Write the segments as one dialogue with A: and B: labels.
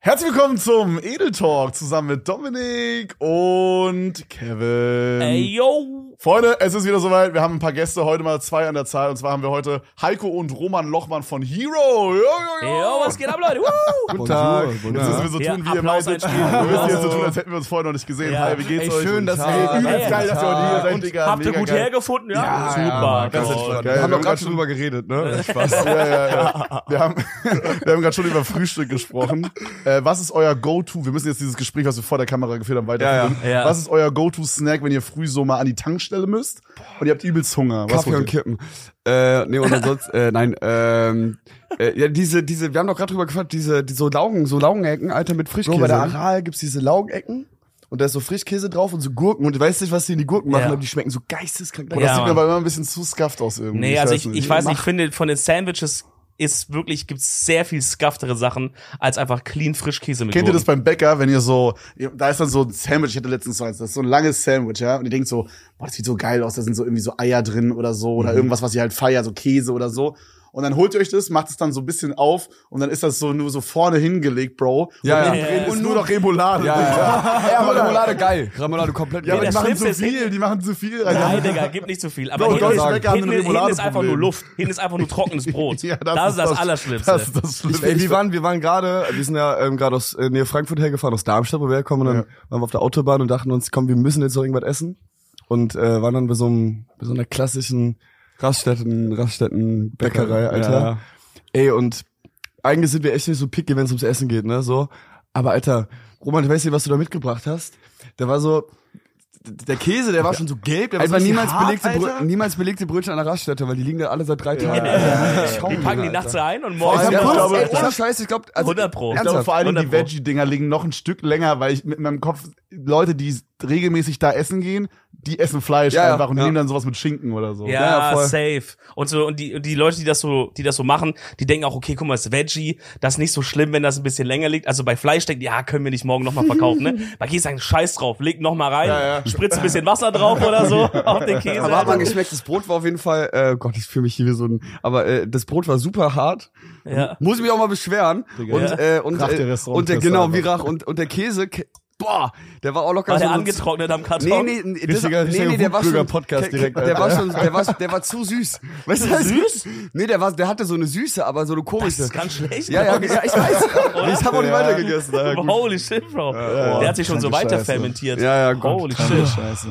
A: Herzlich willkommen zum Edel Talk zusammen mit Dominik und Kevin.
B: Ey, yo.
A: Freunde, es ist wieder soweit. Wir haben ein paar Gäste, heute mal zwei an der Zahl. Und zwar haben wir heute Heiko und Roman Lochmann von Hero. Jo, jo,
B: Yo, was geht ab, Leute? Woo!
A: Guten Tag. Jetzt
C: Bonjour,
A: müssen wir so
B: Ja,
A: tun, wie ihr
B: Applaus
A: meintet.
B: einspielen.
A: Wir müssen jetzt so tun, als hätten wir uns vorher noch nicht gesehen.
B: Ja.
A: Hi, wie geht's
C: Ey,
A: euch?
C: schön, dass
A: Guten
C: ihr-
A: Tag.
B: Ey,
A: Übelst geil, dass ihr heute hier
C: Tag.
A: seid, Digga.
B: Habt ihr
A: Mega
B: gut
A: geil.
B: hergefunden? Ja,
C: ja,
B: super.
C: ganz
B: Oh
A: geil.
B: Gott.
C: Wir haben
A: Wir
C: doch
A: haben
C: gerade schon drüber geredet,
B: Äh,
C: ne? Spaß.
A: Ja, ja, ja. Wir haben, wir haben gerade schon über Frühstück gesprochen. Äh, was ist euer Go-To? Wir müssen jetzt dieses Gespräch, was wir vor der Kamera geführt haben, weiterführen.
B: Ja, ja. Ja.
A: Was ist euer Go-To-Snack, wenn ihr früh so mal an die Tankstelle müsst und ihr habt übelst Hunger? Was
C: Kaffee und
A: holt ihr?
C: Kippen. Äh, nee, und ansonsten, äh, nein, ähm, äh, ja, diese, diese, wir haben doch gerade drüber gefragt, diese, die so Laugen, so Laugenecken, Alter, mit Frischkäse.
D: Bro, bei der
C: ne?
D: Aral gibt's diese Laugenecken und da ist so Frischkäse drauf und so Gurken und du weißt nicht, was die in die Gurken machen,
B: Ja.
D: aber die schmecken so geisteskrank.
A: Boah, das
B: Ja,
A: sieht mir
B: Mann.
A: aber immer ein bisschen zu scuffed aus irgendwie.
B: Nee, also ich, ich weiß nicht, ich
A: Mach-
B: finde, von den Sandwiches ist wirklich, gibt's sehr viel skaftere Sachen als einfach clean Frischkäse mit
A: Kennt ihr das
B: Gurken.
A: beim Bäcker, wenn ihr so, ihr- da ist dann so ein Sandwich, ich hatte letztens so eins, das ist so ein langes Sandwich, ja, und ihr denkt so, boah, das sieht so geil aus, da sind so irgendwie so Eier drin oder so,
C: Mhm.
A: oder irgendwas, was ihr halt feiert, so Käse oder so. Und dann holt ihr euch das, macht es dann so ein bisschen auf und dann ist das so nur so vorne hingelegt, Bro.
C: Ja,
A: und
C: ja.
A: nebendrin
B: Ja,
A: ist nur noch Remoulade.
C: Ja, ja, ja. ja, aber Remoulade geil. Remoulade komplett
A: Ja, aber
B: Nee,
A: die
B: das
A: machen
B: Schlimmste
A: zu
B: ist
A: viel, die machen zu viel. Alter.
B: Nein, Digga, gib nicht zu viel. Aber
A: Bro,
B: hinten,
A: Deutsche
B: ist,
A: Bäcker haben
B: hinten,
A: ein
B: hinten ist einfach nur
A: Remouladeproblem.
B: Luft. Hinten ist einfach nur trockenes Brot.
A: Ja,
B: das, ist das, Allerschlimmste.
A: Das ist das Schlimmste.
C: Ey, wir waren, wir waren gerade, wir sind ja ähm, gerade aus äh, Nähe Frankfurt hergefahren, aus Darmstadt, wo wir herkommen, und dann waren wir auf der Autobahn und dachten uns, komm, wir müssen jetzt noch irgendwas essen. Und äh, waren dann bei so, einem, bei so einer klassischen Raststätten, Raststättenbäckerei, Alter.
D: Ja.
C: Ey, und eigentlich sind wir echt nicht so picky, wenn es ums Essen geht, ne? So. Aber Alter, Roman, ich weiß nicht, was du da mitgebracht hast. Da war so. d- Der Käse, der war schon so gelb, der war
D: Einfach
C: so
D: niemals
C: belegte,
D: belegte Brö-
C: niemals belegte Brötchen an der Raststätte, weil die liegen da alle seit drei Tagen.
B: Die packen die nachts ein und
C: Ich
B: morgens
C: hab
A: Ja,
C: kurz,
A: ich glaube,
C: ey,
A: ich
C: ohne Scheiß, ich also, glaube,
B: 100 Pro.
A: Ich glaube, vor allem die
B: 100 Pro.
A: Veggie-Dinger liegen noch ein Stück länger, weil ich mit meinem Kopf Leute, die regelmäßig da essen gehen, die essen Fleisch
C: Ja, ja,
A: einfach und
C: ja.
A: nehmen dann sowas mit Schinken oder so.
B: Ja,
C: Ja, voll.
B: safe. Und so, und die, und die Leute, die das so, die das so machen, die denken auch, okay, guck mal, das ist Veggie, das ist nicht so schlimm, wenn das ein bisschen länger liegt. Also bei Fleisch denken, die, ja, können wir nicht morgen nochmal verkaufen, ne? Bei Käse sagen, scheiß drauf, leg nochmal rein, spritz ein bisschen Wasser drauf oder so, auf den Käse.
C: Aber hat man
B: Alter.
C: geschmeckt, das Brot war auf jeden Fall, äh, Gott, ich fühle mich hier wie so ein, aber äh, das Brot war super hart.
B: Ja.
C: Muss ich mich auch mal beschweren. und,
B: Ja.
C: äh, und,
A: Rach der
C: äh,
A: Restaurant-
C: und der, genau,
A: Restaurant.
C: wie Rach, und, und der Käse, ke- boah, der war auch locker
B: War der
C: so-
B: angetrocknet am
C: Nee,
B: Karton?
C: nee, nee, das,
A: Richtiger-
C: nee,
A: richtiger
C: nee, der war schon,
A: Wutbürger-Podcast
C: ke- ke-
A: direkt,
C: der
A: Alter.
C: war schon, der war, der war zu süß. Weißt du, was
B: Süß?
C: Nee, der war, der hatte so eine Süße, aber so eine komische.
B: Das ist ganz schlecht.
C: ja, genau. ja, ja, ich weiß. ich habe auch nicht
A: Ja.
C: weitergegessen. Ja, gut.
B: Holy shit, Bro.
A: ja.
B: der hat sich schon so
A: Kranke
B: weiter
A: Scheiße.
B: fermentiert.
C: Ja, ja, Gott.
B: Holy shit.
A: Scheiße.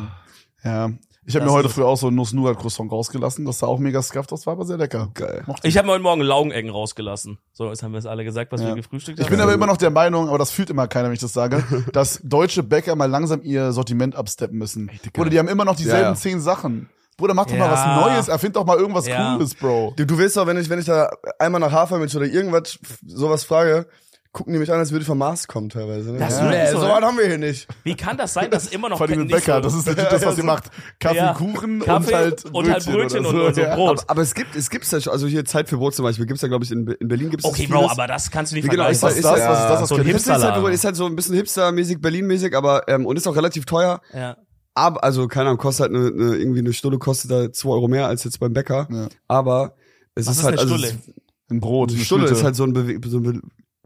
A: Ja. Ich habe mir heute früh auch so ein Nuss-Nougat-Croissant rausgelassen. Das sah auch mega scuffed aus, war aber sehr lecker.
C: Geil.
A: Mochte ich.
B: Ich habe heute Morgen Laugenecken rausgelassen. So, jetzt haben wir es alle gesagt, was
A: Ja.
B: wir gefrühstückt haben.
A: Ich bin aber immer noch der Meinung, aber das fühlt immer keiner, wenn ich das sage, dass deutsche Bäcker mal langsam ihr Sortiment absteppen müssen. Bruder, die haben immer noch dieselben
C: Ja, ja.
A: zehn Sachen. Bruder, mach doch mal
B: Ja.
A: was Neues, erfind doch mal irgendwas
B: Ja.
A: Cooles, Bro.
C: Du, du willst doch, wenn ich, wenn ich da einmal nach Hafermilch oder irgendwas, f- sowas frage, gucken die mich an, als würde ich vom Mars kommen teilweise. Ne?
B: Das ist
C: nee,
B: wirklich so,
C: so
B: ja.
C: was haben wir hier nicht.
B: Wie kann das sein, dass immer noch
A: Vor allem mit
B: nicht
A: Bäcker,
B: so-
A: das ist legit das, was ihr macht. Kaffee,
B: Ja.
A: Kuchen und
B: Kaffee
A: halt Brötchen,
B: und halt Brötchen
A: oder
B: und-
A: so.
B: und so
A: ja.
B: Brot.
C: Aber es gibt, es gibt's ja schon, also hier Zeit für Brot zum Beispiel, gibt's ja, glaube ich, in, in Berlin gibt's
B: Okay,
C: das
B: Bro,
C: vieles.
B: aber das kannst du nicht
C: Genau,
B: vergleichen.
C: ich
A: Was ist das?
C: Ja.
A: Was ist das? Was
B: So ein
A: kenn ich?
C: Hipster ist halt,
B: Hipsterladen.
C: ist halt so ein bisschen hipstermäßig, Berlin-mäßig, aber ähm, und ist auch relativ teuer.
B: Ja.
C: Aber, also, keine Ahnung, kostet halt eine, eine, irgendwie eine Stulle kostet da 2 Euro mehr als jetzt beim Bäcker.
A: Ja.
C: Aber es
B: Was
C: ist,
B: ist
C: halt.
B: eine
C: also,
B: Stulle?
C: es-
A: Ein Brot.
C: Eine
A: eine
C: Stulle
A: Tüte.
C: ist halt so ein, Bewe so ein Be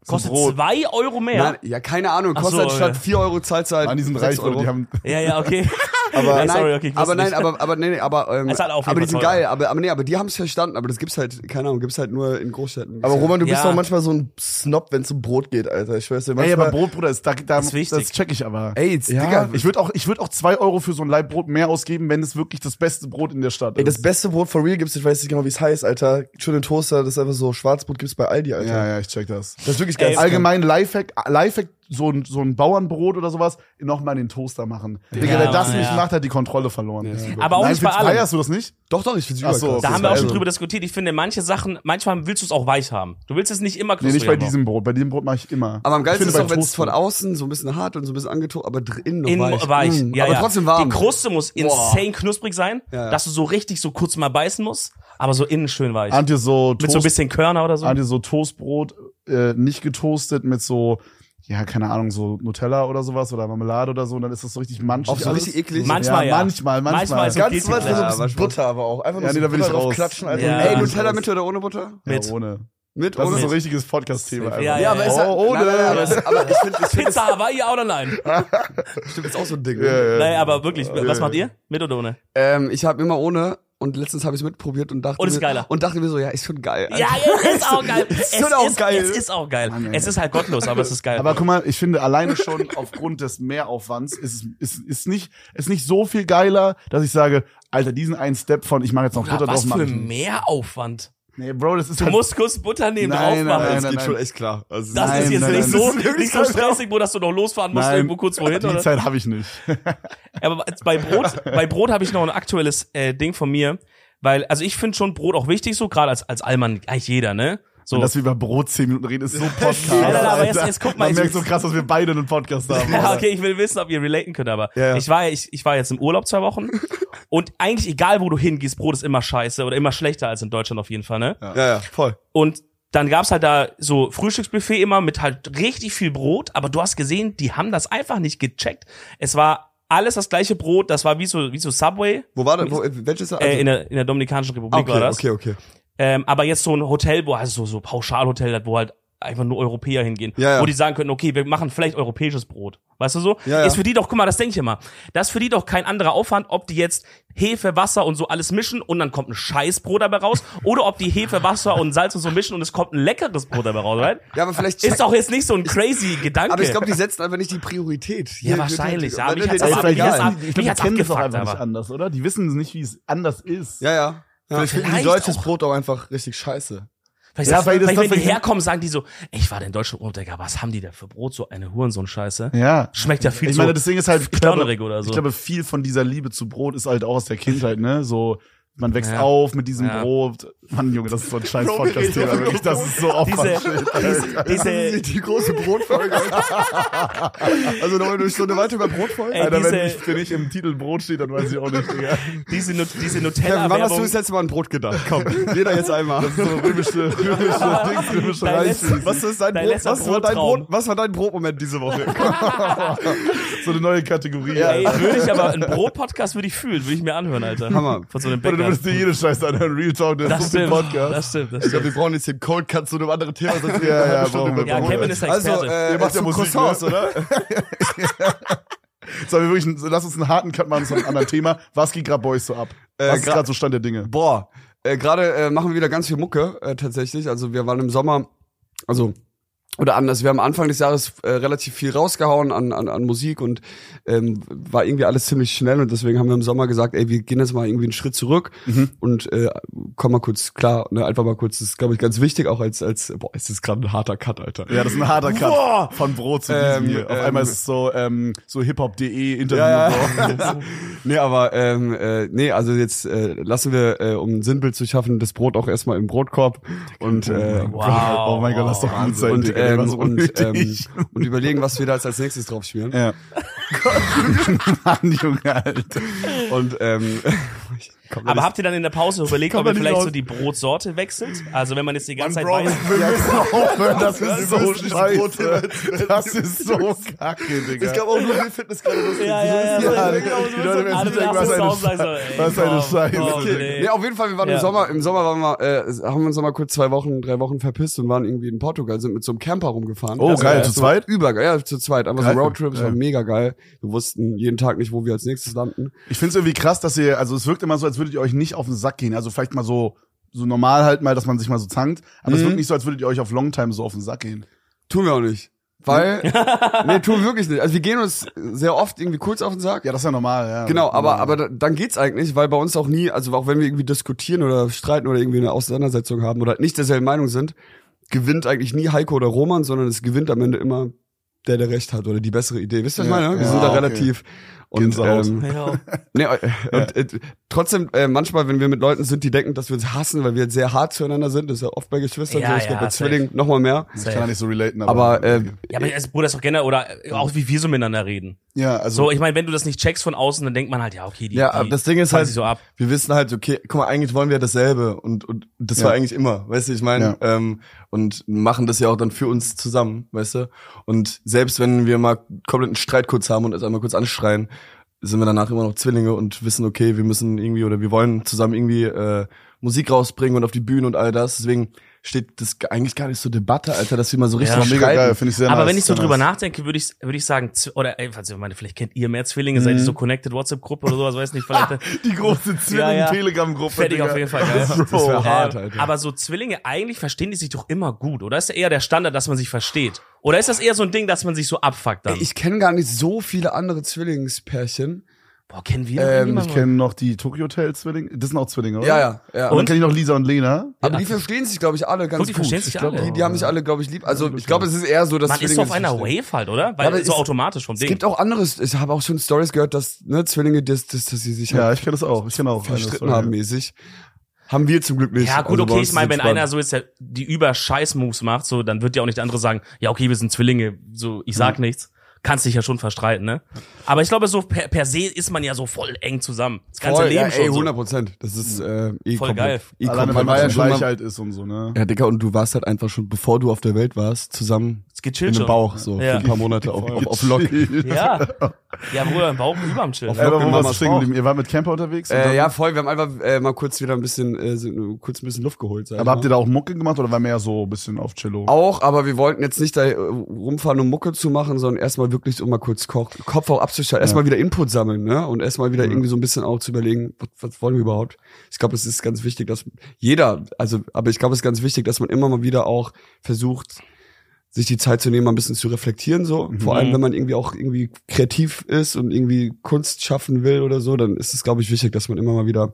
B: Kostet
A: Brot.
B: zwei Euro mehr.
C: Nein, ja, keine Ahnung,
B: Ach
C: kostet
B: so,
C: halt statt
B: ja.
C: 4 Euro zahlst du halt.
A: Mann, die sind reich,
C: sechs Euro.
A: Leute, die haben
B: Ja, ja, okay.
C: Aber
B: Nein,
C: nein,
B: sorry, okay, ich wusste
C: aber nein,
B: nicht.
C: aber aber nee, nee, aber ähm,
B: Es hat auf jeden
C: aber die
B: Fall
C: sind
B: teurer.
C: geil, aber aber nee, aber die haben es verstanden, aber das gibt's halt keine Ahnung, gibt's halt nur in Großstädten.
D: Aber Roman, du bist
B: Ja.
D: doch manchmal so ein Snob, wenn es um Brot geht, Alter. Ich weiß dir
A: Ey, aber
D: manchmal.
A: Brot, Bruder, ist da, da,
B: Ist wichtig.
A: das check ich aber.
C: ey, jetzt,
A: ja,
C: Digga,
A: ich würde auch, ich würd auch zwei Euro für so ein Leibbrot mehr ausgeben, wenn es wirklich das beste Brot in der Stadt
D: Ey,
A: ist.
D: das beste Brot for real gibt's, ich weiß nicht genau, wie es heißt, Alter. Schöne Toaster, das ist einfach so. Schwarzbrot gibt's bei Aldi, Alter.
A: ja, ja, ich check das.
D: Das ist wirklich
B: Ey,
D: geil.
A: Allgemein Lifehack, Lifehack so ein, so ein Bauernbrot oder sowas, nochmal in den Toaster machen. Digga, wer das
B: Mann,
A: nicht
B: ja.
A: macht, hat die Kontrolle verloren.
B: Aber auch
A: Nein,
B: nicht bei
A: Fitz,
B: allem.
A: Feierst du das nicht?
C: doch doch, ich find's
A: Ach so,
C: überkrass.
A: okay.
B: Da haben wir auch schon
C: Also,
B: drüber diskutiert. Ich finde, manche Sachen, manchmal willst du es auch weich haben. Du willst es nicht immer
A: Nee,
B: knusprig
A: nicht bei
B: haben.
A: diesem Brot. Bei diesem Brot mache ich immer.
C: Aber am geilsten
A: Ich
C: ist
A: finde
C: auch,
A: bei
C: wenn es
A: Toast-
C: von außen so ein bisschen hart und so ein bisschen angetot, aber dr- innen noch
B: In,
C: weich.
B: weich.
C: Mm,
B: Ja,
C: aber
B: ja.
C: trotzdem warm.
B: Die Kruste muss insane knusprig sein,
C: Ja, ja.
B: dass du so richtig so kurz mal beißen musst, aber so innen schön weich.
A: Ahnt ihr so
B: Mit so ein
A: Toast,
B: bisschen Körner oder so.
A: ahnt ihr so Toastbrot, äh, nicht getoastet mit so, ja, keine Ahnung, so Nutella oder sowas oder Marmelade oder so, und dann ist das so richtig manchig.
C: Auf so
A: alles.
C: richtig eklig.
B: e- Manchmal, ja.
A: Manchmal, manchmal.
B: Manchmal ist
D: Ganz
B: Also Geht
D: weit
B: nicht.
D: von so
C: Ja,
D: ein bisschen
C: aber schon.
D: Butter, aber auch. Einfach nur
A: Ja,
D: so
A: nee, da will
D: Butter
A: ich
D: drauf
C: also
A: raus.
D: klatschen, Alter.
B: Ja.
C: Ey,
B: Ja.
C: Nutella mit oder ohne Butter?
A: Ja,
B: mit.
A: ohne.
C: Mit
A: Das
C: ohne?
A: ist so ein richtiges Podcast-Thema.
B: Ja,
A: einfach.
B: ja, ja.
C: halt-
A: Oh,
C: Nein, nein, nein, aber, es, aber ich finde, ich finde,
B: Pizza Hawaii, ja oder nein?
C: das stimmt, ist auch so ein Ding. ne?
A: Ja, ja.
B: Nein, aber wirklich, was macht ihr? Mit oder ohne?
C: Ähm, ich habe immer ohne und letztens habe ich es mitprobiert und dachte
B: Und ist
C: mir,
B: geiler.
C: und dachte mir so, ja, ist schon geil.
B: Ja, es ist auch geil. Es
C: schon auch
B: ist,
C: geil.
B: Es ist auch geil.
A: Mann, ey.
B: es ist halt gottlos, aber es ist geil.
A: Aber guck mal, ich finde alleine schon aufgrund des Mehraufwands ist es ist, ist nicht ist nicht so viel geiler, dass ich sage, Alter, diesen einen Step von ich mache jetzt noch
B: Bruder,
A: Butter drauf
B: was für
A: machen.
B: ein Mehraufwand.
A: Nee, Bro, das ist
B: Du
A: halt,
B: musst kurz Butter nehmen,
A: Nein,
B: drauf machen.
A: nein,
C: das
A: nein,
C: geht
A: nein.
C: schon echt klar. Also,
B: Das ist
A: Nein,
B: jetzt
A: nein,
B: nicht,
A: nein.
B: so,
A: Das ist wirklich
B: nicht so
A: so schlau.
B: stressig, wo dass du noch losfahren musst,
A: Nein.
B: irgendwo kurz wohin.
A: die
B: Oder?
A: Zeit habe ich nicht.
B: Aber bei Brot, bei Brot habe ich noch ein aktuelles äh, Ding von mir, weil also ich finde schon Brot auch wichtig so gerade als als Allmann eigentlich jeder, ne? So
A: Dass wir über Brot zehn Minuten reden, ist so Podcast.
B: Nein, nein, aber jetzt-
A: Alter.
B: jetzt guck mal,
A: Man
B: ich-
A: merkt so krass, dass wir beide einen Podcast haben.
B: Ja,
A: Alter.
B: okay, ich will wissen, ob ihr relaten könnt, aber
C: ja.
B: ich war ja- ich, ich war jetzt im Urlaub zwei Wochen und eigentlich egal, wo du hingehst, Brot ist immer scheiße oder immer schlechter als in Deutschland auf jeden Fall, ne?
C: ja, ja, voll.
B: Und dann gab's halt da so Frühstücksbuffet immer mit halt richtig viel Brot, aber du hast gesehen, die haben das einfach nicht gecheckt. Es war alles das gleiche Brot, das war wie so wie so Subway
C: Wo war das? Wo, welches? also,
B: äh, in der in der Dominikanischen Republik
C: okay,
B: war das.
C: okay, okay.
B: Ähm, aber jetzt so ein Hotel, wo also so, so Pauschalhotel, wo halt einfach nur Europäer hingehen,
C: Ja, ja.
B: wo die sagen können, okay, wir machen vielleicht europäisches Brot. Weißt du so?
C: Ja, ja.
B: Ist für die doch, guck mal, das denke ich immer. Das ist für die doch kein anderer Aufwand, ob die jetzt Hefe, Wasser und so alles mischen und dann kommt ein Scheißbrot dabei raus oder ob die Hefe, Wasser und Salz und so mischen und es kommt ein leckeres Brot dabei raus, right?
C: Ja, aber vielleicht.
B: Ist doch jetzt nicht so ein crazy Gedanke.
C: aber ich glaube, die setzen einfach nicht die Priorität.
B: Ja,
C: Hier- halt
B: wahrscheinlich, ja,
C: Dann
B: mich hat's
C: ist
A: Ey,
B: aber-
C: egal.
A: vielleicht
B: mich
A: wissen
B: hat's ab-
A: die- ich
B: mich
A: glaube,
B: hat's
A: die kennen das auch
B: abgefuckt,
A: einfach nicht
B: aber-
A: anders, oder? Die wissen nicht, wie es anders ist.
C: Ja, ja. Vielleicht finden die
B: vielleicht
C: deutsches
B: auch.
C: Brot auch einfach richtig scheiße.
B: Vielleicht,
A: Ja,
B: sagst-
A: vielleicht ist
B: vielleicht
A: das
B: wenn die
A: vielleicht-
B: herkommen, sagen die so, ey, ich war da in Deutschland Urlaub, Digga, was haben die da für Brot? So eine Hurensohn-Scheiße.
A: Ja.
B: Schmeckt ja viel
A: Ich meine,
B: so
A: das Ding ist halt, ich
B: körnerig
A: glaube,
B: oder so.
A: ich glaube, viel von dieser Liebe zu Brot ist halt auch aus der Kindheit, ne? So, man wächst
B: Ja.
A: auf mit diesem
B: Ja.
A: Brot. Mann, Junge, das ist so ein scheiß
C: Bro, wir reden
A: Podcast-Thema,
C: über
A: wirklich. Das ist so aufwandschön.
B: diese, diese,
C: die, die große Brotfolge. also noch eine Stunde weiter über Brotfolge.
B: Ey,
A: Alter, wenn
B: diese-
A: nicht, wenn nicht im Titel Brot steht, dann weiß ich auch nicht, Digga.
B: diese, Nut- diese
C: Kevin, wann hast du
B: Nutella-Werbung.
C: das letzte Mal an Brot gedacht? Komm, jeder jetzt einmal.
A: So römische, römische Dings, römische
B: Dein
A: Reich.
B: letzter-
C: Was ist dein
B: Dein
C: Brot?
B: letzter
C: Was war dein
B: Brottraum.
C: Brot? Was war dein Brotmoment diese Woche?
A: So eine neue Kategorie.
B: Ey,
A: Alter.
B: würde ich aber, einen Brot-Podcast würde ich fühlen, würde ich mir anhören, Alter.
C: Hammer.
B: Von so einem
A: Oder du
B: Bäcker.
A: würdest dir jede Scheiße anhören. Real Talk, der
B: Das
A: ist so ein
B: stimmt,
A: Podcast.
B: das stimmt, das
C: Ich glaube,
B: stimmt.
C: wir brauchen jetzt den Cold Cut zu einem anderen Thema. Sonst reden wir
A: Ja,
C: eine
A: ja,
C: halbe Stunde
A: brauchen wir,
C: über
B: Ja,
A: brauchen
C: Brot.
B: Kevin ist der Experte.
C: also, äh,
A: Ihr macht ja
C: zu
A: Musik,
C: Croissants,
A: ne?
C: oder?
A: Sollen wir wirklich, einen- lass uns einen harten Cut machen zu einem anderen Thema. Was geht grad Boys so ab? Was ist
C: Äh, gra-
A: grad so Stand der Dinge?
C: Boah, äh, gerade äh, machen wir wieder ganz viel Mucke äh, tatsächlich. Also wir waren im Sommer, also oder anders, wir haben Anfang des Jahres äh, relativ viel rausgehauen an, an, an Musik und ähm, war irgendwie alles ziemlich schnell und deswegen haben wir im Sommer gesagt, ey, wir gehen jetzt mal irgendwie einen Schritt zurück
A: Mhm.
C: und äh, komm mal kurz klar, ne, einfach mal kurz, das ist glaube ich ganz wichtig, auch als, als boah, ist das gerade ein harter Cut, Alter.
A: Ja, das ist ein harter Cut.
C: Boah!
A: Von Brot zu
C: Ähm,
A: diesem hier. Auf
C: ähm,
A: einmal ist es so, ähm, so hip-hop.de Interview.
C: Ja, ja.
A: So.
C: Nee, aber ähm, äh, nee, also jetzt äh, lassen wir, äh, um ein Sinnbild zu schaffen, das Brot auch erstmal im Brotkorb und äh,
B: Wow.
A: Oh mein Gott, lass doch gut sein,
C: und,
A: Digga. Der war
C: ähm,
A: so
C: und, ähm,
A: unnötig.
C: und überlegen, was wir da jetzt als nächstes drauf schmieren.
A: ja. Mann, Junge, Alter.
C: Und ähm, komm,
B: Aber habt ihr dann in der Pause überlegt, ob
A: man
B: ihr
A: nicht
B: vielleicht
A: raus.
B: so die Brotsorte wechselt? Also wenn man jetzt die ganze Zeit
A: Bro,
B: weiß,
A: wir müssen aufhören, das ist
D: wir
A: so
D: müssen das Brot
A: scheiße.
D: immer-
A: Das ist so kacke, Digga.
D: Ich glaube auch nur, wir finden es gerade lustig.
B: ja, ja,
A: Ja,
B: ja, so-
A: die Leute werden
B: alle
A: sich denken,
B: lassen
A: was
B: es
A: eine
B: auf, sagen so,
A: Scheiße.
B: ey,
A: Was eine
B: komm,
A: Scheiße.
B: komm, nee.
C: Nee, auf jeden Fall, wir waren
B: Ja.
C: im Sommer, im Sommer waren wir, äh, haben wir uns nochmal kurz zwei Wochen, drei Wochen verpisst und waren irgendwie in Portugal, sind mit so einem Camper rumgefahren.
A: Oh, geil,
C: war
A: zu
C: so
A: zweit?
C: Übergeil, ja, zu zweit. Einfach
A: Geil.
C: so Roadtrips,
A: Ja.
C: war mega geil. Wir wussten jeden Tag nicht, wo wir als nächstes landen.
A: Ich finde es irgendwie krass, dass ihr, also es wirkt immer so, als würdet ihr euch nicht auf den Sack gehen. Also vielleicht mal so, so normal halt mal, dass man sich mal so zankt. Aber es wirkt nicht so, als würdet ihr euch auf Longtime so auf den Sack gehen.
C: Tun wir auch nicht. Weil, nee, tun wir wirklich nicht. Also wir gehen uns sehr oft irgendwie kurz auf den Sack.
A: Ja, das ist ja normal, ja.
C: Genau, aber, aber da- dann geht's eigentlich, weil bei uns auch nie, also auch wenn wir irgendwie diskutieren oder streiten oder irgendwie eine Auseinandersetzung haben oder nicht derselben Meinung sind, gewinnt eigentlich nie Heiko oder Roman, sondern es gewinnt am Ende immer der, der Recht hat oder die bessere Idee. Wisst ihr, was ich
A: Ja,
C: meine? Wir
A: ja,
C: sind da
A: okay.
C: relativ. Und,
A: Gänsehaut.
C: ähm,
B: Ja.
C: nee, äh, und äh, trotzdem, äh, manchmal, wenn wir mit Leuten sind, die denken, dass wir uns hassen, weil wir jetzt sehr hart zueinander sind, das ist ja oft bei Geschwistern
B: Ja,
C: so, ich
B: ja,
C: glaube bei
B: safe.
C: Zwillingen nochmal mehr.
A: Ich kann da nicht so relaten, aber.
C: Aber äh,
B: Ja, aber es, Bruder, ist doch generell, oder äh, auch wie wir so miteinander reden.
A: ja, also.
B: So, ich meine, wenn du das nicht checkst von außen, dann denkt man halt, ja, okay, die,
C: Ja,
B: die
C: aber das Ding ist
B: fangen
C: halt-
B: sich so ab.
C: wir wissen halt, okay, guck mal, eigentlich wollen wir dasselbe und, und das
A: Ja.
C: war eigentlich immer, weißt du, ich meine, ähm, und machen das ja auch dann für uns zusammen, weißt du, und selbst wenn wir mal komplett einen Streit kurz haben und es einmal kurz anschreien, sind wir danach immer noch Zwillinge und wissen, okay, wir müssen irgendwie oder wir wollen zusammen irgendwie äh, Musik rausbringen und auf die Bühne und all das, deswegen steht das g- eigentlich gar nicht zur Debatte, Alter, dass wir mal so richtig
B: Ja,
A: Mega geil,
C: streiten.
A: finde ich sehr
B: Aber
A: nice.
B: wenn ich so
A: Sehr
B: drüber
A: nice.
B: nachdenke, würde ich, würde ich sagen, Zw- oder, ey, falls ihr meine, vielleicht kennt ihr mehr Zwillinge, seid
C: Mhm.
B: ihr so connected WhatsApp-Gruppe oder sowas, weiß nicht, vielleicht,
A: Die große
B: Ja, ja.
A: Zwilling-Telegram-Gruppe.
B: Fertig auf jeden Fall, geil.
C: Das wäre hart,
B: Ähm,
C: Alter.
B: aber so Zwillinge, eigentlich verstehen die sich doch immer gut, oder? Ist ja eher der Standard, dass man sich versteht. Oder ist das eher so ein Ding, dass man sich so abfuckt dann?
C: Ey, ich kenne gar nicht so viele andere Zwillingspärchen.
B: Boah, kennen wir noch
A: Ähm, ich
B: niemanden?
A: kenne noch die Tokyo Hotel Zwillinge. Das sind auch Zwillinge, oder?
C: Ja, ja, ja.
A: Und dann kenne ich noch Lisa und Lena.
C: aber die verstehen sich, glaube ich, alle ganz
B: Gut, die
C: gut.
B: verstehen sich
C: ich glaub,
B: alle.
C: Die, die haben sich alle, glaube ich, lieb. Also ich glaube, es ist eher so, dass
B: Man ist so
C: Zwillinge
B: auf
C: sich
B: einer
C: verstehen.
B: Wave halt, oder? Weil
C: aber
B: so
C: es-
B: automatisch vom
C: Es
B: Ding.
C: gibt auch anderes. Ich habe auch schon Stories gehört, dass ne, Zwillinge, dass, dass, dass sie sich halt
A: Ja, ich kenne das auch. Ich kenne auch. eine
C: verstritten
A: Zwillinge.
C: haben mäßig. Haben wir zum Glück nicht.
B: Ja, gut,
C: Also bei
B: okay,
C: uns
B: ich meine,
C: ist
B: wenn
C: entspannt.
B: einer so jetzt der- die über Scheiß-Moves macht, so, dann wird ja auch nicht der andere sagen, ja, okay, wir sind Zwillinge, so, ich sag nichts. Kannst dich ja schon verstreiten, ne? Aber ich glaube, so per, per se ist man ja so voll eng zusammen. Das ganze
C: Voll,
B: Leben
C: ja,
B: schon
C: ey,
B: so.
C: 100 Prozent. Das ist äh, eh
B: Voll
C: komplett-
B: geil.
C: Eh
A: Alleine, weil
C: komplett-
A: man ja
C: schon mal-
A: gleich alt ist und so, ne?
C: Ja, Digga, und du warst halt einfach schon, bevor du auf der Welt warst, zusammen
B: Es geht
C: in
B: chill
C: dem
B: schon.
C: Bauch, so
B: Ja.
C: für ein paar Monate auf, auf, auf Lock.
B: Ja. Ja, Bruder, im Bauch über ne? am Chill.
A: Ey, aber wo
C: Mamas
A: warst du stehen
C: Bauch.
A: geblieben? Ihr war mit Camper unterwegs? und
C: Äh,
A: dann-
C: ja, voll, wir haben einfach äh, mal kurz wieder ein bisschen, äh, so, kurz ein bisschen Luft geholt. sag ich
A: Aber habt
C: mal.
A: ihr da auch Mucke gemacht oder war mehr so ein bisschen auf Cello?
C: auch, aber wir wollten jetzt nicht da äh, rumfahren, um Mucke zu machen, sondern erstmal wirklich, um mal kurz Ko Kopf auch abzuschalten, erstmal wieder Input sammeln, ne? Und erstmal wieder irgendwie so ein bisschen auch zu überlegen, was, was wollen wir überhaupt? Ich glaube, es ist ganz wichtig, dass jeder, also, aber ich glaube, es ist ganz wichtig, dass man immer mal wieder auch versucht, sich die Zeit zu nehmen, mal ein bisschen zu reflektieren, so.
D: Mhm.
C: Vor allem, wenn man irgendwie auch irgendwie kreativ ist und irgendwie Kunst schaffen will oder so, dann ist es, glaube ich, wichtig, dass man immer mal wieder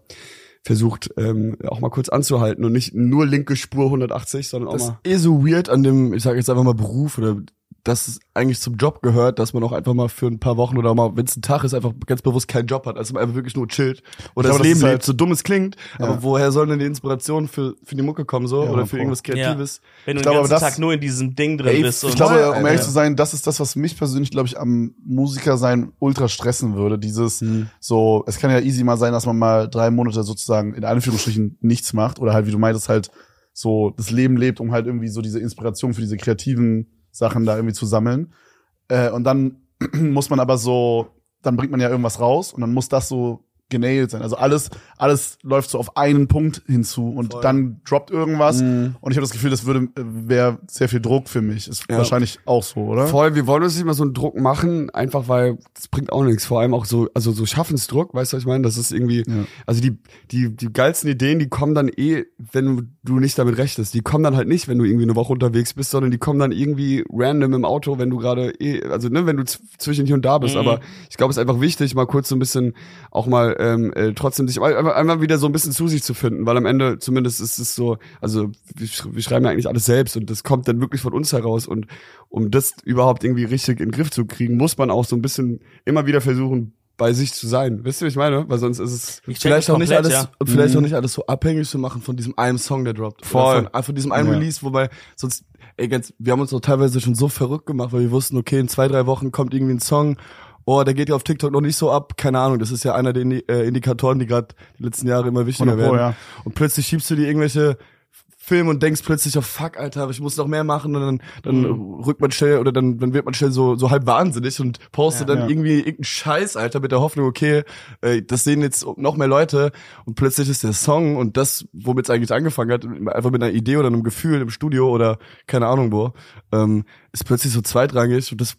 C: versucht, ähm, auch mal kurz anzuhalten und nicht nur linke Spur 180, sondern auch
D: Das
C: mal.
D: ist eh so weird an dem, ich sage jetzt einfach mal Beruf oder dass es eigentlich zum Job gehört, dass man auch einfach mal für ein paar Wochen oder mal, wenn es ein Tag ist, einfach ganz bewusst keinen Job hat, also man einfach wirklich nur chillt oder
A: Ich
C: Genau,
A: glaube,
D: das
A: das
D: Leben
A: ist halt-
D: lebt. So dumm es klingt, aber woher sollen denn die Inspirationen für, für die Mucke kommen so
A: Ja,
D: oder
A: man
D: für
A: braucht-
D: irgendwas Kreatives?
B: Wenn du
A: Ich
B: den
A: glaube,
B: ganzen
A: das-
B: Tag nur in diesem Ding drin
D: Ey,
B: bist. ne?
A: Ich
B: und-
A: glaube,
D: Voll,
A: um ehrlich
D: Alter.
A: zu sein, das ist das, was mich persönlich, glaube ich, am Musiker sein ultra stressen würde. Dieses
C: Hm. Mhm.
A: so, es kann ja easy mal sein, dass man mal drei Monate sozusagen in Anführungsstrichen nichts macht oder halt, wie du meintest, halt so das Leben lebt, um halt irgendwie so diese Inspiration für diese kreativen Sachen da irgendwie zu sammeln. Äh, und dann muss man aber so, dann bringt man ja irgendwas raus und dann muss das so genäht sein. Also alles, alles läuft so auf einen Punkt hinzu und dann droppt irgendwas.
C: Mhm.
A: Und ich habe das Gefühl, das würde wäre sehr viel Druck für mich. Ist
C: Ja.
A: wahrscheinlich auch so, oder?
C: Voll, wir wollen uns nicht mal so einen Druck machen, einfach weil das bringt auch nichts. Vor allem auch so, also so Schaffensdruck, weißt du, was ich meine? Das ist irgendwie,
A: Ja.
C: also die, die, die geilsten Ideen, die kommen dann eh, wenn du nicht damit rechnest. Die kommen dann halt nicht, wenn du irgendwie eine Woche unterwegs bist, sondern die kommen dann irgendwie random im Auto, wenn du gerade eh, also ne, wenn du z- zwischen hier und da bist.
B: Mhm.
C: Aber ich glaube, es ist einfach wichtig, mal kurz so ein bisschen auch mal ähm, äh, trotzdem sich einmal, einmal wieder so ein bisschen zu sich zu finden, weil am Ende zumindest ist es so, also wir, sch wir schreiben ja eigentlich alles selbst und das kommt dann wirklich von uns heraus und um das überhaupt irgendwie richtig in den Griff zu kriegen, muss man auch so ein bisschen immer wieder versuchen, bei sich zu sein. Wisst ihr, was ich meine? Weil sonst ist es
B: Ich check
D: Vielleicht
B: das
D: auch nicht
B: komplett,
D: alles,
B: ja.
D: und vielleicht auch nicht alles so abhängig zu machen von diesem einem Song, der droppt. Oder
C: Voll.
D: Von, von diesem einen
A: Ja.
D: Release, wobei sonst, ey, ganz, wir haben uns auch teilweise schon so verrückt gemacht, weil wir wussten, okay, in zwei, drei Wochen kommt irgendwie ein Song. Oh, der geht ja auf TikTok noch nicht so ab. Keine Ahnung, das ist ja einer der Indi äh, Indikatoren, die gerade die letzten Jahre immer wichtiger
A: 100 Pro,
D: werden.
A: ja.
D: Und plötzlich schiebst du dir irgendwelche Filme und denkst plötzlich, oh fuck, Alter, ich muss noch mehr machen und dann, dann
A: Mhm.
D: rückt man schnell oder dann, dann wird man schnell so, so halb wahnsinnig und postet dann
A: ja.
D: irgendwie irgendeinen Scheiß, Alter, mit der Hoffnung, okay, äh, das sehen jetzt noch mehr Leute und plötzlich ist der Song und das, womit es eigentlich angefangen hat, einfach mit einer Idee oder einem Gefühl im Studio oder keine Ahnung wo, ähm, ist plötzlich so zweitrangig und das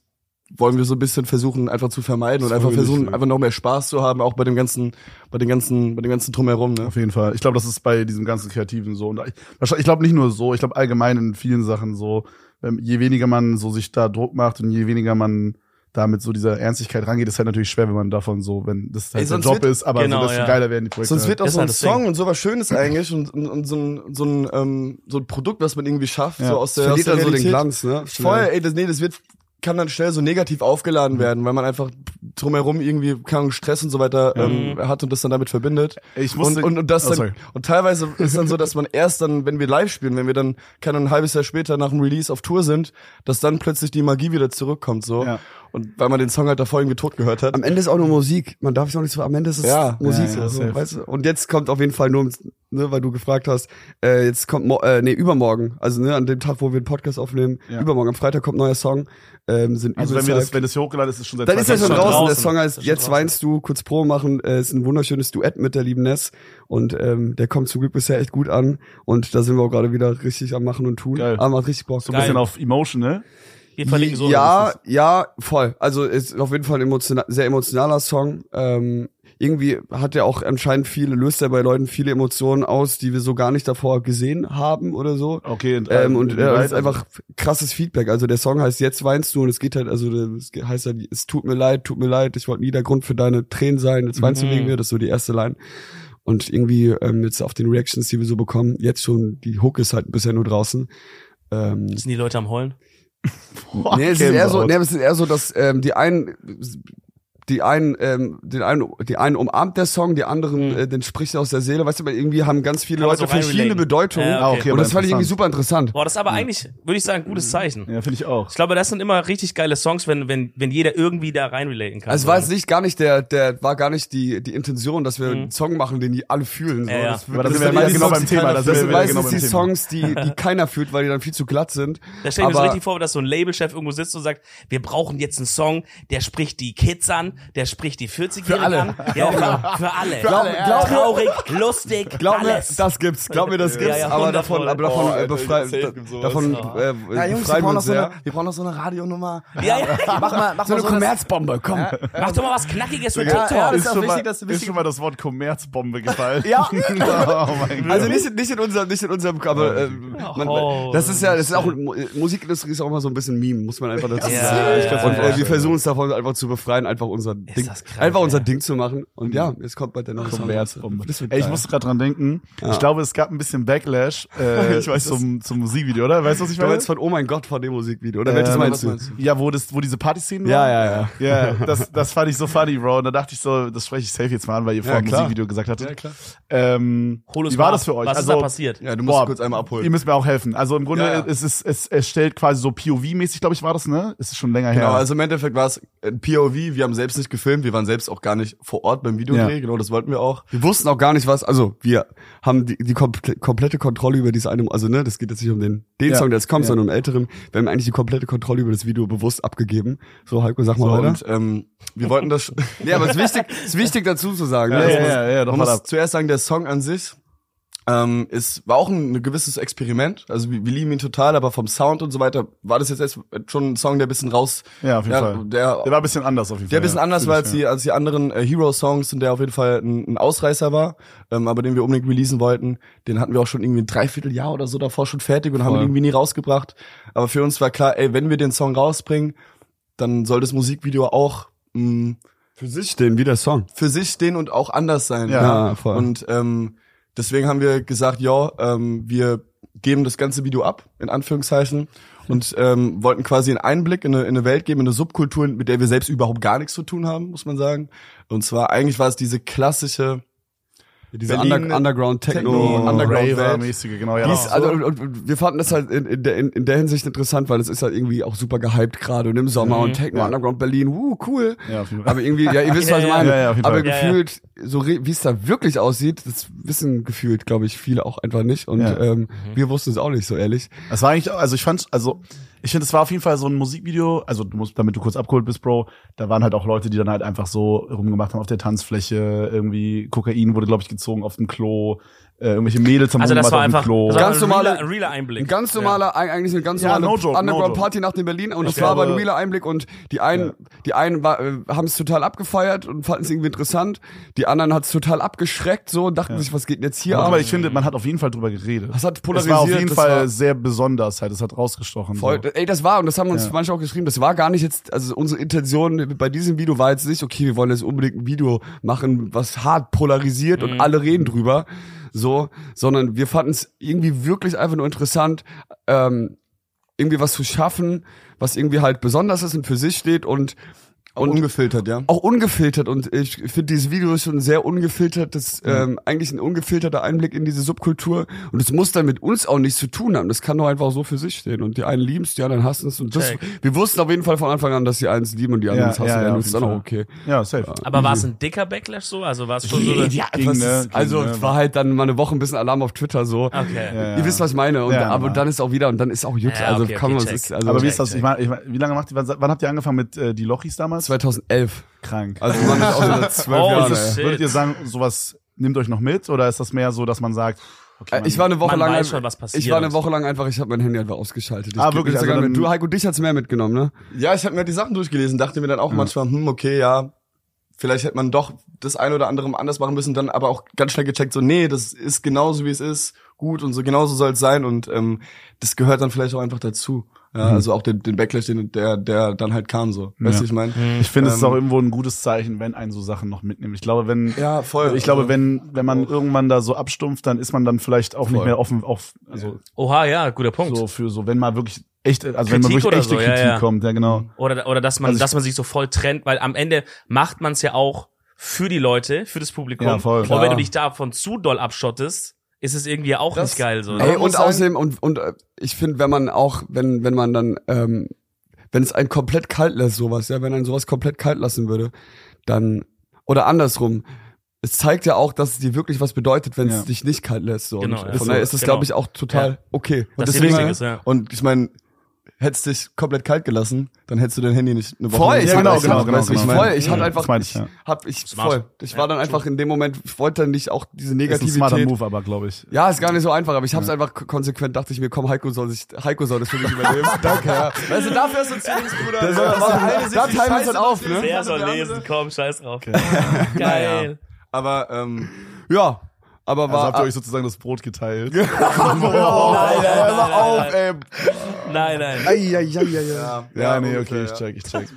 D: wollen wir so ein bisschen versuchen einfach zu vermeiden und
A: Das
D: einfach
A: wollen wir nicht,
D: versuchen
A: ja.
D: einfach noch mehr Spaß zu haben auch bei dem ganzen bei den ganzen bei dem ganzen drumherum ne
A: Auf jeden Fall. Ich glaube, das ist bei diesem ganzen Kreativen so. Und ich wahrscheinlich- ich glaube nicht nur so, ich glaube allgemein in vielen Sachen so. ähm, Je weniger man so sich da Druck macht und je weniger man damit so dieser Ernstigkeit rangeht, ist halt natürlich schwer, wenn man davon so, wenn das
D: Ey,
A: halt der
D: sonst
A: Job
D: wird-
A: ist, aber
B: Genau,
A: so, desto
B: ja.
A: geiler werden die Projekte.
D: Sonst wird auch
B: Das ist
D: so
B: halt
D: ein
B: das Ding.
D: Song und sowas Schönes eigentlich und, und, und so, ein, so, ein, ähm, so ein Produkt, was man irgendwie schafft,
A: Ja.
D: so aus der, aus
C: verliert
D: der
C: dann so den
D: Realität.
C: Glanz, ne?
D: Voll, ey, das, nee, das wird, kann dann schnell so negativ aufgeladen werden, weil man einfach drumherum irgendwie keinen Stress und so weiter ähm, hat und das dann damit verbindet.
A: Ich musste-
D: und, und, und das
A: Oh,
D: dann,
A: sorry.
D: und teilweise ist dann so, dass man erst dann, wenn wir live spielen, wenn wir dann, keine Ahnung, ein halbes Jahr später nach dem Release auf Tour sind, dass dann plötzlich die Magie wieder zurückkommt, so.
A: Ja.
D: Und weil man den Song halt davor irgendwie tot gehört hat.
C: Am Ende ist auch nur Musik. Man darf sich auch nicht so. Am Ende ist es
D: Ja.
C: Musik.
A: Ja, ja,
C: so,
A: safe.
C: weißt du? Und jetzt kommt auf jeden Fall nur, ne, weil du gefragt hast, äh, jetzt kommt, mo- äh, nee, übermorgen. Also ne, an dem Tag, wo wir den Podcast aufnehmen,
A: Ja.
C: übermorgen am Freitag kommt ein neuer Song. Ähm, sind
A: Also wenn,
C: übelst
A: wir das,
C: hyped.
A: wenn das hier hochgeladen ist, ist es schon seit
C: Dann
A: zwei
C: ist er
A: Tagen
C: schon
B: schon
C: draußen. Der
B: draußen.
C: Song
B: Ist
C: heißt
B: schon
C: Jetzt
B: draußen.
C: weinst du, kurz Pro machen. Äh, ist ein wunderschönes Duett mit der lieben Ness. Und ähm, der kommt zum Glück bisher echt gut an. Und da sind wir auch gerade wieder richtig am Machen und Tun.
A: Geil.
C: Aber macht richtig Bock.
A: So ein bisschen
B: Geil.
A: auf Emotion, ne?
B: Wir verlinken so.
C: ja, ja, voll. Also ist auf jeden Fall ein emosiona- sehr emotionaler Song. Ähm, irgendwie hat er auch anscheinend viele, löst er bei Leuten viele Emotionen aus, die wir so gar nicht davor gesehen haben oder so.
A: Okay, in drei-
C: Ähm, und äh,
A: in drei-
C: das ist einfach krasses Feedback. Also der Song heißt Jetzt weinst du und es geht halt, also es ge- heißt halt, es tut mir leid, tut mir leid, ich wollte nie der Grund für deine Tränen sein, jetzt weinst
B: Mhm.
C: du wegen mir, das ist so die erste Line. Und irgendwie ähm, jetzt auf den Reactions, die wir so bekommen, jetzt schon, die Hook ist halt bisher nur draußen. Ähm,
B: Sind die Leute am Heulen?
A: Boah,
C: Nee, es ist eher
A: Gänsehaut.
C: so, nee, es ist eher so, dass ähm, die einen die einen, ähm, den einen, die einen umarmt der Song, die anderen äh, den spricht er aus der Seele. Weißt du, aber irgendwie haben ganz viele
B: Mhm.
C: Ah,
B: Kann man
C: Leute
B: so rein
C: verschiedene
B: relaten.
C: Bedeutungen.
B: Ja, okay.
A: okay,
C: Und
A: aber
C: das fand ich irgendwie
A: interessant.
C: super interessant.
B: Boah, das ist aber eigentlich, würde ich sagen, ein
C: Mhm.
B: gutes Zeichen.
A: Ja, finde ich auch.
B: Ich glaube, das sind immer richtig geile Songs, wenn, wenn, wenn jeder irgendwie da reinrelaten kann.
C: Also es war
B: So. ne?
C: jetzt nicht gar nicht der, der war gar nicht die, die Intention, dass wir einen Song machen, den die alle fühlen. So.
B: Ja, ja.
C: Das, wird-
A: Aber da
C: das
A: sind wir
C: sind
A: ja
C: meistens
A: genau
C: Songs,
A: beim
C: die
A: Thema.
C: keiner-
A: Da sind
C: Das sind
A: wir genau
C: meistens
A: beim
C: die
A: Thema.
C: Songs, die, die keiner fühlt, weil die dann viel zu glatt sind.
B: Da stelle ich mir so
C: Aber-
B: richtig vor, dass so ein Labelchef irgendwo sitzt und sagt, wir brauchen jetzt einen Song, der spricht die Kids an, der spricht die 40-Jährigen
C: alle.
B: an. Ja, für, für alle.
C: Glaub mir, glaub mir.
B: Traurig, lustig,
C: Glaub mir,
B: alles.
C: das gibt's. Glaub mir, das
B: Ja,
C: gibt's.
B: ja,
C: aber davon,
B: 100%.
C: aber davon
D: Boah,
C: äh,
D: Alter,
C: befrei,
D: safe gibt's sowas.
C: davon äh, befreien wir uns sehr.
D: wir brauchen noch so eine Radionummer.
B: ja, ja.
D: Mach mal, mach
C: So eine Kommerzbombe, komm.
B: Mach doch mal was Knackiges für
D: Ja,
B: TikTok.
D: ja, das-
A: ist,
D: ist auch
A: schon
D: wichtig,
A: mal,
D: dass du
A: ist
D: wichtig-
A: schon mal das Wort Kommerzbombe gefallen.
D: Ja.
A: oh mein Gott.
C: Also nicht, in- nicht in unserem, nicht in unserem, aber äh, man,
B: Oh.
C: das ist ja, das ist auch Mu- äh, Musikindustrie ist auch immer so ein bisschen Meme, muss man einfach dazu
B: Ja,
C: sagen.
B: ich kann's mir
C: und äh,
B: vorstellen.
C: wir versuchen uns davon einfach zu befreien, einfach unser Ding,
B: das krank,
C: einfach
B: ey.
C: unser Ding zu machen. Und ja, jetzt kommt bald der neue Song.
A: Kommerzbombe.
C: Das wird
A: Ey, ich
C: geil.
A: musste gerade dran denken. Ich glaube, es gab ein bisschen Backlash äh,
C: Ich weiß
A: zum, zum Musikvideo, oder? Weißt du, was ich
C: Du
A: meine?
C: meinst von Oh mein Gott von dem Musikvideo oder welches
A: Ähm,
C: meinst du?
A: Ja, wo, das, wo diese Partyszenen
C: Ja,
A: waren.
C: ja, ja.
A: Ja, das, das fand ich so funny, Bro. Und da dachte ich so, das spreche ich safe jetzt mal an, weil ihr vorhin im
C: klar.
A: Musikvideo gesagt hattet.
C: Ja, klar.
A: Ähm,
B: Hol uns
A: wie war
B: mal
A: das
B: ab.
A: für euch?
B: Was ist
A: Also,
B: da passiert?
D: Ja, du musst
A: Boah.
D: kurz einmal abholen.
A: Ihr müsst mir auch helfen. Also im Grunde
D: Ja, ja.
A: Es, ist, es, es stellt quasi so POV-mäßig, glaube ich, war das, ne? Es ist schon länger
D: Genau,
A: her.
D: also im Endeffekt war es ein POV, wir haben selbst nicht gefilmt, wir waren selbst auch gar nicht vor Ort beim Videodreh,
A: Ja.
D: genau, das wollten wir auch.
C: Wir wussten auch gar nicht was, also wir haben die, die komple komplette Kontrolle über dieses eine, also ne, das geht jetzt nicht um den, den
A: Ja.
C: Song, der jetzt kommt,
A: Ja.
C: sondern um den älteren. Wir haben eigentlich die komplette Kontrolle über das Video bewusst abgegeben. So, Heiko, sag
D: So,
C: mal weiter.
D: und ähm, wir wollten das.
C: Nee, aber es ist wichtig, es ist wichtig dazu zu sagen.
A: ja,
C: ne?
A: ja,
C: Also,
A: ja, ja, doch
D: man
A: mal
D: muss
A: ab.
D: zuerst sagen, der Song an sich ähm, ist, war auch ein, ein gewisses Experiment. Also wir, wir lieben ihn total, aber vom Sound und so weiter war das jetzt erst schon ein Song, der ein bisschen raus.
A: Ja, auf jeden
D: ja,
A: Fall.
D: Der,
A: Der war ein bisschen anders auf jeden
D: der
A: Fall.
D: ein bisschen
A: ja.
D: anders war als die, als die anderen äh, Hero-Songs und der auf jeden Fall ein, ein Ausreißer war, ähm, aber den wir unbedingt releasen wollten. Den hatten wir auch schon irgendwie ein Dreivierteljahr oder so davor schon fertig und haben ihn irgendwie nie rausgebracht. Aber für uns war klar, ey, wenn wir den Song rausbringen, dann soll das Musikvideo auch mh,
C: Für sich stehen, wie der Song.
D: für sich stehen und auch anders sein.
A: Ja,
C: Ja, voll.
D: Und ähm, deswegen haben wir gesagt, ja, ähm, wir geben das ganze Video ab, in Anführungszeichen, und ähm, wollten quasi einen Einblick in eine, in eine Welt geben, in eine Subkultur, mit der wir selbst überhaupt gar nichts zu tun haben, muss man sagen. Und zwar eigentlich war es diese klassische
C: Diese
D: Berlin-
C: Under Underground Techno.
D: Techno-
A: Oh,
D: Underground-Welt.
A: Raver-mäßige, genau. Ja,
C: Die
A: doch.
C: ist, also, und, und- und wir fanden das halt in, in, der, in, in der Hinsicht interessant, weil es ist halt irgendwie auch super gehypt gerade und im Sommer und Techno
A: Mhm. Ja.
C: Underground Berlin, wuh, cool.
A: Ja, auf jeden Fall.
C: Aber irgendwie, ja, ihr wisst,
B: Ja,
C: was ich
B: ja.
C: meine.
A: Ja, ja, auf jeden
C: Aber
A: Fall.
B: Ja, ja.
C: gefühlt, so re- wie es da wirklich aussieht, das wissen gefühlt, glaube ich, viele auch einfach nicht. Und
A: Ja. Mhm.
C: ähm, wir wussten es auch nicht, so ehrlich.
A: Es war eigentlich, also ich fand, also ich finde, es war auf jeden Fall so ein Musikvideo, also du musst, damit du kurz abgeholt bist, Bro, da waren halt auch Leute, die dann halt einfach so rumgemacht haben auf der Tanzfläche, irgendwie Kokain wurde, glaube ich, gezogen auf dem Klo, äh, irgendwelche Mädels haben
B: Also das
A: rumgemacht
B: war
A: auf dem
B: einfach
A: Klo.
B: das war
C: Ganz
B: ein
C: normale-
B: realer, ein realer
C: Ein
B: Einblick.
C: ganz normaler, eig- eigentlich eine ganz
A: Ja,
C: normale
A: no joke, no
C: Underground
A: joke.
C: Party nach in Berlin und
A: Ich
C: es war aber ein
A: glaube-
C: realer Einblick und die einen,
A: Ja.
C: die einen war, äh, haben es total abgefeiert und fanden es irgendwie interessant, die anderen hat es total abgeschreckt so und dachten sich, was geht denn jetzt hier
A: Ja,
C: ab?
A: aber ich finde, man hat auf jeden Fall drüber geredet.
C: Das hat
A: es war auf jeden
C: polarisiert, das
A: Fall
C: war-
A: sehr besonders, halt, es hat rausgestochen.
C: Voll,
A: so.
C: ey, das war, und das haben uns
A: Ja.
C: manche auch geschrieben, das war gar nicht jetzt, also unsere Intention bei diesem Video war jetzt nicht, okay, wir wollen jetzt unbedingt ein Video machen, was hart polarisiert und alle reden drüber, so, sondern wir fanden es irgendwie wirklich einfach nur interessant, ähm, irgendwie was zu schaffen, was irgendwie halt besonders ist und für sich steht und Und
D: ungefiltert, ja.
C: auch ungefiltert und ich finde dieses Video ist schon sehr ungefiltertes,
A: Mhm.
C: ähm, eigentlich ein ungefilterter Einblick in diese Subkultur und es muss dann mit uns auch nichts zu tun haben. Das kann doch einfach so für sich stehen und die einen lieben es, die anderen hassen es und das,
B: Check.
C: wir wussten auf jeden Fall von Anfang an, dass die einen es lieben und die anderen
A: Ja,
C: es hassen
A: ja, ja,
C: werden.
A: auf
C: das ist
A: jeden
C: dann auch
A: Fall.
C: okay.
A: Ja, safe.
B: Aber war es ein dicker Backlash so? Also war es schon so eine,
C: Ja,
A: Ging,
C: was
A: ne?
C: ist,
A: Ging,
C: also
A: ne?
C: es war halt dann mal eine Woche ein bisschen Alarm auf Twitter so.
B: Okay.
A: Ja, ja.
C: Ihr wisst, was ich meine. Und,
A: Ja,
C: aber
A: normal.
C: dann ist auch wieder und dann ist auch Jux.
B: Ja,
C: also
B: okay,
C: kann
B: okay,
C: man
B: check.
C: ist also
A: Aber wie
B: Check,
A: ist das?
B: check.
A: Ich meine, ich meine, wie lange macht ihr, wann, wann habt ihr angefangen mit äh, die Lochis damals?
C: 2011.
A: Krank.
C: Also man ist auch schon seit zwölf
B: Oh,
C: Jahren.
B: das
C: ey.
B: ist- Shit.
A: Würdet ihr sagen, sowas nimmt euch noch mit oder ist das mehr so, dass man sagt, okay,
C: Äh,
A: man-
C: Ich war eine Woche
B: Man
C: lang
B: weiß
C: ein-
B: schon, was passiert.
C: Ich war eine Woche lang einfach, ich habe mein Handy halt einfach ausgeschaltet. Ich
A: Ah,
C: geb
A: wirklich?
C: mir sogar
A: Also
C: mit-
A: dann-
C: du Heiko, dich hat's mehr mitgenommen, ne?
D: Ja, ich habe mir die Sachen durchgelesen, dachte mir dann auch manchmal, hm, okay, ja, vielleicht hätte man doch das ein oder andere mal anders machen müssen, dann aber auch ganz schnell gecheckt, so, nee, das ist genauso wie es ist, gut und so, genauso soll es sein und ähm, das gehört dann vielleicht auch einfach dazu.
C: Mhm.
D: Ja, Also auch den, den Backlash, den, der, der dann halt kam, so. Weißt du, ich meine?
B: Mhm.
A: Ich finde,
C: Ähm.
A: es ist auch irgendwo ein gutes Zeichen, wenn einen so Sachen noch mitnimmt. Ich glaube, wenn
D: Ja, voll.
A: ich glaube,
D: Also-
A: wenn wenn man irgendwann da so abstumpft, dann ist man dann vielleicht auch nicht
D: Voll.
A: mehr offen auf also
B: Oha, ja, guter Punkt.
A: so für so, wenn mal wirklich echt also wenn man
B: Kritik
A: wirklich
B: oder
A: echte
B: so, ja,
A: Kritik
B: ja.
A: kommt, ja genau.
B: Oder, oder dass man,
A: Also ich-
B: dass man sich so voll trennt, weil am Ende macht man es ja auch für die Leute, für das Publikum.
A: Ja, voll,
B: Und
A: klar.
B: wenn du dich davon zu doll abschottest, ist es irgendwie auch
D: Das-
B: nicht geil so.
D: Aber
C: Ey,
D: man muss
C: und
D: sagen-
C: außerdem, und, und äh, ich finde, wenn man auch, wenn, wenn man dann, ähm, wenn es einen komplett kalt lässt, sowas, ja, wenn einen sowas komplett kalt lassen würde, dann, oder andersrum, es zeigt ja auch, dass es dir wirklich was bedeutet, wenn es
A: Ja.
C: dich nicht kalt lässt. So.
B: Genau, ja.
C: und von
B: Ist so,
C: daher ist das,
B: genau.
C: glaube ich, auch total
B: Ja.
C: okay.
B: Das
C: Und
B: ist
C: deswegen,
B: richtig ist, ja.
D: Und ich meine, hättest dich komplett kalt gelassen, dann hättest du dein Handy nicht eine Woche
C: Voll,
D: lang
C: ich
A: Ja,
C: hab-
A: genau,
C: ich
A: genau,
C: hab-
A: genau,
C: ich,
A: genau.
C: voll, ich
A: Ja,
C: hab
A: das
C: einfach,
A: meinte
C: ich,
A: ich, ja.
C: hab, ich,
B: Smart.
C: voll, ich war dann einfach in dem Moment, ich wollte dann nicht auch diese
A: Ist ein smarter
C: Negativität.
A: Move, aber glaube ich.
C: Ja, ist gar nicht so einfach, aber ich hab's einfach k- konsequent, dachte ich mir, komm, Heiko soll sich, Heiko soll das für mich übernehmen. Danke, ja.
D: Weißt du, dafür hast du ein Zwillingsbruder.
C: Das war- das war- da teilen wir uns dann auf, ne?
B: Wer soll lesen? Komm, scheiß drauf. Geil.
D: Aber, ähm,
C: Ja, aber
A: Also
C: war, Oh,
A: habt ihr euch sozusagen das Brot geteilt.
B: nein, nein, nein,
C: auf, ey.
B: Nein, nein.
A: ja, nee, okay, ich check, ich check.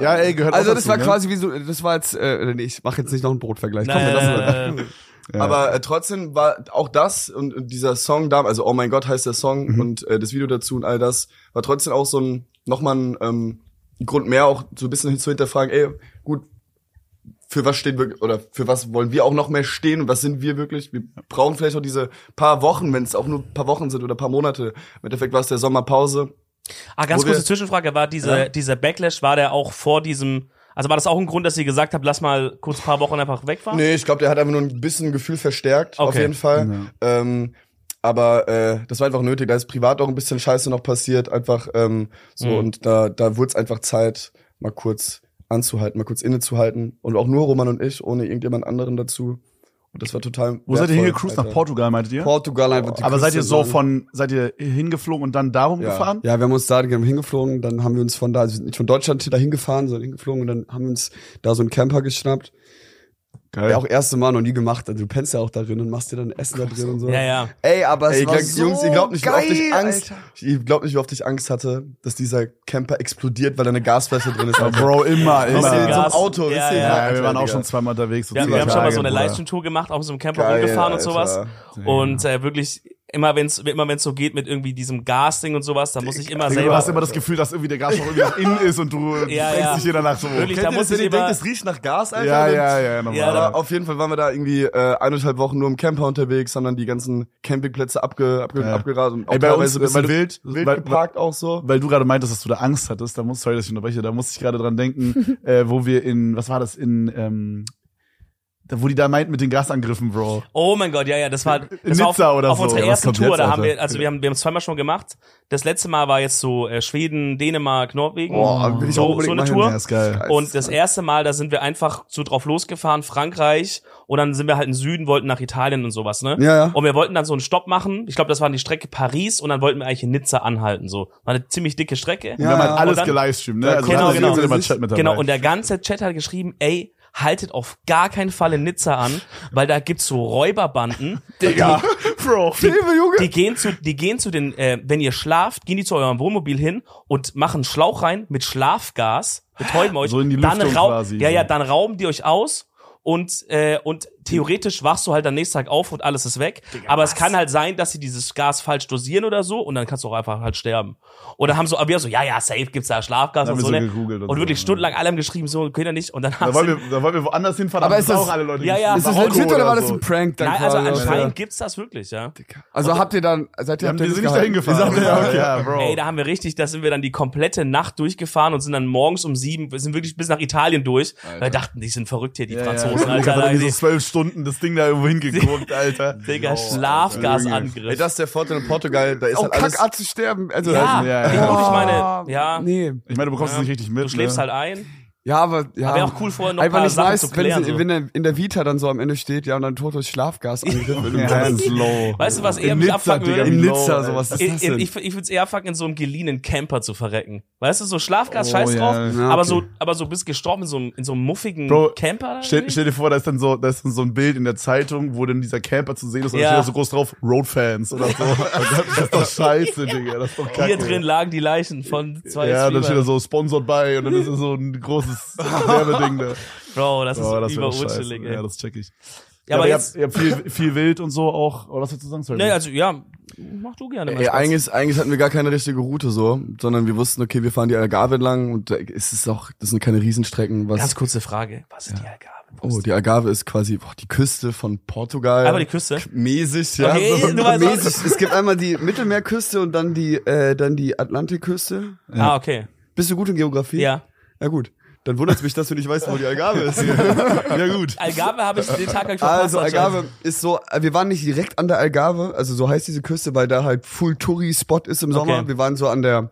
A: Ja, ey, gehört
C: Also
A: auch
C: das
A: dazu,
C: war
A: ne?
C: quasi wie so, das war jetzt, äh, nee, ich mache jetzt nicht noch einen Brotvergleich. Komm, wir lassen das.
B: Nein.
A: Ja.
D: Aber äh, trotzdem war auch das und, und dieser Song da, also Oh mein Gott heißt der Song und äh, das Video dazu und all das, war trotzdem auch so ein, nochmal ein ähm, Grund mehr auch so ein bisschen zu hinterfragen, ey, gut, für was stehen wir, oder für was wollen wir auch noch mehr stehen und was sind wir wirklich? Wir brauchen vielleicht auch diese paar Wochen, wenn es auch nur ein paar Wochen sind oder ein paar Monate. Im Endeffekt war es der Sommerpause.
B: Ah, ganz
D: Wo wir-
B: kurze Zwischenfrage, war dieser,
D: Ja.
B: dieser Backlash, war der auch vor diesem, also war das auch ein Grund, dass ihr gesagt habt, lass mal kurz ein paar Wochen einfach wegfahren?
D: Nee, ich glaube, der hat einfach nur ein bisschen Gefühl verstärkt, auf
B: Okay.
D: jeden Fall. Ähm, aber äh, das war einfach nötig. Da ist privat auch ein bisschen Scheiße noch passiert, einfach ähm, so
B: Mhm.
D: und da da wurde es einfach Zeit, mal kurz anzuhalten, mal kurz innezuhalten und auch nur Roman und ich, ohne irgendjemand anderen dazu. Und das war total.
A: Wo seid ihr
D: wertvoll,
A: hingecruised? Nach
D: Alter.
A: Portugal, meintet ihr?
C: Portugal einfach die
A: aber seid
C: Küste
A: ihr so
C: lang.
A: von, seid ihr hingeflogen und dann darum
D: also- Ja.
A: gefahren?
C: Ja, wir haben uns da wir haben hingeflogen, dann haben wir uns von da, also wir sind nicht von Deutschland da hingefahren, sondern hingeflogen und dann haben wir uns da so einen Camper geschnappt.
A: Geil.
C: Ja, auch erste Mal noch nie gemacht. Also du pennst ja auch da drin und machst dir dann Essen da drin und so.
B: Ja, ja.
C: Ey, aber es
D: Ey,
C: war
D: glaub,
C: so
D: Jungs, ihr glaubt nicht, wie
C: geil,
D: oft ich Angst,
C: Alter.
D: ihr glaubt nicht, wie oft ich Angst hatte, dass dieser Camper explodiert, weil da eine Gasflasche drin ist. Alter.
A: Bro, immer,
D: Wisst ihr, in so
A: immer.
B: Gas.
D: einem Auto,
B: Ja,
D: wisst ihr?
B: ja.
A: Ja, wir waren
D: Alter,
A: auch
D: Digga.
A: schon zweimal unterwegs. So
B: Ja,
A: zehn
B: wir haben schon mal
A: Tage,
B: so eine
A: Bruder.
B: Livestream-Tour gemacht, auf so einem Camper
D: Geil,
B: rumgefahren und sowas.
D: Alter.
B: Und äh, wirklich, immer wenn's, immer wenn's so geht mit irgendwie diesem Gas-Ding und sowas, da muss ich
A: Digga,
B: immer
A: Du
B: selber.
A: hast immer das Gefühl, dass irgendwie der Gas noch irgendwie nach innen ist und du
B: Ja,
A: denkst
B: ja.
A: dich dir danach so.
B: Wirklich,
A: Ja,
D: Kennt
B: da
D: ihr
B: muss ich
D: das, wenn ihr denkt,
B: immer.
D: es riecht nach Gas, Alter?
A: ja,
D: Dann-
A: ja, ja, normal.
B: Ja, da-
D: Aber auf jeden Fall waren wir da irgendwie äh, eineinhalb Wochen nur im Camper unterwegs, haben dann die ganzen Campingplätze abge, abge,
A: Ja.
D: abgeraten und auch
A: Ey, bei uns,
D: teilweise ein bisschen
A: weil du-
D: wild, wild
A: weil-
D: geparkt auch so.
A: weil du gerade meintest, dass du da Angst hattest, da muss, sorry, dass ich unterbreche, da muss ich gerade dran denken, äh, wo wir in, was war das, in, ähm, da, wo die da meinten mit den Gasangriffen, Bro.
B: Oh mein Gott, ja, ja, das war, das
A: Nizza
B: war auf,
A: oder
B: auf
A: so.
B: unserer
A: Ja,
D: was
B: ersten
D: kommt
B: Tour,
D: jetzt,
B: da haben
D: Alter?
B: wir, also wir haben wir haben es zweimal schon gemacht. Das letzte Mal war jetzt so äh, Schweden, Dänemark, Norwegen.
C: Mm.
D: Boah, will ich auch
B: so, so
D: unbedingt
B: eine Tour.
D: mal hin,
A: Ja, ist geil.
B: Und das erste Mal, da sind wir einfach so drauf losgefahren, Frankreich, und dann sind wir halt in den Süden, wollten nach Italien und sowas, ne?
C: Ja, ja.
B: Und wir wollten dann so einen Stopp machen. Ich glaube, das war die Strecke Paris, und dann wollten wir eigentlich in Nizza anhalten, so. War eine ziemlich dicke Strecke.
A: Wir haben
C: ja,
A: halt
B: und
A: alles
B: dann-
A: gelivestreamt, ne?
C: Ja,
A: Also
B: genau,
A: wir hatten
B: genau.
A: jetzt immer einen Chat mit dabei.
B: Genau, und der ganze Chat hat geschrieben, ey, haltet auf gar keinen Fall in Nizza an, weil da gibt's so Räuberbanden,
A: Digga, Bro.
C: Liebe Junge.
B: die gehen zu, die gehen zu den, äh, wenn ihr schlaft, gehen die zu eurem Wohnmobil hin und machen einen Schlauch rein mit Schlafgas, betäuben euch,
A: So in die
B: dann
A: Lüftung
B: rau-
A: quasi,
B: ja, ja,
A: so.
B: dann rauben die euch aus und äh, und theoretisch wachst du halt am nächsten Tag auf und alles ist weg. aber es kann halt sein, dass sie dieses Gas falsch dosieren oder so und dann kannst du auch einfach halt sterben. Oder haben so, wir so, ja, ja, safe gibt's da Schlafgas
A: Dann
B: und
A: haben
B: so.
A: wir so
B: ne?
A: gegoogelt und
B: und
A: so,
B: wirklich
A: ja.
B: stundenlang alle haben geschrieben, so, können ja nicht. Und dann haben
A: Da
B: sie.
A: wollen, wir, da wollen wir woanders hinfahren,
C: Aber
A: haben
C: ist
A: das
C: das-
A: auch alle Leute
B: Ja, ja.
A: geschrieben.
C: Ist das
B: Alkohol
C: legit oder war
A: oder
C: das
A: so.
C: ein Prank? Dann
B: Nein, also
C: quasi?
B: anscheinend gibt's das wirklich, ja.
C: Also habt ihr dann, seid ihr,
A: Wir haben
C: habt ihr
A: die sind nicht dahin
C: gehalten?
A: gefahren.
C: Ja, okay.
A: ja, Bro.
B: Ey, da haben wir richtig, da sind wir dann die komplette Nacht durchgefahren und sind dann morgens um sieben, wir sind wirklich bis nach Italien durch. Weil wir dachten, die sind verrückt hier, die
A: Ich
B: Franzosen, Alter.
A: hab
B: Da,
A: irgendwie
B: die,
A: so zwölf Stunden das Ding da irgendwo hingeguckt, Alter.
B: Digga,
A: Genau.
C: Junge.
B: Schlafgasangriff.
D: Ey, das ist der Vorteil in Portugal, da ist
C: Oh,
D: halt alles.
C: Kack, an zu sterben. Also,
B: ja,
A: ja, ja.
B: ich- ich
C: Ah,
B: meine, ja,
C: Nee.
A: Ich meine, du bekommst es nicht richtig mit.
B: du schläfst
A: ne?
B: halt ein.
C: Ja, aber, ja.
B: Aber wäre auch cool, vorher noch ein
C: Einfach
B: paar
C: nicht
B: Sachen
C: nice,
B: zu
C: wenn,
B: klären.
C: sie,
B: So.
C: wenn, der- in der Vita dann so am Ende steht, ja, und dann tot durch Schlafgas angegriffen.
A: Ja, ganz low.
B: Weißt du, was eher
A: In
B: mich
A: Nizza,
B: abfucken
A: Digga,
B: würde?
A: wie
C: In
A: low,
C: Nizza,
A: Alter.
C: sowas. Was ist das
B: Ich,
C: denn?
B: ich, ich würde es eher fucken, in so einem geliehenen Camper zu verrecken. Weißt du, so Schlafgas,
A: Oh,
B: scheiß
A: ja.
B: drauf.
A: Ja,
B: Aber,
C: okay.
B: so, aber so bist gestorben in so einem, in so einem muffigen
A: Bro,
B: Camper. da
A: Stell,
B: irgendwie?
A: stell dir vor, da ist dann so, da ist dann so ein Bild in der Zeitung, wo dann dieser Camper zu sehen ist und
B: Ja.
A: da steht da so groß drauf, Roadfans oder so. das ist doch scheiße, Digga. Das ist doch kacke.
B: Hier drin lagen die Leichen von zwei
A: Ja, dann
B: Streamern.
A: steht da so sponsored by und dann ist da so ein großes Werbeding da.
B: Bro, das ist
A: Oh, das wär doch scheiße.
B: überurteilig, ey.
A: Ja, das check ich.
B: Ja,
A: Ja,
B: aber
A: aber ihr
B: jetzt-
A: habt, ihr habt viel, viel Wild und so auch. Oder was willst du sagen? Sorry.
B: Nee, also ja, mach du gerne mal.
C: Ey,
B: Spaß.
D: Eigentlich, eigentlich hatten wir gar keine richtige Route so, sondern wir wussten, okay, wir fahren die Algarve entlang und da ist es auch, das sind keine Riesenstrecken. Was,
B: Ganz kurze Frage. Was sind die Algarve?
D: oh, die Algarve ist quasi boah, die Küste von Portugal.
B: Aber die Küste.
D: mäßig, ja.
B: Okay,
D: so,
B: du weißt
D: mäßig.
C: Es gibt einmal die Mittelmeerküste und dann die, äh, dann die Atlantikküste.
B: Ah, okay.
C: Bist du gut in Geografie?
B: Ja.
C: Ja, gut.
D: Dann wundert mich, dass du nicht weißt, wo die Algarve ist.
A: ja, gut.
B: Algarve habe ich den Tag hab ich verpasst.
C: Also
B: anscheinend.
C: Algarve ist so, äh, wir waren nicht direkt an der Algarve, also so heißt diese Küste, weil da halt Full Touri Spot ist im Sommer.
B: Okay.
C: Wir waren so an der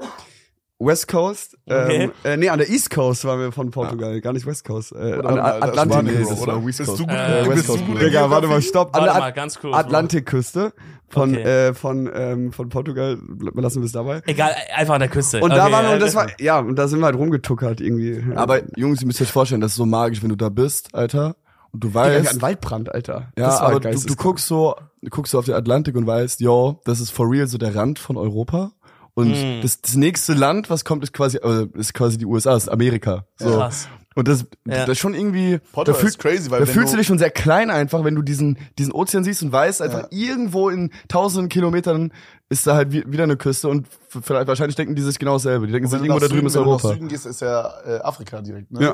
C: West Coast, ähm,
B: Okay.
C: äh, nee, an der East Coast waren wir von Portugal, gar nicht West Coast, äh, an der
D: Alter,
C: Atlantik,
D: Spanien,
C: nee,
D: Bro,
C: das
D: oder?
C: war
A: Bist du gut,
B: Äh,
A: du bist
D: West
A: du
D: Coast,
A: gut in
C: Digga, warte mal,
A: Geografie?
C: stopp. An
B: Warte
C: der
B: mal,
C: At-
B: ganz kurz.
C: Atlantikküste von
B: Okay.
C: äh, von ähm, von Portugal, lassen wir es dabei.
B: Egal, einfach an der Küste.
C: Und da
B: Okay,
C: waren wir,
B: ja.
C: und das war ja, und da sind wir halt rumgetuckert irgendwie.
D: Aber Jungs, ihr müsst euch vorstellen, das ist so magisch, wenn du da bist, Alter. Und du
C: Digga, wir hatten
D: weißt,
C: Waldbrand, Alter.
D: ja,
C: Das war
D: aber du,
C: geisteskrank.
D: du guckst so, du guckst so auf den Atlantik und weißt, yo, das ist for real so der Rand von Europa. Und
B: Mhm.
D: das, das nächste Land, was kommt, ist quasi, äh, ist quasi die USA, ist Amerika. So.
B: Krass.
D: Und das,
B: Ja.
D: das ist schon irgendwie, da,
A: Portugal
D: fühl,
A: ist crazy, weil
D: da
A: wenn
D: fühlst du
A: du-
D: dich schon sehr klein einfach, wenn du diesen, diesen Ozean siehst und weißt, einfach irgendwo in tausenden Kilometern ist da halt wie, wieder eine Küste und f- vielleicht, wahrscheinlich denken die sich genau dasselbe. Die denken sich,
A: Wenn du
D: irgendwo
A: nach
D: da
A: Süden-
D: drüben ist
A: wenn du nach
D: Europa.
A: Süden gehst, ist ja äh, Afrika direkt, ne?
D: Ja.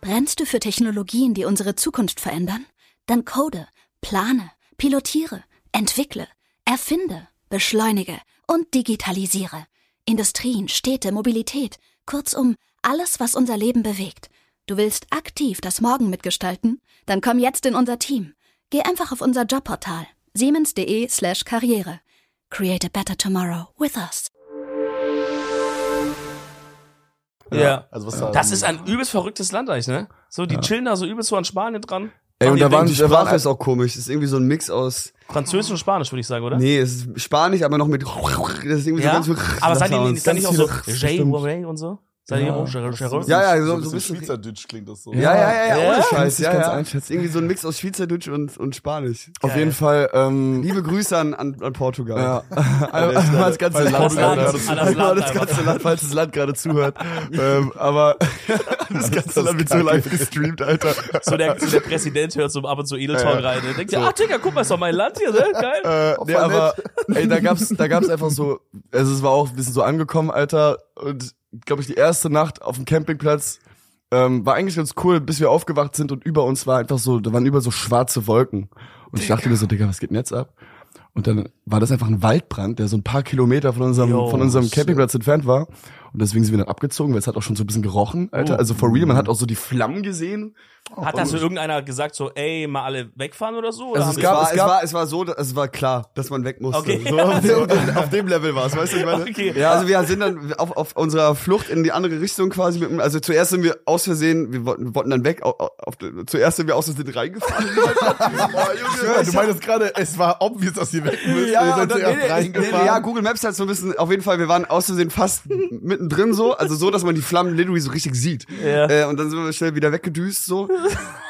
E: Brennst du für Technologien, die unsere Zukunft verändern? Dann code, plane, pilotiere, entwickle, erfinde, beschleunige und digitalisiere. Industrien, Städte, Mobilität, kurzum, alles, was unser Leben bewegt. Du willst aktiv das Morgen mitgestalten? Dann komm jetzt in unser Team. Geh einfach auf unser Jobportal siemens.de slash karriere. Create a better tomorrow with us.
B: Ja.
A: Also was da-
B: Das ist ein übelst verrücktes Land eigentlich, ne? So, die chillen da so übelst so an Spanien dran.
C: Ey,
B: Machen
C: und
B: die
C: da waren,
B: Ding-
C: die Sprache ist auch komisch. Das ist irgendwie so ein Mix aus,
B: Französisch und Spanisch, würde ich sagen, oder?
C: nee, es ist Spanisch, aber noch mit, das ist irgendwie
B: ja?
C: so ganz,
B: Aber seid ihr nicht, seid
C: ganz
B: nicht auch so
C: viele-
B: Jay Ray und so? Seid ihr auch Jay Jay-
C: Ja, ja,
A: so
C: so- so
A: ein
C: ein bisschen-
A: bisschen Schweizerdeutsch klingt das so.
C: Ja, ja, ja, ja,
B: Ja?
C: ohne Scheiß, ja,
D: Kann ich nicht ganz
C: ja.
D: einschätzen.
C: Ist irgendwie so ein Mix aus Schweizerdeutsch und, und Spanisch.
D: Auf jeden Fall, ähm,
C: Liebe Grüße an, an, an Portugal.
D: ja. Einmal das ganze
B: An das
D: Land,
B: Land,
D: Alter.
B: an das
D: Einmal
B: Land
D: das ganze
B: einfach.
D: Land, falls das Land gerade zuhört. ähm, aber das ganze Land wird so live gestreamt, Alter.
B: So der, so der Präsident hört so ab und zu Edelton rein. Der denkt sich, ach Digga, guck mal, ist doch mein Land hier, ne? Geil.
D: Äh, nee, aber ey, da gab's, da gab's einfach so, also es war auch ein bisschen so angekommen, Alter. Und glaube ich, die erste Nacht auf dem Campingplatz ähm, war eigentlich ganz cool, bis wir aufgewacht sind und über uns war einfach so, da waren über so schwarze Wolken. Und ich dachte mir so, Digga, was geht denn jetzt ab? Und dann war das einfach ein Waldbrand, der so ein paar Kilometer von unserem,
B: Yo,
D: von unserem Campingplatz entfernt war. Und deswegen sind wir dann abgezogen, weil es hat auch schon so ein bisschen gerochen,
C: Oh.
D: Alter. Also for real, man hat auch so die Flammen gesehen.
B: Hat das so irgendeiner gesagt, so, ey, mal alle wegfahren oder so? Oder
C: Also
B: haben
C: es,
B: die-
D: gab-
C: war,
D: es
C: es,
D: gab-
C: war, es war so, dass- es war klar, dass man weg musste.
B: Okay.
C: So,
D: Auf dem, auf dem Level war es, weißt du, ich meine.
B: Okay.
C: Ja, also wir sind dann auf, auf unserer Flucht in die andere Richtung quasi. Mit, dem- also zuerst sind wir aus Versehen, wir wollten, wollten dann weg. Auf, auf, zuerst sind wir aus Versehen reingefahren.
A: Ja, du meinst gerade, es war obvious, dass ihr weg müsst. ihr seid
C: und dann-
A: zuerst reingefahren.
C: ja, Google Maps hat so ein bisschen, auf jeden Fall, wir waren aus Versehen fast mittendrin so, also so, dass man die Flammen literally so richtig sieht.
B: Ja.
C: Äh, und dann sind wir schnell wieder weggedüst so.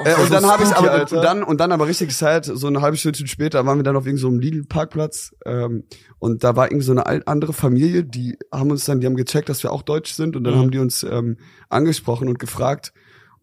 C: äh, und dann habe ich
D: spooky,
C: aber
D: Alter.
C: und dann und dann aber richtig Zeit, so eine halbe Stunde später waren wir dann auf irgendeinem so einem Lidl Parkplatz ähm, und da war irgendwie so eine al- andere Familie, die haben uns dann, die haben gecheckt, dass wir auch deutsch sind und dann haben die uns ähm, angesprochen und gefragt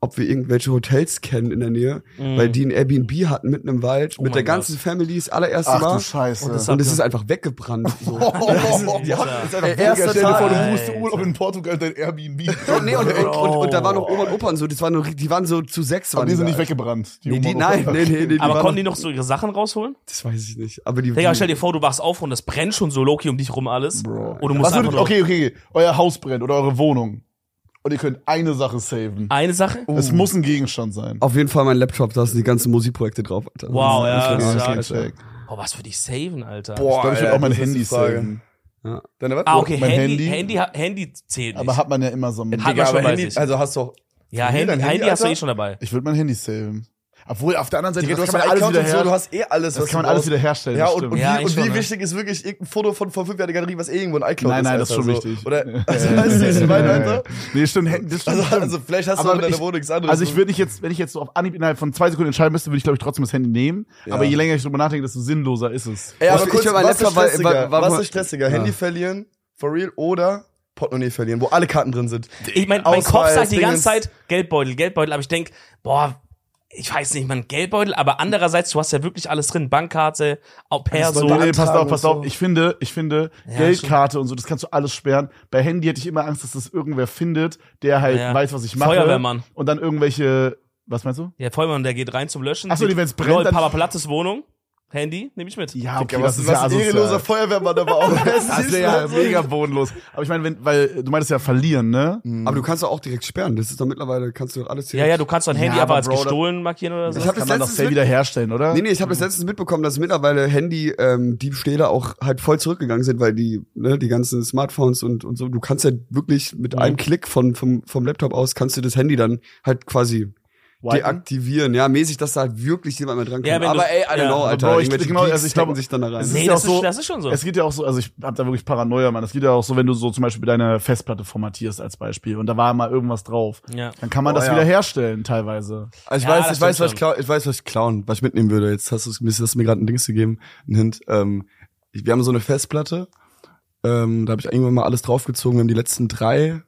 D: ob wir irgendwelche Hotels kennen in der Nähe,
C: Mhm.
D: weil die ein Airbnb hatten mitten im Wald mit der
B: Mhm. Oh mein Gott.
D: ganzen Family das allererste
A: Ach
D: Mal.
A: du Scheiße.
B: das-
D: Und es ist einfach weggebrannt. So.
B: Oh,
A: Der erste
D: Stell dir
A: Tag,
D: vor,
A: vor,
D: du
A: du buchst Urlaub in Portugal dein Airbnb.
B: Oh.
D: Und, nee, und, und, und, und da waren noch Oma und Opa und so, das waren nur, die waren so zu sechs. Waren
A: Und die sind
D: da.
A: nicht weggebrannt.
D: Nee, die, nein, nee, nee, nee, die
B: Aber
D: waren
B: konnten die
D: noch,
B: noch so ihre Sachen rausholen?
D: Das weiß ich nicht. Aber die,
B: Digga,
D: die
B: stell dir vor, du wachst auf und das brennt schon so Loki um dich rum alles. Und du musst
A: Was
B: einfach
A: würdet,
B: nur
A: okay, okay, okay. Euer Haus brennt oder eure Wohnung. Und ihr könnt eine Sache saven.
B: eine Sache?
A: Oh. Es muss ein Gegenstand sein.
D: auf jeden Fall mein Laptop, da sind die ganzen Musikprojekte drauf, Alter.
B: Wow, ja,
D: Das
B: das
D: ist-
B: ist
D: das ist-
A: Check.
B: Boah, Oh, was würde ich saven, Alter?
A: Ich glaube, ich würde
D: Alter,
A: auch mein
D: das ist
A: Handy
D: die Frage.
A: saven.
D: Deine was?
B: ah, okay,
A: mein
B: Handy,
A: Handy?
B: Handy, ha- Handy zählt nicht.
A: Aber hat man ja immer so ein.
B: Hat man schon bei sich.
D: also hast du auch.
B: Ja, Handy,
D: dein
B: Handy,
D: Handy,
B: hast du
D: Alter?
B: eh schon dabei.
A: Ich würde mein Handy saven. Obwohl, auf der anderen Seite,
D: Digga,
A: das
D: du hast
A: kann
D: ja
A: man alles
D: iCloud
A: wieder
D: und so, du
A: her.
D: hast eh alles,
A: Das
D: was
A: kann man
D: du
A: alles
D: brauchst.
A: wieder herstellen.
D: Ja, und, und,
B: Ja,
D: wie,
B: eigentlich
D: und wie
B: schon, ne?
D: wichtig ist wirklich irgendein Foto von vor fünf Jahren in der Galerie, was eh irgendwo in iCloud
A: Nein,
D: ist?
A: nein,
D: Alter,
A: das ist schon
D: so.
A: wichtig.
D: Oder,
A: Ja.
D: also, weißt du, was ich meine, Alter?
A: Nee, stimmt, Handy- das stimmt.
D: Also,
A: stimmt.
D: also vielleicht hast du
A: Aber
D: in deiner
A: ich-
D: Wohnung nichts anderes.
A: Also ich würde nicht jetzt, wenn ich jetzt so auf Anhieb innerhalb von zwei Sekunden entscheiden müsste, würde ich glaube ich trotzdem das Handy nehmen. Aber je länger ich drüber nachdenke, desto sinnloser ist es.
D: Ey, aber
C: Was- ich
D: kurz,
C: hab mein
D: was, ist
C: Laptop, weil-
D: stressiger?
C: weil- weil-
D: was ist stressiger? Handy verlieren, for real, oder Portemonnaie verlieren, wo alle Karten drin sind.
B: Ich mein, mein
D: Ausweis,
B: Kopf sagt die ganze
D: Dingens.
B: Zeit Geldbeutel, Geldbeutel, aber ich denk, boah, ich weiß nicht, man, Geldbeutel, aber andererseits, du hast ja wirklich alles drin, Bankkarte, au pair,
A: Nee,
B: so.
A: nee, passt auf,
D: beantragen
A: passt
D: und
A: auf.
D: so.
A: Ich finde, ich finde, Geldkarte und so, das kannst du alles sperren. Bei Handy hätte ich immer Angst, dass das irgendwer findet, der halt
B: Ja.
A: weiß, was ich mache.
B: Feuerwehrmann.
A: Und dann irgendwelche, was meinst du?
B: Der Vollmann, der geht rein zum Löschen.
A: Ach so,
B: sieht,
A: die, wenn's brennt,
B: Lol,
A: dann-
B: Papa Plattes Wohnung, Handy, nehme ich mit.
A: Ja, okay,
D: Digga, was
A: das
D: ist
A: ist
D: was
A: ja
D: ein ehrenloser
A: asozial.
D: Feuerwehrmann, aber auch.
A: Das wäre ja mega bodenlos. Aber ich meine, wenn, weil du meintest ja verlieren, ne?
D: Aber du kannst doch auch direkt sperren. Das ist doch mittlerweile, kannst du doch alles
B: Ja, ja, du kannst dein Handy
A: Ja,
B: aber
A: aber
B: als
A: Bro, das-
B: gestohlen markieren oder so.
D: Ich hab
A: Kann
D: das
A: man doch
D: letztens
A: sehr
D: mit,
A: wieder herstellen, oder?
D: Nee, nee, ich habe das letztens mitbekommen, dass mittlerweile Handy-Diebstähle auch halt voll zurückgegangen sind, weil die, ne, die ganzen Smartphones und, und so, du kannst ja wirklich mit einem Klick von, vom, vom Laptop aus, kannst du das Handy dann halt quasi
A: Wipen?
D: deaktivieren, ja, mäßig, dass da halt wirklich jemand mehr dran kommt.
B: Ja, wenn
D: aber
B: du-
D: ey, I don't
B: ja.
D: know,
B: Aber
D: Alter.
A: Bro, ich-
D: irgendwelche
A: genau,
D: Geeks
A: also ich glaube,
D: hacken sich dann da rein.
A: es
B: Nee,
A: ist ja
B: das
A: auch so-
B: ist, das ist schon so.
A: Es geht ja auch so, also ich habe da wirklich Paranoia, Mann. Es geht ja auch so, wenn du so zum Beispiel deine Festplatte formatierst als Beispiel und da war mal irgendwas drauf,
B: Ja.
A: dann kann man
D: Oh,
A: das
D: ja.
A: wieder herstellen teilweise.
D: Also
B: Ja,
D: ich weiß,
B: das
D: ich weiß,
B: stimmt
D: was ich, klau- ich weiß, was ich klauen, was ich mitnehmen würde. Jetzt hast du es mir, hast du mir gerade ein Dings gegeben, ein Hint. Ähm, ich, wir haben so eine Festplatte. Ähm, da habe ich irgendwann mal alles draufgezogen. Wir haben die letzten drei,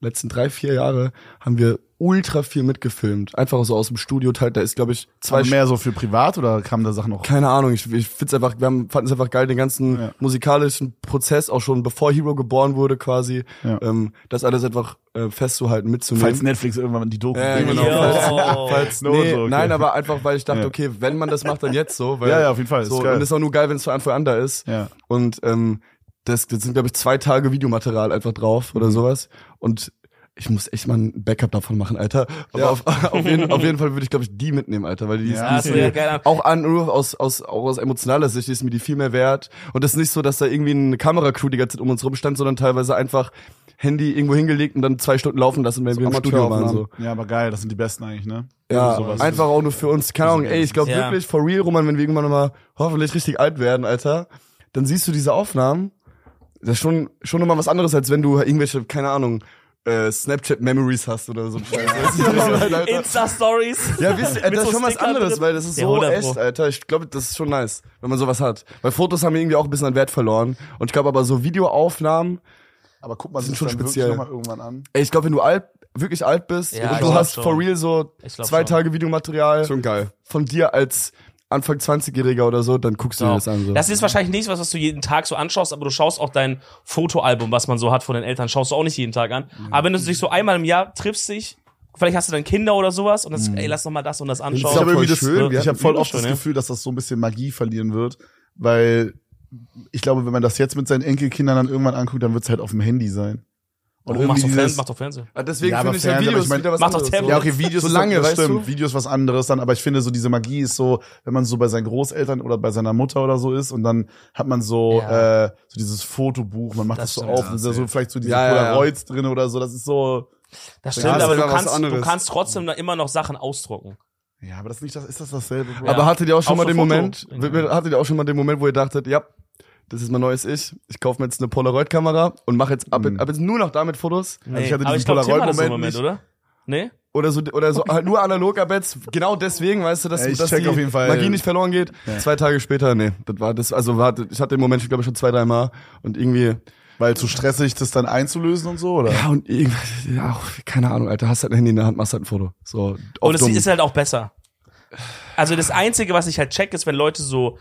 D: letzten drei, vier Jahre haben wir ultra viel mitgefilmt. Einfach so aus dem Studio. Teil, da ist, glaube ich, zwei
A: Zwei mehr so für privat oder kamen da Sachen noch?
D: keine Ahnung, ich, ich find's einfach, wir haben, fanden es einfach geil, den ganzen
A: Ja.
D: musikalischen Prozess auch schon bevor Hero geboren wurde quasi,
A: Ja.
D: ähm, das alles einfach äh, festzuhalten, mitzunehmen.
A: Falls Netflix irgendwann die Doku
D: Ja,
A: bringt.
D: genau.
B: Ja.
D: Falls, falls,
A: No
D: nee,
A: joke.
D: Nein, aber einfach, weil ich dachte,
A: Ja.
D: okay, wenn man das macht, dann jetzt so. Weil,
A: Ja, ja, auf jeden Fall, ist
D: So,
A: geil.
D: Und ist auch nur geil, wenn es von Anfang an da ist.
A: Ja.
D: Und ähm, das, das sind, glaube ich, zwei Tage Videomaterial einfach drauf
A: Mhm.
D: oder sowas. Und ich muss echt mal ein Backup davon machen, Alter. Aber auf, auf, jeden, auf jeden Fall würde ich, glaube ich, die mitnehmen, Alter, weil die ist,
A: Ja,
D: die
B: das
D: ist
B: wär
D: mir-
B: geil.
D: auch an, nur aus, aus, auch aus emotionaler Sicht die ist mir die viel mehr wert. Und das ist nicht so, dass da irgendwie eine Kameracrew die ganze Zeit um uns rumstand, sondern teilweise einfach Handy irgendwo hingelegt und dann zwei Stunden laufen lassen, wenn wir im Studio waren. So.
A: Amateuraufnahmen. Ja, aber geil, das sind die besten eigentlich, ne?
D: Ja,
A: Sowas.
D: einfach auch nur für uns. Keine Ahnung, ey, ich glaube
B: Ja.
D: wirklich, for real, Roman, wenn wir irgendwann nochmal hoffentlich richtig alt werden, Alter, dann siehst du diese Aufnahmen. Das ist schon, schon nochmal was anderes, als wenn du irgendwelche, keine Ahnung, äh, Snapchat-Memories hast oder so. ein Scheiß. Weißt du, was ich meine, Alter?
B: Insta-Stories.
D: ja, wisst ihr, Alter,
B: Mit
D: das
B: so
D: ist schon was
B: Stickern
D: anderes,
B: drin.
D: weil das ist
B: Ja,
D: so
B: 100 Pro.
D: echt, Alter. Ich glaube, das ist schon nice, wenn man sowas hat. Weil Fotos haben irgendwie auch ein bisschen an Wert verloren. Und ich glaube aber so Videoaufnahmen,
A: Aber guck mal,
D: sind
A: sind
D: schon
A: schon speziell.
D: speziell.
A: Noch mal irgendwann an.
D: ey, ich glaube, wenn du alt, wirklich alt bist
B: Ja, ich
D: und du
B: glaub
D: hast
B: schon.
D: for real so
B: Ich glaub
D: zwei
B: schon.
D: Tage Videomaterial
C: Schon geil.
D: von dir als Anfang 20-Jähriger oder so, dann guckst du dir das an. So.
B: Genau. Das ist wahrscheinlich nicht was, was du jeden Tag so anschaust, aber du schaust auch dein Fotoalbum, was man so hat von den Eltern, schaust du auch nicht jeden Tag an. Aber wenn du dich so einmal im Jahr triffst, dich, vielleicht hast du dann Kinder oder sowas und
A: Mhm.
B: dann, ey, lass noch mal das und das
A: Ich
B: anschauen.
A: habe irgendwie das,
D: schön, wir
A: ich habe
D: hatten
A: voll
B: übel
A: oft
B: schon,
A: das
B: ja.
A: Gefühl, dass das so ein bisschen Magie verlieren wird, weil ich glaube, wenn man das jetzt mit seinen Enkelkindern dann irgendwann anguckt, dann wird es halt auf dem Handy sein. Und
B: Oh, mach
A: irgendwie
B: doch Fernsehen,
A: dieses,
B: mach doch Fernsehen.
D: Ah, Deswegen
A: Ja, aber
D: finde ich ja
A: Fernsehen,
D: Videos
A: aber ich mein-
D: wieder was
B: Mach doch
D: anderes.
B: Tablet.
A: ja, okay, Videos
D: So
A: ist-
D: lange,
A: das
D: weißt
A: stimmt.
D: du?
A: Videos was anderes dann, aber ich finde so diese Magie ist so, wenn man so bei seinen Großeltern oder bei seiner Mutter oder so ist und dann hat man so
B: Ja.
A: äh, so dieses Fotobuch, man macht das,
B: Das
A: so
B: stimmt,
A: auf, und da so vielleicht so diese
D: Ja, ja, ja.
A: Polaroids drin oder so, das ist so
B: Das
A: Ja,
B: stimmt,
A: das
B: aber
D: ist
B: du
D: ja was
B: kannst, du
D: anderes.
B: kannst trotzdem da immer noch Sachen ausdrucken.
A: ja, aber das ist nicht das ist das dasselbe. Bro?
D: Aber hattet ihr auch schon
B: Auch
D: mal
B: so
D: den
B: Foto.
D: Moment, w- w- hattet ihr auch schon mal den Moment, wo ihr dachtet, ja, das ist mein neues Ich, ich kaufe mir jetzt eine Polaroid-Kamera und mache jetzt ab, ab jetzt nur noch damit Fotos
B: Nee,
A: ich hatte
B: aber
A: diesen
B: ich glaube, Tim hat das so einen Moment,
A: Polaroid-Moment
B: oder? Nee?
D: oder so, oder so halt nur analog ab jetzt, genau deswegen, weißt du, dass,
A: Ja, ich
D: dass
A: check
D: die
A: auf jeden Fall.
D: Magie nicht verloren geht. Zwei Tage später, nee, das war das, also war, ich hatte den Moment, glaube ich, schon zwei, dreimal und irgendwie
A: Weil zu stressig, das dann einzulösen und so, oder?
C: Ja, und irgendwas, ja, auch, keine Ahnung, Alter, hast halt ein Handy in der Hand, machst halt ein Foto. So,
B: Und
C: oft
B: es
C: dumm.
B: ist halt auch besser. Also das Einzige, was ich halt check, ist, wenn Leute so.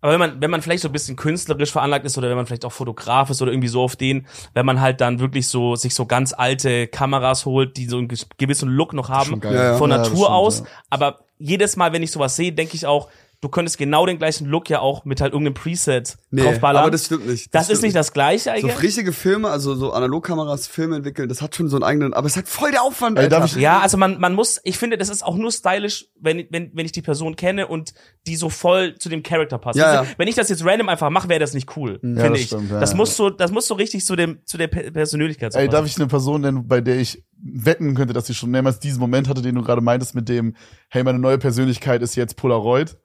B: Aber wenn man, wenn man vielleicht so ein bisschen künstlerisch veranlagt ist oder wenn man vielleicht auch Fotograf ist oder irgendwie so auf den, wenn man halt dann wirklich so sich so ganz alte Kameras holt, die so einen ges- gewissen Look noch haben,
C: geil. Ja,
A: ja.
B: von
A: Ja, das
B: Natur
A: stimmt,
B: aus.
A: ja.
B: Aber jedes Mal, wenn ich sowas sehe, denke ich auch, du könntest genau den gleichen Look ja auch mit halt irgendeinem Preset draufballern.
C: aber das stimmt nicht.
B: Das, ist
C: stimmt
B: nicht das gleiche
C: So
B: eigentlich.
C: richtige Filme, also so Analogkameras, Filme entwickeln, das hat schon so einen eigenen, aber es hat voll der Aufwand,
A: Ey,
C: Alter.
A: darf ich-
B: Ja, also man, man muss, ich finde, das ist auch nur stylisch, wenn, wenn, wenn ich die Person kenne und die so voll zu dem Charakter passt.
C: Ja,
B: also,
C: ja.
B: wenn ich das jetzt random einfach mache, wäre das nicht cool,
A: Ja,
B: finde
A: das
B: ich.
A: stimmt, ja,
B: das
A: ja.
B: muss so, das muss so richtig zu dem, zu der Pe- Persönlichkeit so
A: Ey, darf
B: passen.
A: ich eine Person nennen, bei der ich wetten könnte, dass sie schon mehrmals diesen Moment hatte, den du gerade meintest, mit dem, hey, meine neue Persönlichkeit ist jetzt Polaroid?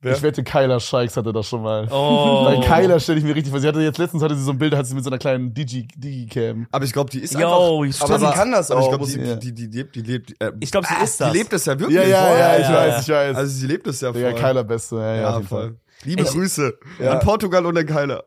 A: Ich wette, Kyla Scheiks hatte das schon mal.
B: Oh.
A: Bei Kyla stelle ich mir richtig vor. Sie hatte jetzt letztens hatte sie so ein Bild, da hat sie mit so einer kleinen Digi Digicam.
C: aber ich glaube, die ist
B: Yo,
C: einfach,
B: stimmt.
C: aber sie kann das
A: Aber
C: auch.
A: ich
C: Ich
A: glaub,
C: glaube,
A: sie-
C: die, die, die, die lebt, die lebt, äh,
B: Ich glaub, sie
C: ah,
B: ist das.
C: Die lebt das ja wirklich.
A: Ja, ja,
C: voll.
A: ja, ich
B: ja, ja.
A: weiß, ich weiß.
C: Also sie lebt das ja voll.
A: Digga, Kyla Beste, ja, ja,
C: ja,
A: auf jeden Fall.
C: voll. Liebe
B: Ich-
C: Grüße an Portugal und an Keiler.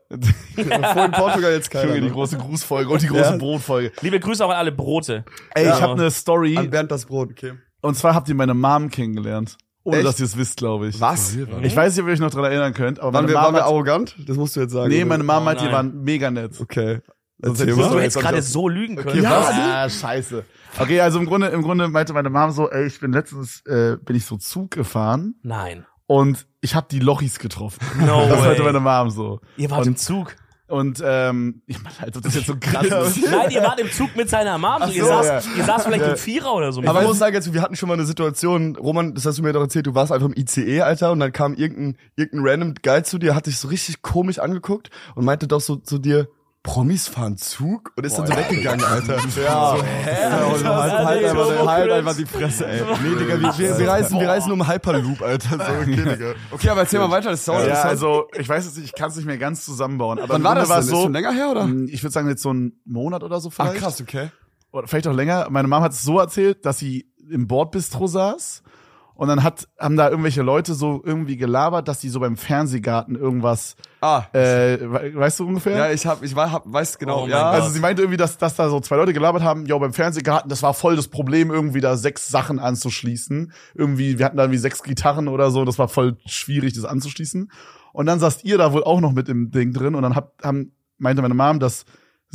C: Vorhin Portugal, jetzt Keiler.
A: Junge, die
C: ne?
A: große Grußfolge und die große
C: Ja.
A: Brotfolge.
B: Liebe Grüße auch an alle Brote.
A: Ey,
B: Ja.
A: ich ne- habe eine
C: An
A: Story.
C: Bernd das Brot, okay.
A: Und zwar habt ihr meine Mom kennengelernt. Ohne
C: Echt?
A: dass ihr es wisst, glaube ich.
C: Was?
A: Ich weiß nicht, ob ihr euch noch dran erinnern könnt, aber
C: Waren
A: meine
C: wir,
A: Mom
C: waren wir
A: hat,
C: arrogant? Das musst du jetzt sagen.
A: Nee, meine Mom
B: Oh,
A: hat, die
B: nein.
A: waren mega nett.
C: Okay.
A: Sonst hätte
C: Erzähl
A: ich das
B: Du
C: mal.
A: so
B: hättest
A: jetzt hab
B: gerade
A: ich
B: so lügen können.
A: Ja, ah, scheiße. Okay, also im Grunde, im Grunde meinte meine Mom so, ey, ich bin letztens, äh, bin ich so Zug gefahren
B: Nein.
A: und ich habe die Lochis getroffen.
B: No
A: das meinte
B: way.
A: meine Mom so.
B: Ihr wart
A: Und-
B: im Zug.
A: Und ähm, ich meine, als ob das jetzt so krass ist.
B: Nein, ihr wart im Zug mit seiner Mom. ihr,
A: so,
B: saß,
A: ja.
B: ihr saß vielleicht im Vierer oder so.
C: Aber ich
B: Mit-
C: muss sagen, jetzt, wir hatten schon mal eine Situation, Roman, das hast du mir doch erzählt, du warst einfach im ICE, Alter, und dann kam irgendein, irgendein random Guy zu dir, hat dich so richtig komisch angeguckt und meinte doch so zu dir, Promis fahren Zug und ist dann so weggegangen, Alter. Ja. So, hä?
B: Alter,
C: halt, halt,
B: Alter,
C: einfach,
B: Turbo
C: halt
B: Cringe.
C: einfach die Fresse, ey. Nee, Digga, wir, wir, wir, reisen, wir reisen um Hyperloop, Alter. So, okay, Digga. Okay, aber erzähl mal weiter, das ist sauer.
A: Ja, also ich weiß es nicht, ich kann es nicht mehr ganz zusammenbauen. Aber
C: Wann
A: im
C: war
A: Grunde
C: das denn?
A: war
C: Ist
A: es so,
C: schon länger her, oder?
A: mh, ich würde sagen jetzt so einen Monat oder so
C: Hm. Ach
A: vielleicht.
C: krass, okay.
A: oder vielleicht auch länger. Meine Mom hat es so erzählt, dass sie im Bordbistro saß und dann hat, haben da irgendwelche Leute so irgendwie gelabert, dass die so beim Fernsehgarten irgendwas,
C: Ah,
A: äh, we- weißt du ungefähr?
C: ja, ich hab, ich war, hab, weiß genau,
B: Oh mein
C: ja.
A: Also sie meinte irgendwie, dass, dass da so zwei Leute gelabert haben, ja, beim Fernsehgarten, das war voll das Problem, irgendwie da sechs Sachen anzuschließen. Irgendwie, wir hatten da irgendwie sechs Gitarren oder so, das war voll schwierig, das anzuschließen. Und dann saßt ihr da wohl auch noch mit im Ding drin und dann habt, haben, meinte meine Mom, dass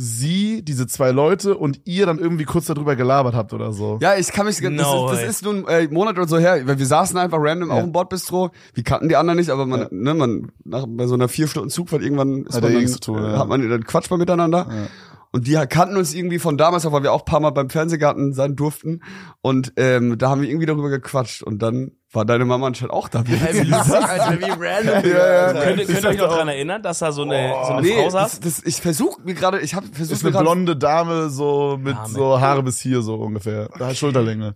A: sie, diese zwei Leute und ihr dann irgendwie kurz darüber gelabert habt oder so.
C: Ja, ich kann mich, das,
B: No
C: ist,
B: way.
C: das ist nun äh, einen Monat oder so her, weil wir saßen einfach random auch im Bordbistro. Wir kannten die anderen nicht, aber man, ne, man, nach, bei so einer vier Stunden Zugfahrt irgendwann ist
A: Hat
C: man
A: ja eh
C: dann,
A: nichts zu tun,
C: äh,
A: ja.
C: hat man, dann quatscht man miteinander. Und die kannten uns irgendwie von damals, auch weil wir auch ein paar Mal beim Fernsehgarten sein durften. Und ähm, da haben wir irgendwie darüber gequatscht. Und dann war deine Mama anscheinend auch da.
B: Alter, wie random.
A: ja, ja.
B: Könnt, ihr-
A: Ich
B: könnt ihr euch
A: dachte
B: noch dran erinnern, dass da so eine, so eine
C: nee,
B: Frau saß?
C: das, das, ich versuche mir gerade, ich habe
A: Ist
C: versucht mir
A: eine
C: gerade.
A: blonde Dame, so mit
B: Dame.
A: so Haare bis hier, so ungefähr. Da Schulterlänge.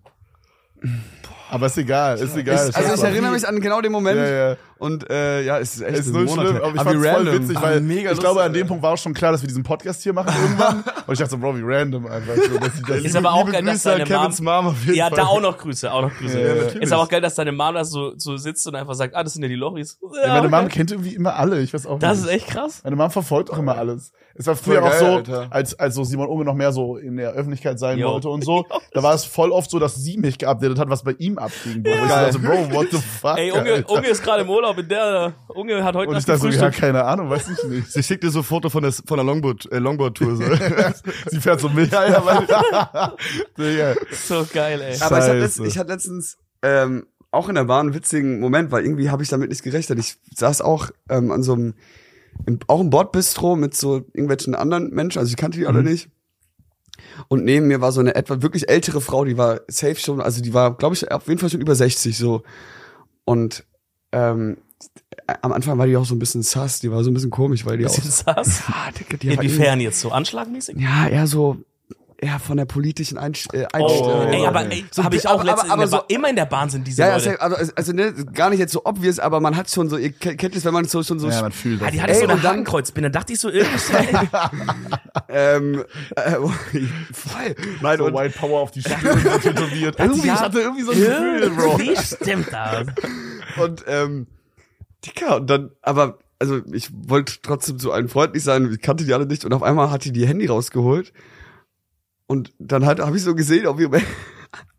A: Aber ist egal, ist egal.
C: Ich, also ich
A: Scheiße.
C: erinnere mich an genau den Moment.
A: Ja, ja.
C: Und äh, ja, es ist echt
A: Ist
C: ein
A: null
C: Monat
A: schlimm,
C: her.
A: aber ich
C: wie
A: fand's voll
C: random.
A: witzig,
C: Ah,
A: weil
C: mega
A: ich glaube,
C: lustig,
A: an dem Punkt war auch schon klar, dass wir diesen Podcast hier machen irgendwann. Und ich dachte so, Bro, wie random einfach. So, dass ich das
B: Ist aber auch geil, dass
C: Grüße an
B: deine
C: Kevins
B: Mom.
C: Mom auf jeden
B: Ja,
C: Fall.
B: da auch noch Grüße, auch noch Grüße.
A: Ja,
C: natürlich.
B: ist aber auch geil, dass deine Mom da so, so sitzt und einfach sagt, ah, das sind ja die Lochis. Ja,
A: Meine Mom
B: okay.
A: kennt irgendwie immer alle, ich weiß auch
B: Das ist
A: nicht.
B: echt krass.
A: Meine Mom verfolgt auch immer alles. Es war früher
C: Voll geil,
A: auch so,
C: Alter.
A: als, als so Simon Unge noch mehr so in der Öffentlichkeit sein
B: Jo.
A: wollte und so, da war es voll oft so, dass sie mich geupdatet hat, was bei ihm abging. Wo ich
C: Geil.
A: dachte, Bro, what the fuck?
B: Ey, Unge,
A: Alter?
B: Unge ist gerade im Urlaub in der, Unge hat heute
A: Und ich
B: Nacht
A: dachte so, ja,
B: gefrühstückt.
A: keine Ahnung, weiß ich nicht.
C: Sie schickt dir so ein Foto von der, von der Longboard, äh, Longboard-Tour. So.
A: Sie fährt so mit. Ja, ja, Digga.
B: so geil, ey.
C: Aber ich hatte, letzt,
A: Scheiße.
C: ich hatte letztens ähm, auch in der Bahn einen witzigen Moment, weil irgendwie habe ich damit nicht gerechnet. Ich saß auch ähm, an so einem, im, auch im Bordbistro mit so irgendwelchen anderen Menschen, also ich kannte die
B: Mhm.
C: alle nicht. Und neben mir war so eine etwa wirklich ältere Frau, die war safe schon, also die war, glaube ich, auf jeden Fall schon über 60 so. Und ähm, am Anfang war die auch so ein bisschen sass, die war so ein bisschen komisch, weil die auch...
B: Bisschen sass.
C: Ah, Digga, die war irgendwie-
B: Inwiefern jetzt so? Anschlagmäßig?
C: Ja, eher so, eher von der politischen Einst äh, Einstellung.
B: Oh, ey, aber ey,
C: So
B: habe
C: bi-
B: ich auch letztens
C: aber, aber
B: in der
C: so,
B: Bahn- immer in der Bahn sind diese
C: ja, ja,
B: Leute.
C: safe, also, also ne, gar nicht jetzt so obvious, aber man hat schon so, ihr ke- kennt es, wenn man so schon so,
A: Ja, man fühlt
B: Ah,
A: das.
B: die hatte
C: Ey,
B: so eine
C: und dann-
B: Hakenkreuzbinde, da dachte ich so, irgendwie
C: ähm, äh, voll. Nein,
A: so
C: und,
A: White Power auf die Stirn so tätowiert. Irgendwie,
B: ja-
A: ich hatte irgendwie so ein Gefühl, Bro.
B: irgendwie stimmt das.
C: und ähm, Dicker, und dann, aber also ich wollte trotzdem zu allen freundlich sein, ich kannte die alle nicht und auf einmal hat die die Handy rausgeholt und dann hat habe ich so gesehen, auf ihrem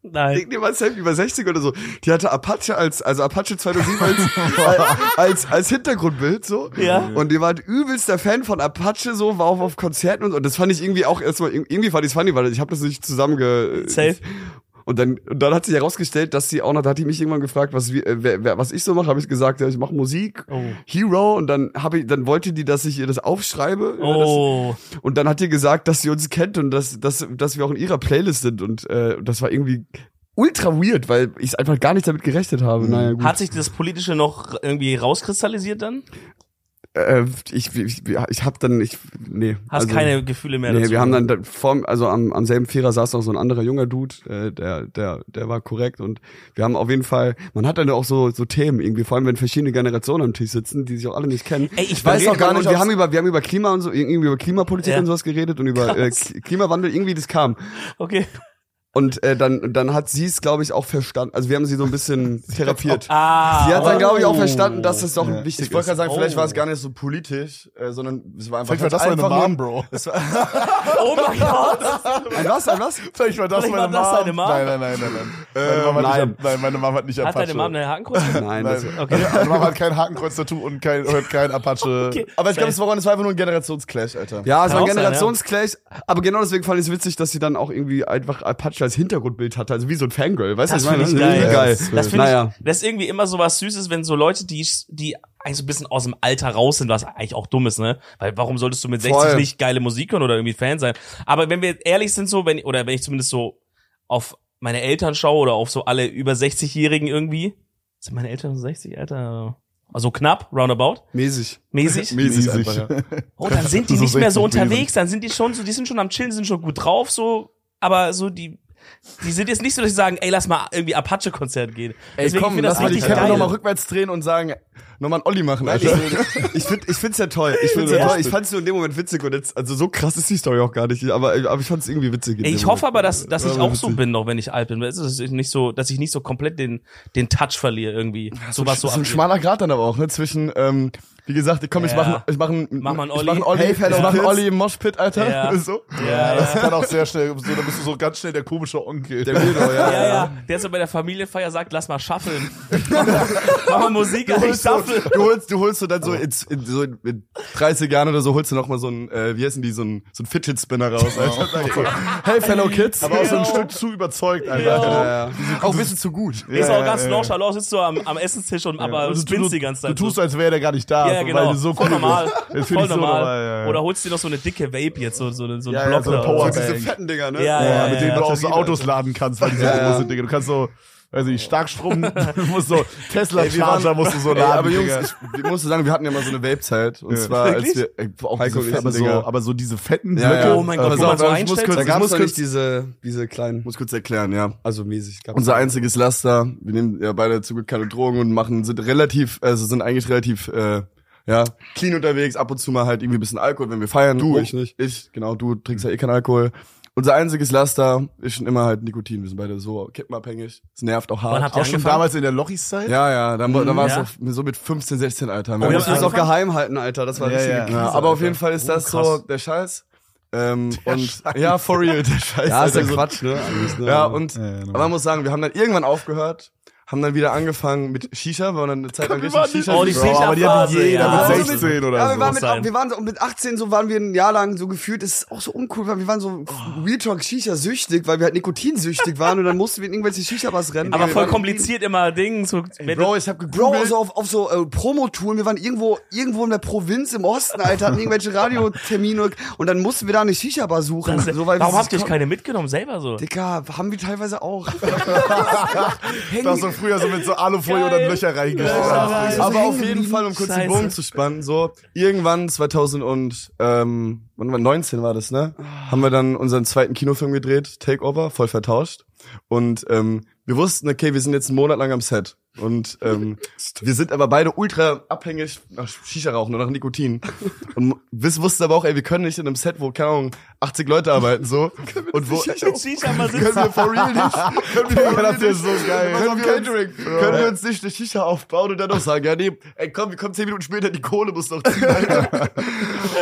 B: Nein.
C: Denk dir mal ein Selfie über 60 oder so. Die hatte Apache als, also Apache 2007 als, als, als, als Hintergrundbild so.
B: Ja.
C: Und die war ein übelster Fan von Apache so, war auch auf Konzerten und, so. und das fand ich irgendwie auch erstmal, irgendwie fand ich's funny, weil ich habe das nicht zusammenge...
B: Safe.
C: Und dann, und dann hat sich herausgestellt, dass sie auch noch, da hat die mich irgendwann gefragt, was, wir, äh, wer, wer, was ich so mache, habe ich gesagt, ja, ich mache Musik,
B: Oh.
C: Hero, und dann habe ich, dann wollte die, dass ich ihr das aufschreibe. ja, dass-
B: Oh.
C: und dann hat die gesagt, dass sie uns kennt und dass, dass, dass wir auch in ihrer Playlist sind. Und äh, das war irgendwie ultra weird, weil ich einfach gar nicht damit gerechnet habe. Naja, gut.
B: Mhm. Hat sich das Politische noch irgendwie rauskristallisiert dann?
C: äh, ich ich, ich habe dann, ich, nee. also
B: Hast keine Gefühle mehr
C: Nee,
B: dazu?
C: wir haben dann, dann vorm, also am, am selben Vierer saß noch so ein anderer junger Dude, äh, der, der, der war korrekt und wir haben auf jeden Fall, man hat dann auch so, so Themen irgendwie, vor allem wenn verschiedene Generationen am Tisch sitzen, die sich auch alle nicht kennen.
B: Ey, ich
C: weiß auch
B: überlege
C: gar
B: mal,
C: nicht,
B: ob's-
C: wir haben über, wir haben über Klima und so, irgendwie über Klimapolitik
B: Ja.
C: und sowas geredet und über äh,
B: Krass.
C: K- Klimawandel, irgendwie das kam.
B: Okay.
C: Und äh, dann, dann hat sie es, glaube ich, auch verstanden. Also wir haben sie so ein bisschen therapiert.
B: Ah.
C: Sie hat dann, glaube ich, auch
A: Oh.
C: verstanden, dass es doch
A: Ja.
C: wichtig
D: Ich
C: ist.
D: wollte gerade sagen, vielleicht
B: Oh.
D: war es gar nicht so politisch, äh, sondern es war einfach,
A: Vielleicht war das meine
D: einfach
A: Mom,
D: nur-
A: Bro.
D: Es war,
B: oh mein Gott.
C: Ein was, ein was?
A: Vielleicht war das
B: Vielleicht
A: meine
B: war das
A: Mom.
D: Ah.
B: deine
A: Nein, nein,
B: Mom?
A: nein, nein. Nein,
D: Ähm,
A: meine, Mom hat
C: nein.
A: Nicht, nein meine Mom hat nicht
B: Hat
A: Apache.
B: deine Mom eine Hakenkreuz?
C: Nein, das,
A: Nein.
B: Okay.
A: Meine Mom hat kein Hakenkreuz-Tattoo und kein, und kein Apache.
B: Okay.
D: aber ich glaube, es war, es war einfach nur ein Generationsclash, Alter.
C: ja,
B: Kann
C: es war ein
B: auch sein,
C: Generationsclash. Aber genau deswegen fand ich es witzig, dass sie dann auch irgendwie einfach Apache als Hintergrundbild hatte. Also wie so ein Fangirl, weißt du?
B: Das
C: was
B: finde ich
C: meine?
B: geil.
C: geil.
B: Das finde
C: naja.
B: ich, das ist irgendwie immer so was Süßes, wenn so Leute, die, die eigentlich so ein bisschen aus dem Alter raus sind, was eigentlich auch dumm ist, ne? Weil warum solltest du mit 60
C: Voll.
B: nicht geile Musik hören oder irgendwie Fan sein? Aber wenn wir ehrlich sind, so, wenn, oder wenn ich zumindest so auf meine Eltern schaue oder auf so alle über 60-Jährigen irgendwie, sind meine Eltern 60, Alter? Also knapp, roundabout,
C: Mäßig.
B: mäßig.
D: Mäßig.
A: Mäßig.
D: einfach, ja.
B: Oh, dann sind die
A: So
B: nicht mehr so
A: 60
B: unterwegs, dann sind die schon so, die sind schon am Chillen, sind schon gut drauf, so, aber so die, die sind jetzt nicht so, dass sie sagen, ey, lass mal irgendwie Apache-Konzert gehen.
D: Ey,
B: Deswegen,
D: komm,
B: ich find das
D: lass mal die
B: richtig
D: Kamera
B: geil.
D: nochmal rückwärts drehen und sagen, nochmal einen Olli machen, Alter.
C: Ich finde ich find's ja toll. Ich find's ja,
B: Ja.
C: toll. Ich fand's nur in dem Moment witzig und jetzt, also so krass ist die Story auch gar nicht, aber, aber ich fand's irgendwie witzig. in
B: Ey,
C: dem
B: ich hoffe
C: Moment.
B: aber, dass, dass ich
C: Aber
B: auch so
C: witzig.
B: bin, noch wenn ich alt bin. weil Es ist nicht so, dass ich nicht so komplett den, den Touch verliere irgendwie. so was so
D: Das ist ein
B: abgeht.
D: schmaler Grat dann aber auch, ne? Zwischen, ähm, wie gesagt, komm, ich
B: Ja.
D: mach, ich mach einen,
B: Mach mal einen
D: ich mach
B: Olli.
D: einen Olli,
B: Hey,
D: ich
B: Fellow
D: mach einen
B: Kids.
D: Olli im Moshpit, Alter.
B: Ja.
D: So.
B: Ja,
A: Das
B: ja.
A: kann auch sehr schnell, so, da bist du so ganz schnell der komische Onkel.
C: Der Weirdo, ja.
B: Ja, ja, der so bei der Familienfeier sagt, lass mal shuffeln. Mach mal Musik, an, ich
D: holst so-
B: shuffle.
D: du holst, du holst so dann so, in, in, so in, in 30 Jahren oder so holst du nochmal so ein, äh, wie heißen die, so ein, so ein Fidget Spinner raus. Alter. hey, fellow kids.
A: aber auch so ein Stück zu überzeugt einfach.
B: Ja.
C: Ja, ja.
D: auch ein bisschen Oh, zu gut.
B: ist
A: ja,
B: auch ganz
A: ja, ja.
B: nonchalant, sitzt so am, am Essenstisch und aber
A: Also
B: spinst die ganze Zeit.
A: Du tust,
B: so.
A: als wäre der gar nicht da,
B: ja, ja, genau.
A: weil du so cool
B: voll normal.
A: bist.
B: Voll normal.
A: ja, ja.
B: Oder holst dir noch so eine dicke Vape jetzt, so, so, so einen
A: Ja, ja,
B: Block
A: so eine
B: da.
A: Power-
C: So diese
A: Bank.
C: fetten Dinger, ne?
B: Ja,
A: Ja, mit denen
B: ja,
A: du
B: ja.
A: auch so Autos laden kannst, weil die sind so
C: Ja, ja.
A: große Dinge. Du kannst so, weiß nicht, Starkstrom, du musst so Tesla-Charger musst du so
D: Ey,
A: laden.
D: aber Jungs,
A: Digga.
D: ich, ich musste sagen, wir hatten ja mal so eine Vape-Zeit. Und
A: Ja.
D: zwar, als
B: Wirklich?
D: wir, ey, auch
C: Heiko,
D: diese
C: wir
D: fetten
A: aber, so,
D: Dinger.
A: aber so diese fetten
D: Ja,
A: Blöcke. äh,
D: ja. Äh,
B: Oh mein Gott,
D: Pass
B: wo man
D: auf,
B: so
D: ich muss
B: einstellt.
D: kurz-
C: Da
D: ich muss
C: gab's noch
D: kurz-
C: nicht diese, diese kleinen,
D: muss kurz erklären, ja.
C: also mäßig. Gab's
D: Unser einziges Laster, wir nehmen ja beide zum Glück keine Drogen und machen, sind relativ, also sind eigentlich relativ, äh, ja, clean unterwegs, ab und zu mal halt irgendwie ein bisschen Alkohol, wenn wir feiern.
C: Du,
D: Oh,
C: ich nicht.
D: Ich, genau, du trinkst ja eh keinen Alkohol. Unser einziges Laster ist schon immer halt Nikotin, wir sind beide so kippenabhängig. Es nervt auch
B: Wann
D: hart.
B: habt ihr
A: Auch schon
B: angefangen?
A: damals in der Lochis-Zeit?
D: Ja, ja, dann, dann war es
B: Ja.
D: auch so mit 15, 16, Alter. ne?
C: Wir
B: wir
C: müssen
B: haben
C: es auch
B: angefangen?
C: geheim halten, Alter. Das war
A: Ja,
C: richtig.
A: ja.
D: Ja, ne? aber auf jeden Fall ist das so
B: krass.
D: der Scheiß. Ähm, und ja, for real, der Scheiß.
C: Ja, ist
D: Alter,
C: ja
D: so-
C: Quatsch, ne? Eigentlich, ne?
D: Ja, und
A: ja, normal.
D: aber man muss sagen, wir haben dann irgendwann aufgehört, haben dann wieder angefangen mit Shisha, weil wir dann eine Zeit lang richtig Shisha
B: Oh, die
A: Bro, aber die hat
B: Shisha-Phase,
A: jeder
B: ja.
A: mit 16 oder
C: ja,
A: so.
C: wir waren, mit,
B: sein.
C: wir waren so mit 18 so waren wir ein Jahr lang so gefühlt, das ist auch so uncool, weil wir waren so Real Talk Shisha süchtig, weil wir halt nikotinsüchtig waren und dann mussten wir in irgendwelche Shisha Bars rennen.
B: Aber
C: Wir
B: voll
C: waren-
B: kompliziert immer Dinge zu.
D: Bro, ich hab
C: Bro,
D: gegoogelt.
C: so auf, auf so äh, Promotouren, wir waren irgendwo irgendwo in der Provinz im Osten, Alter, hatten irgendwelche Radiotermine und dann mussten wir da eine Shisha Bar suchen,
B: Das-
C: so weil
B: warum
C: wir-
B: habt ihr euch keine mitgenommen selber so?
C: Dicker, haben wir teilweise auch.
A: Da hast du früher so mit so Alufolie
B: Geil.
A: oder Löcher reingeschnitten.
C: Ja,
D: aber
C: hängen
D: auf jeden
C: geblieben.
D: Fall, um kurz
B: Scheiße.
D: den Bogen zu spannen, so irgendwann 2000 und ähm, wann war 19 war das, ne? Haben wir dann unseren zweiten Kinofilm gedreht, Takeover, voll vertauscht. Und ähm, wir wussten, okay, wir sind jetzt einen Monat lang am Set. Und ähm, wir sind aber beide ultra abhängig nach Shisha-Rauchen und nach Nikotin. Und wir wussten aber auch, ey, wir können nicht in einem Set, wo, keine Ahnung, 80 Leute arbeiten, so. und wo,
B: Mit Shisha mal
D: können
B: sitzen.
D: wir for real nicht. Können wir,
A: das ist so geil.
D: können wir, Catering, können wir uns nicht eine Shisha aufbauen und dann noch sagen, ja nee, ey, komm, wir kommen zehn Minuten später, die Kohle muss noch ziehen. Alter.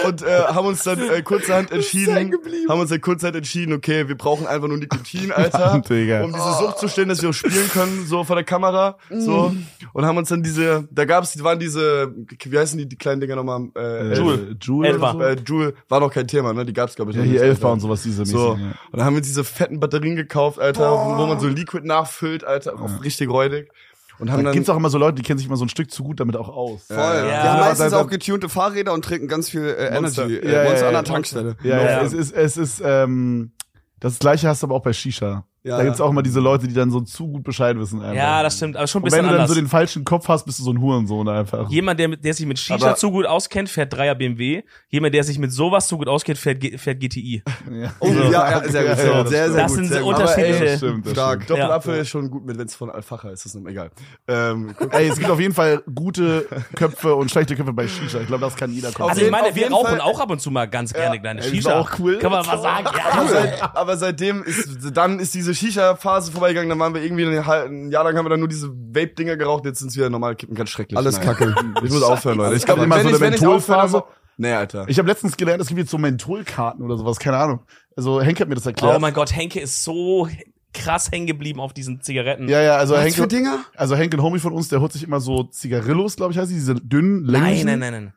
D: und äh, haben uns dann äh, kurzerhand entschieden, haben uns dann kurzerhand entschieden, okay, wir brauchen einfach nur Nikotin, Alter,
A: Mann, Digga.
D: um diese Sucht zu stillen, dass wir auch spielen können, so vor der Kamera, so.
A: Mm.
D: Und haben uns dann diese, da gab's, die waren diese, wie heißen die, die kleinen Dinger nochmal? Äh,
B: Jule.
A: Jule.
B: Elva.
D: Äh, Jule war noch kein Thema, ne? Die gab's glaube ich
A: Ja,
D: noch
A: hier
D: nicht,
A: Elfer
D: Alter.
A: und sowas, diese mäßig. ja.
D: So. Und dann haben wir diese fetten Batterien gekauft, Alter, wo man so Liquid nachfüllt, Alter, auch richtig räudig. Und haben
A: Da
D: dann.
A: gibt's auch immer so Leute, die kennen sich immer so ein Stück zu gut damit auch aus.
C: Voll.
B: Ja.
C: Die haben
B: Ja,
C: meistens
A: aber-
C: auch getunte Fahrräder und trinken ganz viel äh,
D: Monster.
C: Energy.
A: Ja,
C: Äh,
A: ja,
C: Monster an
A: ja,
C: der Tankstelle.
A: Ja, ja,
B: Ja.
A: es ist, es ist, ähm, das gleiche hast du aber auch bei Shisha.
C: Ja,
A: da gibt's
C: ja.
A: auch immer diese Leute, die dann so zu gut Bescheid wissen. Einfach.
B: Ja, das stimmt, aber schon ein
A: Und wenn
B: bisschen
A: du dann
B: anders.
A: so den falschen Kopf hast, bist du so ein Hurensohn einfach.
B: Jemand, der, mit- der sich mit Shisha
D: Aber-
B: zu gut auskennt, fährt Dreier BMW. Jemand, der sich mit sowas zu gut auskennt, fährt, G- fährt GTI.
A: Ja.
C: Oh, ja, ja, sehr gut.
A: Ja, ja,
C: Sehr, sehr,
B: das
C: gut.
B: sind
C: sehr
B: so
C: gut.
B: unter-
C: Aber, äh,
D: ey,
B: unterschiedliche-
A: stimmt, das
C: Stark.
A: stimmt.
D: Doppelapfel ist schon gut mit, wenn es von Alfacher ist, das ist nun egal. Ähm, guck-
A: Ey, es gibt auf jeden Fall gute Köpfe und schlechte Köpfe bei Shisha. Ich glaube, das kann jeder kaufen.
D: Auf
B: Also ich
D: jeden-
B: meine,
D: auf
B: wir
D: jeden
B: rauchen
D: Fall-
B: auch ab und zu mal ganz gerne kleine
A: ey, das
B: Shisha.
A: war auch cool.
B: Kann man mal sagen. Ja,
D: aber, seit, aber seitdem ist, dann ist diese Shisha-Phase vorbeigegangen, dann waren wir irgendwie ein, halb- ein Jahr lang haben wir dann nur diese Vape-Dinger geraucht, jetzt sind wir normal kippen, ganz schrecklich.
C: Alles
D: Nein.
C: kacke.
D: Ich muss aufhören, Leute. Ich glaube,
A: Aber immer
D: wenn,
A: so
D: ich-
A: eine
D: wenn ich aufhöre,
A: Mentholphase.
D: nee, Alter.
A: Ich habe letztens gelernt, es gibt jetzt so Mentholkarten oder sowas, keine Ahnung. Also Henk hat mir das erklärt.
B: oh mein Gott, Henke ist so krass hängen geblieben auf diesen Zigaretten.
A: ja, ja, also
C: Was für
A: Henk,
C: Dinger?
A: also Henk ein Homie von uns, der holt sich immer so Zigarillos, glaube ich, heißt die, diese dünnen,
B: nein,
A: länglichen.
B: nein, nein, nein.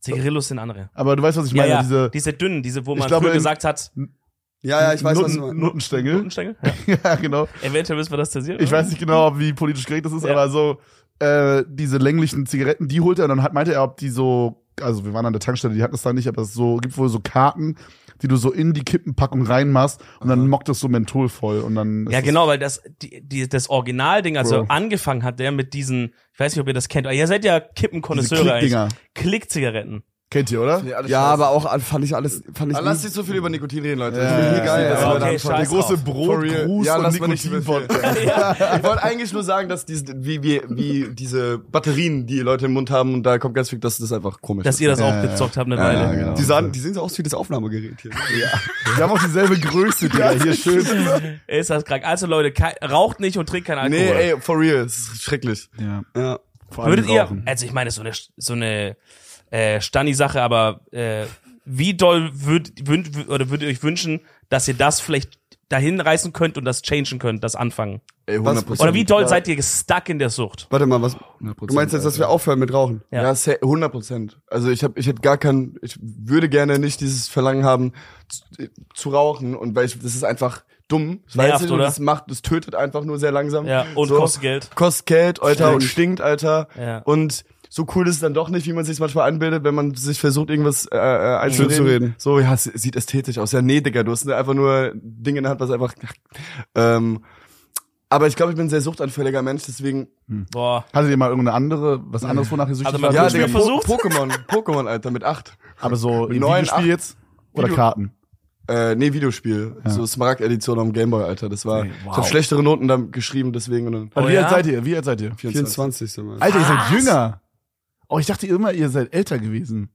B: Zigarillos sind andere.
A: Aber du weißt, was ich
B: Ja,
A: meine,
B: ja,
A: diese
B: diese dünnen, diese, wo
A: Ich
B: man
A: glaube,
B: früher
A: in-
B: gesagt hat,
C: Ja, ja, ich weiß, was
A: Nutten,
C: du meinst.
A: Nuttenstängel.
B: Notenstängel? Ja.
A: ja, genau.
B: Eventuell müssen wir das zensieren.
A: Ich
B: oder?
A: weiß nicht genau, ob- wie politisch korrekt das ist,
B: Ja.
A: aber so äh, diese länglichen Zigaretten, die holte er und dann hat, meinte er, ob die so, also wir waren an der Tankstelle, die hatten es da nicht, aber es so, gibt wohl so Karten, die du so in die Kippenpackung reinmachst und dann mockt das so Menthol voll und dann ist
B: Ja,
A: es-
B: genau, weil das, die, die, das Originalding, also
A: Bro.
B: angefangen hat der mit diesen, ich weiß nicht, ob ihr das kennt, aber ihr seid ja
A: diese
B: Kippenkonnoisseure eigentlich.
A: Klickdinger.
B: Klickzigaretten.
A: Kennt ihr, oder?
D: Nee, alles
C: Ja,
D: scheiße.
C: aber auch an- fand ich alles, fand ich
D: Ah, Lass
C: nie-
D: nicht so viel über Nikotin reden, Leute.
A: Ja,
D: Das ist
A: ja,
D: mir geil.
A: ja,
D: dass
A: ja.
D: wir da
B: Okay,
D: anfangen.
B: scheiß
A: Der große
B: drauf.
A: Brot,
D: For real.
A: Gruß
D: Ja,
A: und
D: lass mal nicht
A: Nikotinpott.
D: überführen. Ich wollte eigentlich nur sagen, dass diese, wie, wie, wie diese Batterien, die Leute im Mund haben, und da kommt ganz viel, dass das einfach komisch
B: Dass
D: ist.
B: ihr das
A: ja, ja.
B: auch gezockt habt eine
D: Ja,
B: Weile.
D: ja, genau.
C: Die, sahen, die sehen so aus wie das Aufnahmegerät hier.
A: Wir haben auch dieselbe Größe, Digga, hier schön.
B: Ist das krank. Also Leute, kei- raucht nicht und trinkt keinen Alkohol.
D: Nee, ey, for real, es ist schrecklich.
A: Ja,
C: Ja.
A: vor allem
B: Würdet ihr,
A: rauchen.
B: also ich meine, so eine, so eine äh, Stani-Sache, aber äh, wie doll würd, würd, oder würdet ihr euch wünschen, dass ihr das vielleicht dahin reißen könnt und das changen könnt, das anfangen?
D: Ey,
C: Was-
D: 100%.
B: Oder wie doll seid ihr gestuckt in der Sucht?
C: Warte mal, was? Du meinst jetzt, dass wir aufhören mit Rauchen?
B: Ja.
D: Ja, sa- 100 Prozent. Also ich habe, ich hätte gar kein, ich würde gerne nicht dieses Verlangen haben zu, zu rauchen und weil ich, das ist einfach dumm. Ich weiß
B: Nervt,
D: nicht, und
B: oder?
D: Das macht, das tötet einfach nur sehr langsam.
B: Ja, und kostet Geld.
D: Kostet Geld, Alter, und stinkt, Alter.
B: Ja.
D: Und so cool ist es dann doch nicht, wie man sich manchmal anbildet, wenn man sich versucht, irgendwas äh, äh, einzureden.
C: Schönzureden.
D: So, ja, es sieht ästhetisch aus. Ja, nee, Digga, du hast ne- einfach nur Dinge in der Hand, was einfach. Ähm, aber ich glaube, ich bin ein sehr suchtanfälliger Mensch, deswegen
B: Boah.
A: Hattet ihr mal irgendeine andere, was anderes, wonach ihr süchtig
B: Also man-
A: wart?
D: ja,
B: Spiel
D: Digga, po
B: versucht?
D: Pokémon, Pokémon, Alter, mit acht.
A: Aber so
D: Mit
A: im
D: neun, acht-
A: Videospiel jetzt? Oder
D: Video-
A: Karten?
D: Äh, nee, Videospiel. So Smaragd-Edition am Gameboy, Alter. Das war.
A: Ey, wow.
D: Ich habe schlechtere Noten dann geschrieben, deswegen und dann.
B: Oh,
A: Also wie
B: ja?
A: alt seid ihr? Wie alt seid ihr?
C: 24 sind wir.
A: Alter, ihr seid jünger. Oh, ich dachte immer, ihr seid älter gewesen.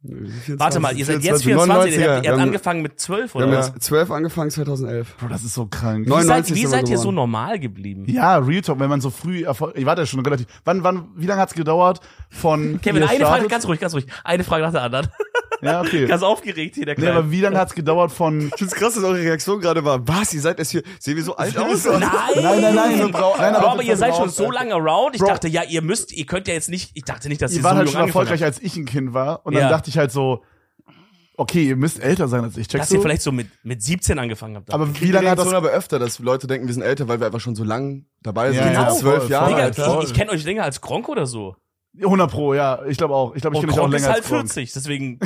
B: Warte mal, ihr seid jetzt
D: 24,
B: 24, ihr habt, ihr habt
D: 99er.
B: angefangen mit 12
C: Wir
B: oder
C: haben
B: was?
D: Ja.
C: jetzt 12 angefangen, 2011.
A: Bro, das ist so krank.
C: Neun-
B: Wie seid,
C: 99
B: wie
C: sind
B: seid
C: wir
B: ihr so
C: geworden.
B: normal geblieben?
A: Ja, Real Talk, wenn man so früh Erfolg. Ich war da schon relativ. Wann, wann, wie lange hat's gedauert? Von.
B: Kevin,
A: ihr
B: eine Frage,
A: startet-
B: ganz ruhig, ganz ruhig. Eine Frage nach der anderen.
A: Ja, okay.
B: Ganz aufgeregt hier, der
A: Nee,
B: Kleine.
A: aber wie lange hat's gedauert von.
C: Ich find's krass, dass eure Reaktion gerade war. Was? Ihr seid erst hier. Sehen wir so alt aus?
B: Nein,
A: Nein, nein, nein, wir
B: Bro,
A: brauchen- nein, aber
B: aber
A: wir
B: ihr seid schon
A: brauchen-
B: so lange around. Ich
A: Bro.
B: dachte, ja, ihr müsst, ihr könnt ja jetzt nicht, ich dachte nicht, dass ihr
A: Ihr
B: so
A: wart halt
B: jung
A: schon
B: angefangen
A: erfolgreich,
B: habt.
A: als ich ein Kind war. Und dann
B: Ja.
A: dachte ich halt so, okay, ihr müsst älter sein als ich.
B: Dass
A: Checkst
B: ihr
A: du?
B: vielleicht so mit, mit 17 angefangen habt.
A: Aber wie
D: Wie
A: lange
D: lange
A: hat das.
D: aber öfter, dass Leute denken, wir sind älter, weil wir einfach schon so lang dabei sind.
A: Ja,
D: Genau.
B: ja,
D: Zwölf
A: voll,
D: Jahre,
A: voll.
B: Digga,
D: Alter.
B: ich, ich kenne euch länger als Gronk oder so.
A: 100 Pro, ja. Ich glaube auch. Ich glaube, ich
B: Und
A: kenne mich auch
B: Gronk
A: länger
B: ist halt
A: als Gronk.
B: 40, deswegen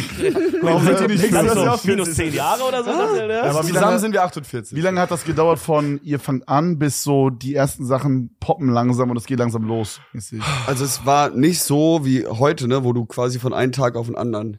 A: Warum seid ihr nicht Ah.
B: Digga,
A: früher?
B: so minus 10 Jahre oder so.
A: Ja,
B: Ja,
A: aber wie
D: Zusammen
A: lange,
D: sind wir 48.
A: wie lange hat das gedauert von ihr fangt an bis so die ersten Sachen poppen langsam und es geht langsam los?
C: Also es war nicht so wie heute, ne, wo du quasi von einem Tag auf den anderen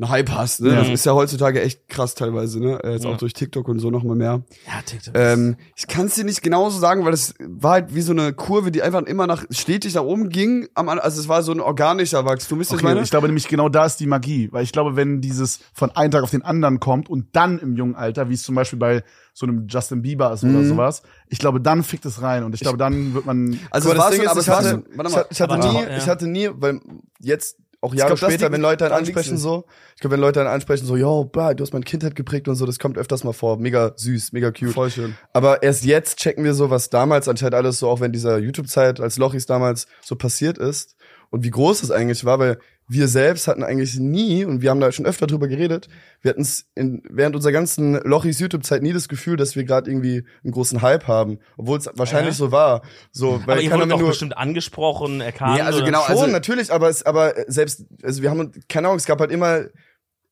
D: einen Hype hast. Ne?
B: Ja.
D: Das ist ja heutzutage echt krass teilweise, ne? Äh, Jetzt
B: Ja.
D: auch durch TikTok und so nochmal mehr.
B: Ja, TikTok.
D: Ähm, ich kann es dir nicht genauso sagen, weil es war halt wie so eine Kurve, die einfach immer nach stetig nach oben ging. Am, An- also es war so ein organischer Wachstum. Wisst ihr, was ich
A: Okay,
D: meine?
A: ich glaube nämlich genau da ist die Magie, weil ich glaube, wenn dieses von einem Tag auf den anderen kommt und dann im jungen Alter, wie es zum Beispiel bei so einem Justin Bieber ist oder sowas, ich glaube, dann fickt es rein und ich glaube, dann wird man
D: Also
C: Guck mal,
D: es war
C: das
D: so,
C: Ding ist,
D: aber es
C: ich
D: war so,
C: hatte,
D: warte ich
C: mal.
D: hatte, ich hatte
B: Aber
D: nie,
B: ja.
D: ich hatte nie, weil jetzt auch Ich Jahre glaub, das später, Ding- wenn Leute einen daran ansprechen liegt's so, ich glaube, wenn Leute einen ansprechen so, yo, bah, du hast meine Kindheit geprägt und so, das kommt öfters mal vor, mega süß, mega cute.
C: Voll schön.
D: Aber erst jetzt checken wir so, was damals anscheinend alles so, auch wenn dieser YouTube-Zeit als Lochis damals so passiert ist und wie groß das eigentlich war, weil wir selbst hatten eigentlich nie, und wir haben da schon öfter drüber geredet, wir hatten es während unserer ganzen Lochis YouTube-Zeit nie das Gefühl, dass wir gerade irgendwie einen großen Hype haben, obwohl es wahrscheinlich so war. So,
B: aber ihr
D: weil keiner
B: wurdet
D: mehr
B: doch
D: nur,
B: bestimmt angesprochen, erkannt.
D: ja, also
B: oder?
D: genau, also
B: Schon.
D: natürlich, aber es, aber selbst, also wir haben, keine Ahnung, es gab halt immer,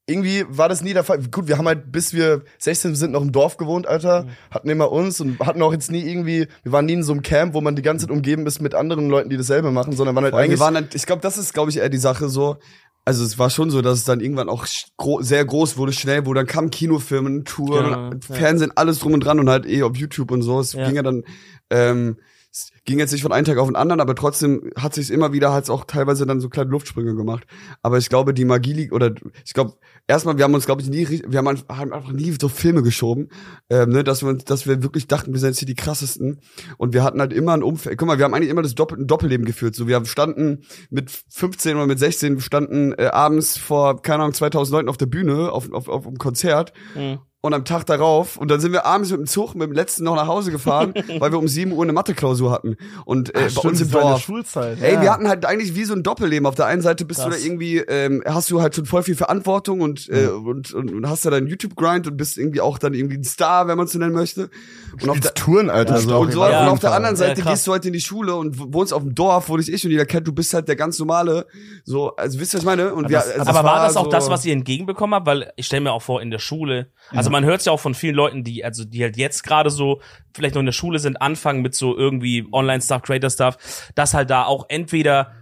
D: irgendwie war das nie der Fall. Gut, wir haben halt, bis wir 16 sind, noch im Dorf gewohnt,
C: Mhm.
D: Alter, hatten immer uns und hatten auch jetzt nie irgendwie, wir waren nie in so einem Camp, wo man die ganze Zeit umgeben ist mit anderen Leuten, die dasselbe machen, sondern waren halt
C: Vor allem,
D: eigentlich,
C: wir waren halt, ich glaube, das ist, glaube ich, eher die Sache so. Also es war schon so, dass es dann irgendwann auch sch- gro sehr groß wurde, schnell wurde. Dann kamen Kinofilme, Touren,
B: Genau,
C: und
B: ja.
C: Fernsehen, alles drum und dran und halt eh auf YouTube und so. Es
B: Ja.
C: ging ja dann, ähm, es ging jetzt nicht von einem Tag auf den anderen, aber trotzdem hat sich immer wieder, hat es auch teilweise dann so kleine Luftsprünge gemacht. Aber ich glaube, die Magie liegt, oder ich glaube, erstmal, wir haben uns, glaube ich, nie, ri- wir haben einfach- haben einfach nie so Filme geschoben, ähm, ne, dass wir uns, dass wir wirklich dachten, wir sind hier die krassesten. Und wir hatten halt immer ein Umfeld. Guck mal, wir haben eigentlich immer das Doppel ein Doppelleben geführt. So, wir standen mit 15 oder mit 16, wir standen äh, abends vor, keine Ahnung, 2000 Leuten auf der Bühne, auf, auf, auf einem Konzert. Und am Tag darauf, und dann sind wir abends mit dem Zug mit dem letzten noch nach Hause gefahren, weil wir um 7 Uhr eine Matheklausur hatten. Und äh, bei uns im
A: das war in der
C: Dorf.
A: Schulzeit.
C: Ey,
A: ja.
C: wir hatten halt eigentlich wie so ein Doppelleben. Auf der einen Seite bist du da irgendwie, ähm, hast du halt schon voll viel Verantwortung und, äh, und, und, und hast da deinen YouTube-Grind und bist irgendwie auch dann irgendwie ein Star, wenn man es so nennen möchte. Und auf der,
D: Touren, Alter,
B: also
D: so.
C: und, so,
B: Ja,
C: und auf der anderen
B: Ja,
C: Seite
B: krass.
C: gehst du halt in die Schule und w- wohnst auf dem Dorf, wo dich ich und jeder kennt, du bist halt der ganz normale, so, also wisst ihr, was ich meine? Und wir, also,
B: aber war das auch
C: so-
B: das, was ihr entgegenbekommen habt? Weil ich stelle mir auch vor, in der Schule, also man hört ja auch von vielen Leuten, die, also die halt jetzt gerade so, vielleicht noch in der Schule sind, anfangen mit so irgendwie Online-Stuff, Creator-Stuff, dass halt da auch entweder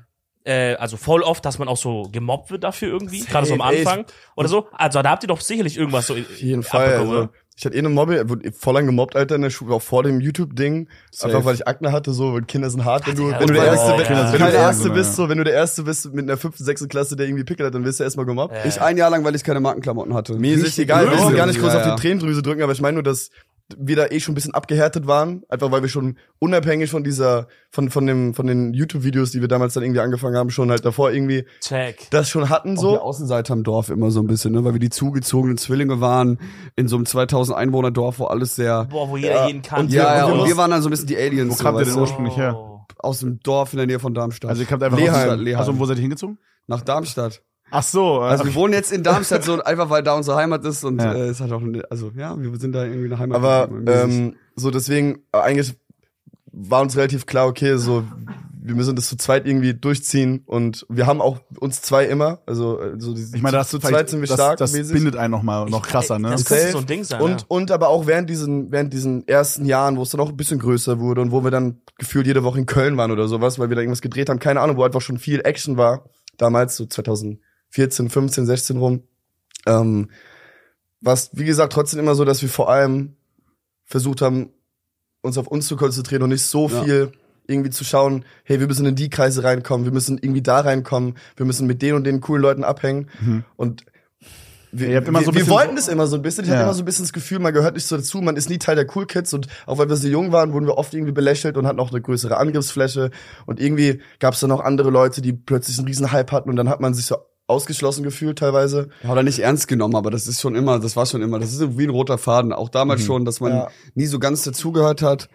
B: äh, also voll oft, dass man auch so gemobbt wird dafür irgendwie, gerade so am
D: ey,
B: Anfang oder so. Also da habt ihr doch sicherlich irgendwas so äh,
D: Auf jeden Fall. Also, ich hatte eh eine Mobbe, wurde voll lang gemobbt, Alter, in der Schule, auch vor dem YouTube-Ding. Einfach weil ich Akne hatte, so, weil Kinder sind hart, wenn du,
B: Ach,
D: wenn du der
B: Digga,
D: Erste,
B: oh,
D: wenn,
B: Kinder sind
D: wenn du der
A: hart,
D: Erste
A: genau,
D: bist,
A: ja.
D: so, wenn du der Erste bist mit einer fünften, sechsten Klasse, der irgendwie Pickel hat, dann wirst du erstmal gemobbt.
C: Ich ein Jahr lang, weil ich keine Markenklamotten hatte.
D: Mir ist echt egal, wir müssen gar nicht groß
C: Ja,
D: auf
C: ja.
D: die Tränendrüse drücken, aber ich meine nur, dass wir da eh schon ein bisschen abgehärtet waren, einfach weil wir schon unabhängig von dieser, von, von dem, von den YouTube-Videos, die wir damals dann irgendwie angefangen haben, schon halt davor irgendwie
B: Check.
D: das schon hatten,
C: so.
D: so.
C: Wir Außenseiter im Dorf immer so ein bisschen, ne? weil wir die zugezogenen Zwillinge waren in so einem 2000 Einwohner Dorf, wo alles sehr
B: Boah, wo jeder jeden kann.
D: Und
C: ja, ja,
D: wir
C: und wir
D: mussten-
C: waren dann so ein bisschen die Aliens.
A: Wo kamt ihr denn
C: weißt du?
A: ursprünglich her?
B: Oh.
C: Aus dem Dorf in der Nähe von Darmstadt.
A: Also ihr kommt einfach
C: Leheim.
A: aus der
C: Leheim.
A: Also und wo seid ihr hingezogen?
C: nach Darmstadt.
A: Ach so, äh,
C: Also wir wohnen jetzt in Darmstadt so einfach, weil da unsere Heimat ist und
A: Ja.
C: äh, es hat auch eine, also ja, wir sind da irgendwie eine Heimat.
D: Aber
C: geblieben, mäßig.
D: ähm, so deswegen, äh, eigentlich war uns relativ klar, okay, so wir müssen das zu zweit irgendwie durchziehen und wir haben auch uns zwei immer, also äh, so diese,
A: ich meine, das
D: zu
A: vielleicht-
D: zweit sind wir
A: das,
D: stark
A: das
D: mäßig.
A: bindet einen noch mal noch krasser, ne?
B: Das könnte so ein Ding sein.
D: und
B: ja.
D: und aber auch während diesen während diesen ersten Jahren, wo es dann auch ein bisschen größer wurde und wo wir dann gefühlt jede Woche in Köln waren oder sowas, weil wir da irgendwas gedreht haben, keine Ahnung, wo einfach schon viel Action war damals so 2014, 15, 16 rum. Ähm, was wie gesagt trotzdem immer so, dass wir vor allem versucht haben, uns auf uns zu konzentrieren und nicht so
C: Ja.
D: viel irgendwie zu schauen, hey, wir müssen in die Kreise reinkommen, wir müssen irgendwie da reinkommen, wir müssen mit den und den coolen Leuten abhängen und wir,
A: Mhm. Ihr habt immer
D: wir,
A: so ein
D: wir
A: bisschen
D: wollten
A: so-
D: das immer so ein bisschen. Ich
A: Ja.
D: hatte immer so ein bisschen das Gefühl, man gehört nicht so dazu, man ist nie Teil der Cool Kids und auch weil wir so jung waren, wurden wir oft irgendwie belächelt und hatten auch eine größere Angriffsfläche und irgendwie gab es dann auch andere Leute, die plötzlich einen riesen Hype hatten und dann hat man sich so ausgeschlossen gefühlt teilweise.
C: ja, oder nicht ernst genommen, aber das ist schon immer, das war schon immer, das ist wie ein roter Faden, auch damals
A: Mhm.
C: schon, dass man
D: Ja.
C: nie so ganz dazugehört hat.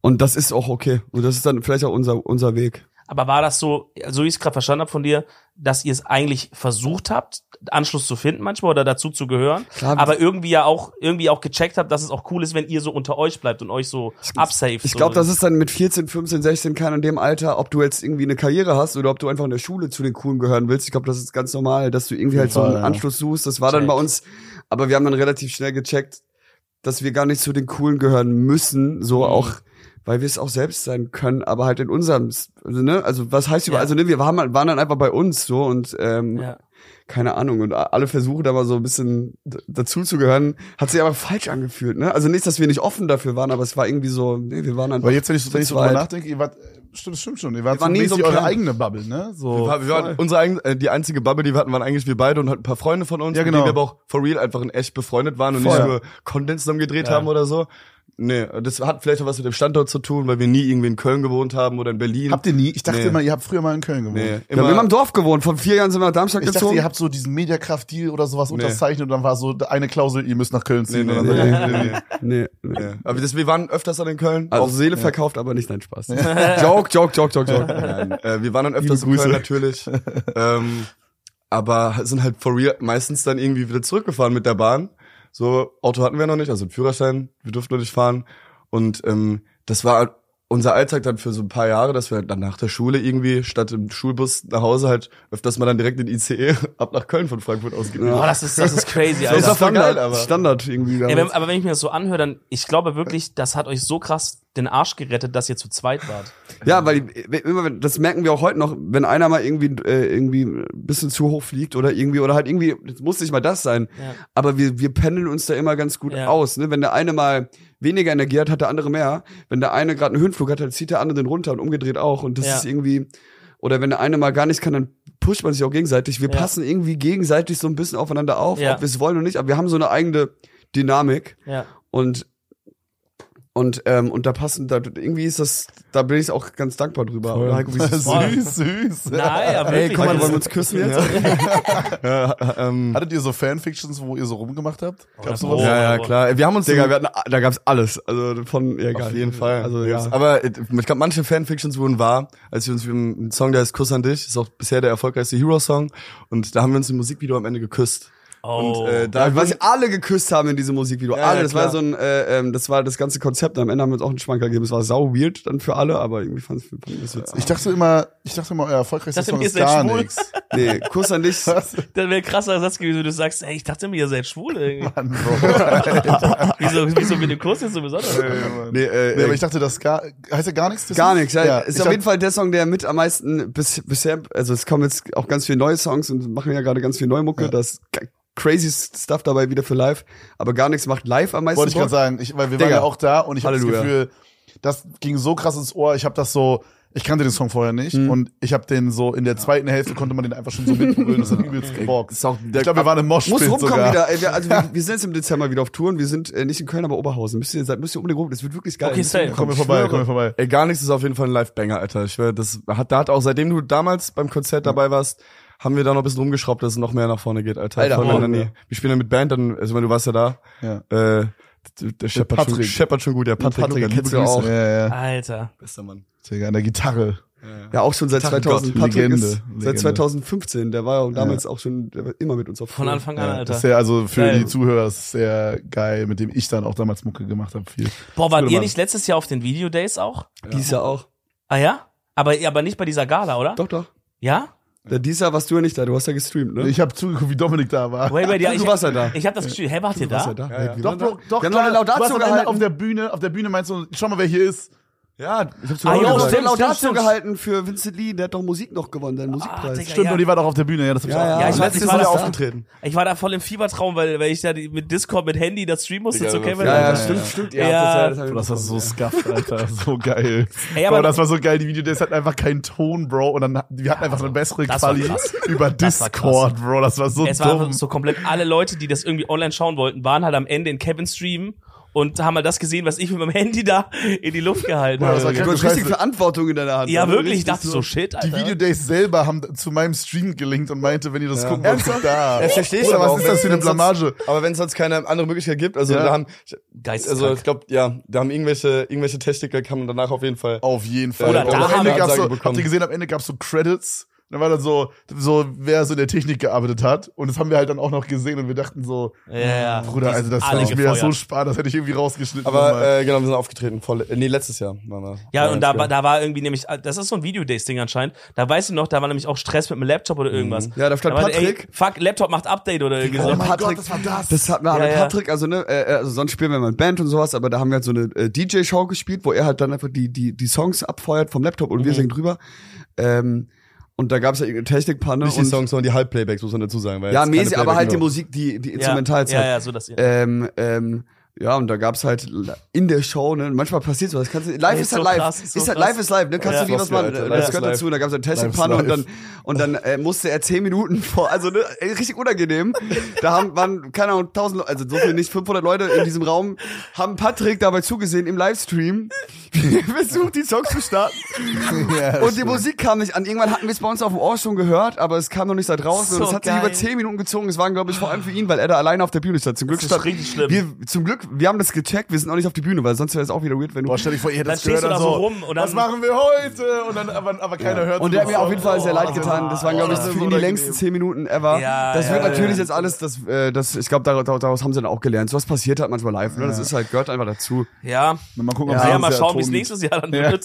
C: Und das ist auch okay. Und das ist dann vielleicht auch unser unser Weg.
B: Aber war das so, so wie ich es gerade verstanden habe von dir, dass ihr es eigentlich versucht habt, Anschluss zu finden manchmal oder dazu zu gehören,
C: Klar,
B: aber irgendwie ja auch irgendwie auch gecheckt habt, dass es auch cool ist, wenn ihr so unter euch bleibt und euch so absaved.
C: Ich glaube,
B: so.
C: das ist dann mit 14, 15, 16 kein in dem Alter, ob du jetzt irgendwie eine Karriere hast oder ob du einfach in der Schule zu den Coolen gehören willst. Ich glaube, das ist ganz normal, dass du irgendwie halt so einen
A: Fall, ja.
C: Anschluss suchst. Das war dann bei
B: Check.
C: uns, aber wir haben dann relativ schnell gecheckt, dass wir gar nicht zu den Coolen gehören müssen,
B: Mhm.
C: so auch, weil wir es auch selbst sein können, aber halt in unserem, also, ne, also was heißt über,
B: Ja.
C: also ne, wir waren, waren dann einfach bei uns so und ähm,
B: Ja.
C: keine Ahnung. Und alle Versuche da mal so ein bisschen d- dazuzugehören, hat sich aber falsch angefühlt. Ne? Also nicht, dass wir nicht offen dafür waren, aber es war irgendwie so, nee, wir waren einfach
A: Weil jetzt, wenn ich so, wenn ich so drüber
C: zweit.
A: nachdenke, ihr wart, äh, stimmt, das stimmt schon, ihr wart,
C: waren
A: so
C: nie so
A: mäßig eure
C: klein.
A: eigene Bubble, ne? So.
C: Wir
D: Wir waren unsere eigen, äh, die einzige Bubble, die wir hatten, waren eigentlich wir beide und halt ein paar Freunde von uns,
A: Ja,
D: genau.
A: genau.
D: mit denen wir aber auch for real einfach in echt befreundet waren und
A: Voll.
D: nicht
C: nur
D: nur
C: Content zusammen gedreht
D: Ja.
C: haben oder so.
D: Nee, das hat vielleicht auch was mit dem Standort zu tun, weil wir nie irgendwie in Köln gewohnt haben oder in Berlin.
A: habt ihr nie? Ich dachte
D: Nee.
A: immer, ihr habt früher mal in Köln gewohnt.
D: nee,
C: Wir haben
D: immer,
C: immer im Dorf gewohnt, von vier Jahren sind wir nach Darmstadt
A: Ich dachte,
C: gezogen.
A: ihr habt so diesen Mediakraft-Deal oder sowas unterzeichnet und dann war so eine Klausel, ihr müsst nach Köln
D: nee,
A: ziehen.
D: nee,
A: oder so.
D: nee, nee, nee, nee.
C: nee, nee.
D: Ja. Aber das, wir waren öfters dann in Köln.
C: Also
D: auch,
C: Seele verkauft, aber nicht dein Spaß. joke, joke, joke, joke, joke.
D: nein, äh, wir waren dann öfters in Köln natürlich. ähm, aber sind halt for real meistens dann irgendwie wieder zurückgefahren mit der Bahn. So, Auto hatten wir noch nicht, also einen Führerschein, wir durften noch nicht fahren. Und ähm, das war halt unser Alltag dann für so ein paar Jahre, dass wir halt dann nach der Schule irgendwie statt im Schulbus nach Hause halt öfters mal dann direkt in ICE E ab nach Köln von Frankfurt ausgehen.
B: Boah, Oh, das ist, das ist crazy,
D: Das
B: Alter.
D: ist voll geil, aber-
C: Standard irgendwie.
B: Ey, wenn,
C: damals.
B: aber wenn ich mir das so anhöre, dann, ich glaube wirklich, das hat euch so krass den Arsch gerettet, dass ihr zu zweit wart.
C: Ja, weil die- immer wenn- das merken wir auch heute noch, wenn einer mal irgendwie äh, irgendwie ein bisschen zu hoch fliegt oder irgendwie oder halt irgendwie das muss nicht mal das sein,
B: Ja.
C: aber wir wir pendeln uns da immer ganz gut
B: Ja.
C: aus, ne? Wenn der eine mal weniger Energie hat, hat der andere mehr. Wenn der eine gerade einen Höhenflug hat, dann zieht der andere den runter und umgedreht auch und das
B: Ja.
C: ist irgendwie oder wenn der eine mal gar nicht kann, dann pusht man sich auch gegenseitig. Wir
B: Ja.
C: passen irgendwie gegenseitig so ein bisschen aufeinander auf,
B: Ja.
C: ob wir es wollen oder nicht, aber wir haben so eine eigene Dynamik.
D: Äh,
B: Ja.
C: Und und ähm, und da passen da irgendwie ist das da bin ich auch ganz dankbar drüber. Oder Heiko, wie ist das?
A: süß, süß.
B: Nein, aber
C: Ey,
B: wirklich.
C: guck mal,
B: das-
C: wollen wir uns küssen jetzt?
A: Hattet ihr so Fanfictions, wo ihr so rumgemacht habt? Gab's
B: Oh.
A: sowas?
D: ja, ja, klar. Wir haben uns
C: Digga, wir hatten, da gab's alles, also von ja, egal.
D: Auf jeden Fall.
C: Also ja.
D: Aber äh, ich glaube, manche Fanfictions wurden wahr, als wir uns wir haben einen Song, der heißt Kuss an dich, ist auch bisher der erfolgreichste Hero-Song. Und da haben wir uns im Musikvideo am Ende geküsst.
B: Oh.
D: Und äh, da
C: Da, was alle geküsst haben in diesem Musikvideo.
D: Ja,
C: alle,
D: ja,
C: das
D: klar.
C: war so ein äh, ähm, das war das ganze Konzept. Am Ende haben wir uns auch einen Schwanker gegeben. Es war sau weird dann für alle, aber irgendwie fand's fand ich das witzig.
A: Ich dachte immer, ich dachte immer, euer erfolgreichster
B: Dachte,
A: Song
B: ihr
A: ist
B: seid
A: gar
B: schwul.
A: nichts.
C: Nee, Kuss an dich.
B: das wäre ein krasser Satz gewesen, wenn du sagst, ey, ich dachte mir, ihr seid schwul. irgendwie.
A: Mann, Bro.
B: Wieso, wieso wird der Kurs jetzt so besonders?
D: nee, äh,
A: nee, aber ich dachte, das gar, heißt ja gar nichts? das
C: Gar
A: Lied?
C: nichts. Ja,
A: ich
C: ist auf
A: dachte-
C: jeden Fall der Song, der mit am meisten bis, bisher, also es kommen jetzt auch ganz viele neue Songs und machen ja gerade ganz viel neue Mucke. Da ist g- crazy Stuff dabei wieder für live, aber gar nichts macht live am meisten.
A: Wollte ich gerade
C: Bock.
A: sagen, ich, weil wir
C: Digga.
A: waren ja auch da und ich habe das
C: Halleluja.
A: Gefühl, das ging so krass ins Ohr. Ich habe das so, ich kannte den Song vorher nicht und ich habe den so in der zweiten Hälfte konnte man den einfach schon so mitbrüllen. Das hat übelst geborgt.
D: ist auch
A: Ich
D: der,
A: glaube, wir waren im Moshpit
C: Muss rumkommen
A: sogar.
C: wieder. Ey, wir, also wir, wir sind jetzt im Dezember wieder auf Touren. Wir sind äh, nicht in Köln, aber Oberhausen. Müsst ihr, seid- müsst ihr unbedingt rum. Das wird wirklich geil.
B: Okay, safe.
A: Komm mir vorbei, komm mir vorbei.
D: Ey, Äh, gar nichts ist auf jeden Fall ein Live-Banger, Alter. Ich schwör, das hat, da hat auch, seitdem du damals beim Konzert dabei warst, haben wir da noch ein bisschen rumgeschraubt, dass es noch mehr nach vorne geht, Alter.
C: Alter,
D: Voll
C: Mann,
D: in der Nähe. Wir spielen dann mit Band, dann, also ich meine, du warst ja da.
A: Ja.
D: Äh, der- der scheppert schon,
A: Patrick.
D: scheppert schon gut, der Patrick.
C: Patrick,
D: Luca,
C: kennst
D: liebe
C: du auch.
D: Grüße.
A: Ja, ja.
B: Alter.
D: Bester Mann.
A: Digga, an der Gitarre.
C: Ja, auch schon seit
D: Tag,
C: 2000.
A: Gott,
C: Patrick
A: Legende,
C: ist seit
A: Legende.
C: 2015. Der war ja damals auch schon der war immer mit uns auf
B: Von
C: Tour.
B: Anfang an,
A: Ja, das
B: Alter.
A: ist ja also für
B: Geil.
A: die Zuhörer ist sehr geil, mit dem ich dann auch damals Mucke gemacht habe. Viel.
B: Boah, wart
A: Guter
B: ihr
A: Mann.
B: nicht letztes Jahr auf den Videodays auch?
C: Dies Jahr auch.
B: Ah ja? Aber, aber nicht bei dieser Gala, oder?
C: Doch, doch.
B: Ja?
C: Ja, dies Jahr warst du ja nicht da. Du hast ja gestreamt, ne?
A: Ich habe zugeguckt, wie Dominik da war.
B: Wait, wait, ja,
C: du
B: ich,
C: warst ja da.
B: ich hab das Gefühl, hä, wart ihr da?
C: da.
D: Ja, ja.
A: Doch, doch, doch.
C: Wir haben noch
A: klar.
C: eine Laudatio
A: Du hast am Ende
C: gehalten.
A: Auf der Bühne, auf der Bühne meinst du, schau mal, wer hier ist.
D: Ja, ich hab's
B: Ah,
C: Ja,
B: jo,
C: du hast
B: stimmt,
C: eine Laudatio
B: stimmt, stimmt.
C: gehalten für Vincent Lee, der hat doch Musik noch gewonnen, seinen Musikpreis.
B: Ah, Digga. Ja,
A: Stimmt,
B: ja.
A: und die war doch auf der Bühne. Ja, das hab ich auch.
B: Ja, ich weiß,
D: Letztes
B: ich
D: Mal
B: war,
D: wieder
B: da,
D: aufgetreten.
B: ich war da voll im Fiebertraum, weil, weil ich da die- mit Discord, mit Handy das streamen musste zu Kevin.
C: ja, ja, stimmt, stimmt. ihr habt
B: Ja.
C: das das hab ich
A: Bro, das war so
C: mitbekommen,
A: scuff, Alter. So geil.
B: Ey, aber-
A: aber Bro, das war so geil. Die Videos hatten einfach keinen Ton, Bro. Und dann, wir hatten einfach eine bessere
B: das war
A: Quali
B: krass.
A: über
B: Das war krass.
A: Discord, Bro. Das war so
B: Es war
A: dumm.
B: einfach so komplett alle Leute, die das irgendwie online schauen wollten, waren halt am Ende in Kevin Stream und haben halt das gesehen, was ich mit meinem Handy da in die Luft gehalten
A: Ja, das war krass.
B: habe.
C: ja. Du hast
A: Scheiße.
C: richtig Verantwortung in deiner Hand.
B: Ja,
C: Alter.
B: wirklich, ich
C: Richtig
B: dachte so, shit,
A: die
B: Alter.
A: Videodays selber haben zu meinem Stream gelinkt und meinte, wenn ihr das gucken wollt, seid da.
D: Ja, verstehe ich
A: Oder
D: aber
A: was
D: auch,
A: ist das für eine
D: wenn's sonst-
A: Blamage?
D: Aber wenn es sonst keine andere Möglichkeit gibt, also
A: Ja.
D: da haben,
B: Geisteskrank.
D: also ich glaube, ja, da haben irgendwelche, irgendwelche Techniker kamen danach auf jeden Fall. äh,
A: Auf jeden Fall.
B: Oder
A: Und
B: da
A: am
B: haben
A: Ende
B: wir
A: gab's
D: Ansage
A: so,
D: bekommen.
A: habt ihr gesehen, am Ende gab's so Credits. Und Dann war dann so, so, wer so in der Technik gearbeitet hat. Und das haben wir halt dann auch noch gesehen und wir dachten so,
B: Ja, ja.
A: Bruder,
B: Die
A: also das
B: sind alle
A: hätte ich mir ja so
B: gefeuert.
A: sparen, das hätte ich irgendwie rausgeschnitten.
D: Aber
A: nochmal.
D: äh, genau, wir sind aufgetreten. Voll, äh, nee, letztes Jahr waren wir.
B: Ja, und da,
D: war
B: war- da war irgendwie nämlich, das ist so ein Video-Days-Ding anscheinend. Da weißt du noch, da war nämlich auch Stress mit dem Laptop oder irgendwas.
C: Ja, da stand
B: war, ey,
C: Patrick.
B: fuck, Laptop macht Update oder irgendwie
C: Oh
B: so.
C: mein Patrick,
A: das war das.
C: Das hatten wir
B: Ja,
C: mit
B: ja.
C: Patrick, also ne, äh, also sonst spielen wir mal in Band und sowas, aber da haben wir halt so eine äh, DJ-Show
B: Mhm.
C: gespielt, wo er halt dann einfach die, die, die Songs abfeuert vom Laptop und wir singen drüber. Ähm, Und da gab es ja irgendeine Technikpanne.
D: Nicht
C: und
D: die Songs, sondern die Halbplaybacks, muss man dazu sagen. Weil
C: Ja,
D: jetzt keine
C: mäßig, aber
D: Playback
C: halt die
D: nur.
C: Musik, die, die Instrumentalzeit.
B: Ja, ja, so dass ihr.
C: Ähm, ähm, ja, und da gab's halt in der Show, ne, manchmal passiert sowas. Kannst du, live
B: Ey,
C: ist
B: ist
C: halt
B: so
C: live.
B: krass,
C: ist
B: ist so
C: halt
B: krass.
C: live ist live, ne? Kannst
B: Ja.
C: du nie was
D: Krass,
C: machen.
D: Leute,
C: Das
D: live ist
C: gehört
D: live.
C: dazu. Da gab's eine
D: Live
C: Testingpanne
D: ist
C: und dann, und dann äh, musste er zehn Minuten vor, also ne, ey, richtig unangenehm. Da haben, waren, keine Ahnung, tausend, Leute, also so viel nicht, 500 Leute in diesem Raum, haben Patrick dabei zugesehen im Livestream, wie er versucht, die Songs zu starten. und die Musik kam nicht an. Irgendwann hatten wir es bei uns auf dem Ohr schon gehört, aber es kam noch nicht da
B: So
C: draußen. und es hat
B: geil.
C: sich über zehn Minuten gezogen. Es waren, glaube ich, vor allem für ihn, weil er da alleine auf der Bühne stand. Zum Glück
B: Das ist
C: stand,
B: richtig schlimm.
C: wir, zum Glück, wir haben das gecheckt, wir sind auch nicht auf die Bühne, weil sonst wäre es auch wieder weird, wenn du.
A: Boah, stell dich vor, ihr hättet
B: Dann
A: es
B: stehst
A: gehört
B: du da
A: dann
B: so
A: so
B: rum und dann-
A: Was machen wir heute? Und dann, aber, aber keiner hört
C: und der hat mir auf jeden Fall
B: Oh,
C: sehr leid getan. Das waren, glaube ich,
A: das
C: für
A: ist
C: ihn die
A: unangenehm.
C: längsten zehn Minuten ever.
B: Ja,
C: das
B: ja,
C: wird
B: ja,
C: natürlich
B: ja.
C: jetzt alles, das, äh, das, ich glaube, daraus, daraus haben sie dann auch gelernt. So was passiert halt manchmal live, ne? Das ist halt, gehört einfach dazu.
B: ja.
A: Mal gucken,
B: Ja,
A: ob
B: mal schauen, wie es nächstes Jahr dann wird.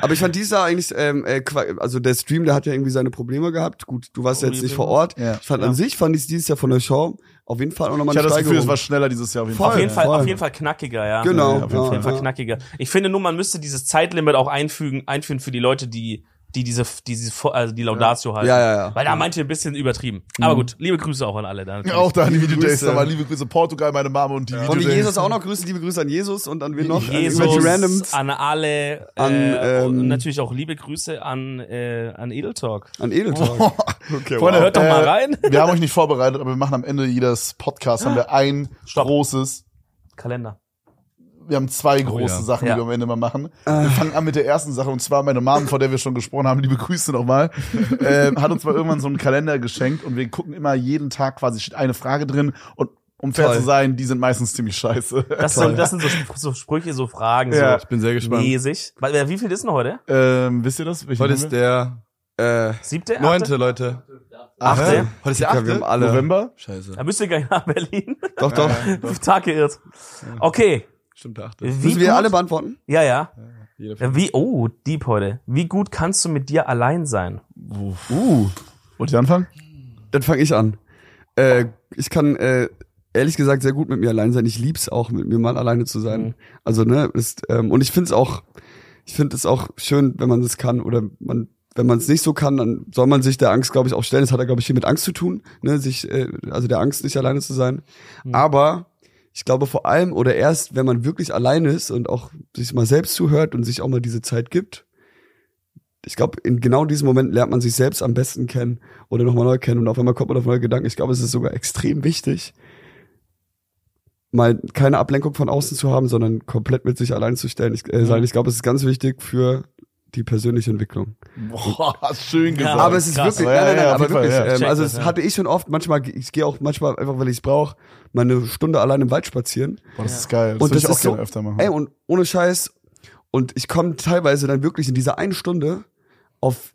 C: Aber ich fand dieses Jahr eigentlich, ähm, äh, qua- also der Stream, der hat ja irgendwie seine Probleme gehabt. Gut, du warst ja jetzt nicht vor Ort.
A: Ja.
C: Ich fand an sich, fand ich dieses Jahr von der Show auf jeden Fall auch nochmal
A: Ich hatte
C: eine
A: das Gefühl, es
C: Steigerung.
A: war schneller dieses Jahr auf jeden
C: Voll.
B: Auf jeden Fall,
C: voll.
B: auf jeden Fall knackiger, ja.
C: genau.
A: Ja, auf jeden
B: Auf jeden Fall knackiger. Ich finde nur, man müsste dieses Zeitlimit auch einfügen, einführen für die Leute, die, die diese, die diese, Fo- also die Laudatio halten.
C: Ja, ja, ja.
B: Weil da manche ein bisschen übertrieben. Aber gut, liebe Grüße auch an alle da.
A: Fall. Auch da an die Videodays,
C: Grüße.
A: aber liebe Grüße Portugal, meine Mama und die ja.
C: Wollen wir
A: Videodays.
C: Jesus auch noch grüßen? Liebe Grüße an Jesus und an wen noch? An
B: Jesus,
C: irgendwelche Randoms.
B: an alle,
C: An,
B: äh,
C: ähm,
B: und natürlich auch liebe Grüße an, äh, an Edeltalk.
C: An Edeltalk.
A: Okay,
B: Freunde, hört doch mal rein.
A: Wir haben euch nicht vorbereitet, aber wir machen am Ende jedes Podcasts haben wir ein
B: Ah. Stopp.
A: großes.
B: Kalender.
A: Wir haben zwei große
D: ja.
A: Sachen,
B: Ja.
A: die wir am Ende mal machen.
C: Ah.
A: Wir fangen an mit der ersten Sache und zwar meine Mom, von der wir schon gesprochen haben, liebe Grüße nochmal, ähm, hat uns mal irgendwann so einen Kalender geschenkt und wir gucken immer jeden Tag quasi steht eine Frage drin und um fair
C: Toll.
A: zu sein, die sind meistens ziemlich scheiße.
B: Das sind, das sind so, so Sprüche, so Fragen,
A: Ja.
D: Ich bin sehr
B: so
D: gespannt.
B: mäßig. Weil, wer- Wie viel ist denn heute?
A: Ähm, wisst ihr das? Welchen
D: Heute
A: haben
D: ist
A: wir?
D: der
C: äh,
B: Siebte? Achte?
D: neunte, Leute.
B: Achte?
D: Hä? Heute ist der
C: Ja, wir haben
D: achte.
C: alle.
A: November?
D: Scheiße.
B: Da müsst ihr gar nicht nach Berlin.
C: Doch, doch.
B: Tag geirrt. Okay.
D: Stimmt, der achte.
B: Wie
C: Müssen wir
B: gut-
C: alle beantworten?
B: Ja, ja.
D: Jeder
B: Äh, Wie, oh, deep heute. Wie gut kannst du mit dir allein sein?
C: Uh.
A: Wollt ihr anfangen?
C: Dann fange ich an. Äh, ich kann äh, ehrlich gesagt sehr gut mit mir allein sein. Ich lieb's auch, mit mir mal alleine zu sein. Also ne, ist ähm, und ich find's auch, ich find es auch schön, wenn man das kann oder man, wenn man es nicht so kann, dann soll man sich der Angst, glaube ich, auch stellen. Das hat ja, glaube ich, viel mit Angst zu tun, ne, sich äh, also der Angst, nicht alleine zu sein. Aber ich glaube vor allem oder erst, wenn man wirklich alleine ist und auch sich mal selbst zuhört und sich auch mal diese Zeit gibt, ich glaube, in genau diesem Moment lernt man sich selbst am besten kennen oder nochmal neu kennen und auf einmal kommt man auf neue Gedanken. Ich glaube, es ist sogar extrem wichtig, mal keine Ablenkung von außen zu haben, sondern komplett mit sich allein zu stellen. Ich, äh, sein.
D: Mhm.
C: ich glaube, es ist ganz wichtig für die persönliche Entwicklung.
A: Boah, schön gesagt.
C: Aber es ist
B: Krass.
C: wirklich,
A: Ja,
C: nein, nein,
A: ja,
C: nein,
A: auf
C: aber
A: jeden Fall,
C: wirklich.
A: ja.
C: ähm,
B: Check
C: also
B: das,
C: das
B: ja.
C: hatte ich schon oft. Manchmal, ge- ich gehe auch manchmal einfach, weil ich es brauche, mal eine Stunde allein im Wald spazieren.
A: Boah, das ist geil. Das
C: Und
A: würde ich
C: das
A: auch
C: ist so-
A: gerne öfter machen.
C: Ey, und ohne Scheiß. Und ich komme teilweise dann wirklich in dieser einen Stunde auf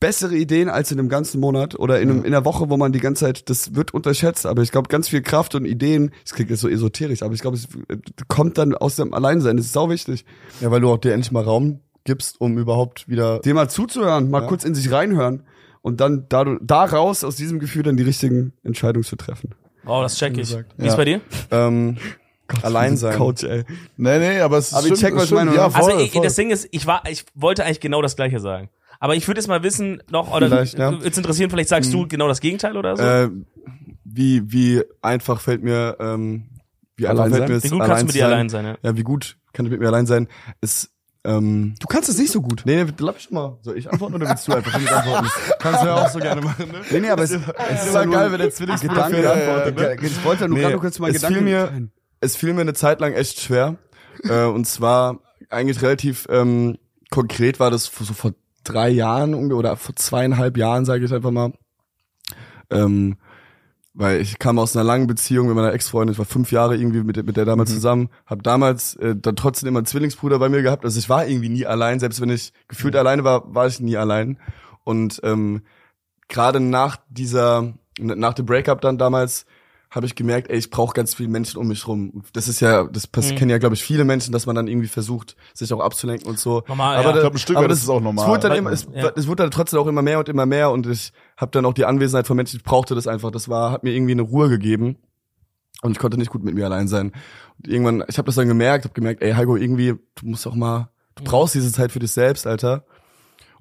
C: bessere Ideen als in einem ganzen Monat oder in, einem, in einer Woche, wo man die ganze Zeit, das wird unterschätzt, aber ich glaube, ganz viel Kraft und Ideen, es klingt jetzt so esoterisch, aber ich glaube, es äh, kommt dann aus dem Alleinsein, das ist sau wichtig,
D: Ja, weil du auch dir endlich mal Raum gibst, um überhaupt wieder
C: dem mal zuzuhören, mal kurz in sich reinhören und dann dadurch, daraus, aus diesem Gefühl dann die richtigen Entscheidungen zu treffen.
B: Wow, das check ich. Wie ist
A: Ja.
B: bei dir?
D: ähm, allein sein.
C: Couch, ey.
A: Nee, nee, aber es ist
C: Aber ich
A: stimmt,
C: check, was
A: es stimmt.
C: ich meine,
A: Ja,
C: oder?
A: voll,
B: also ich,
A: voll.
B: das Ding ist, ich war, ich wollte eigentlich genau das Gleiche sagen. Aber ich würde jetzt mal wissen, noch, oder
D: Vielleicht, ja.
B: jetzt interessieren, vielleicht sagst du genau das Gegenteil oder so.
D: Äh, wie, wie einfach fällt mir, ähm, wie einfach
C: Allein
D: fällt
C: sein?
D: mir es
B: Wie gut kannst
D: allein
B: du mit
D: zu
B: dir
D: sein.
B: allein sein? Ja.
D: Ja, wie gut kann ich mit mir allein sein? Ist, ähm,
C: Du kannst es nicht so gut.
D: Nee, nee, lass ich mal. Soll ich antworten oder willst du einfach für mich antworten? Kannst du ja auch so gerne machen, ne?
C: Nee, nee, aber es, es
D: Es
C: ist halt
D: ist
C: ja
D: ja
C: nur
D: geil, wenn
C: ein
D: der Zwillingsbruder für
C: Gedanke. äh,
D: dich antwortet, ne?
C: Ich wollte ja nur
D: Nee,
C: gerade kurz mal
D: es
C: Gedanken.
D: fiel mir, es fiel mir eine Zeit lang echt schwer. äh, und zwar eigentlich relativ ähm, konkret war das so vor drei Jahren unge- oder vor zweieinhalb Jahren, sage ich einfach mal. Ähm, weil ich kam aus einer langen Beziehung mit meiner Ex-Freundin, ich war fünf Jahre irgendwie mit, der- mit der damals zusammen, habe damals äh, dann trotzdem immer einen Zwillingsbruder bei mir gehabt. Also ich war irgendwie nie allein, selbst wenn ich gefühlt alleine war, war ich nie allein. Und ähm, gerade nach dieser, nach dem Breakup dann damals, habe ich gemerkt, ey, ich brauche ganz viele Menschen um mich rum. Das ist ja, das pass- kennen ja, glaube ich, viele Menschen, dass man dann irgendwie versucht, sich auch abzulenken und so.
B: Normal,
D: aber
B: ja.
D: da-
A: Ich glaub, ein Stück
D: aber
A: weit ist es auch normal.
D: Es wurde dann, immer, es,
B: Ja.
D: es wurde dann trotzdem auch immer mehr und immer mehr und ich habe dann auch die Anwesenheit von Menschen, ich brauchte das einfach. Das war, hat mir irgendwie eine Ruhe gegeben und ich konnte nicht gut mit mir allein sein. Und irgendwann, ich habe das
B: Mhm.
D: dann gemerkt, habe gemerkt, ey, Heiko, irgendwie, du musst auch mal, du brauchst diese Zeit für dich selbst, Alter.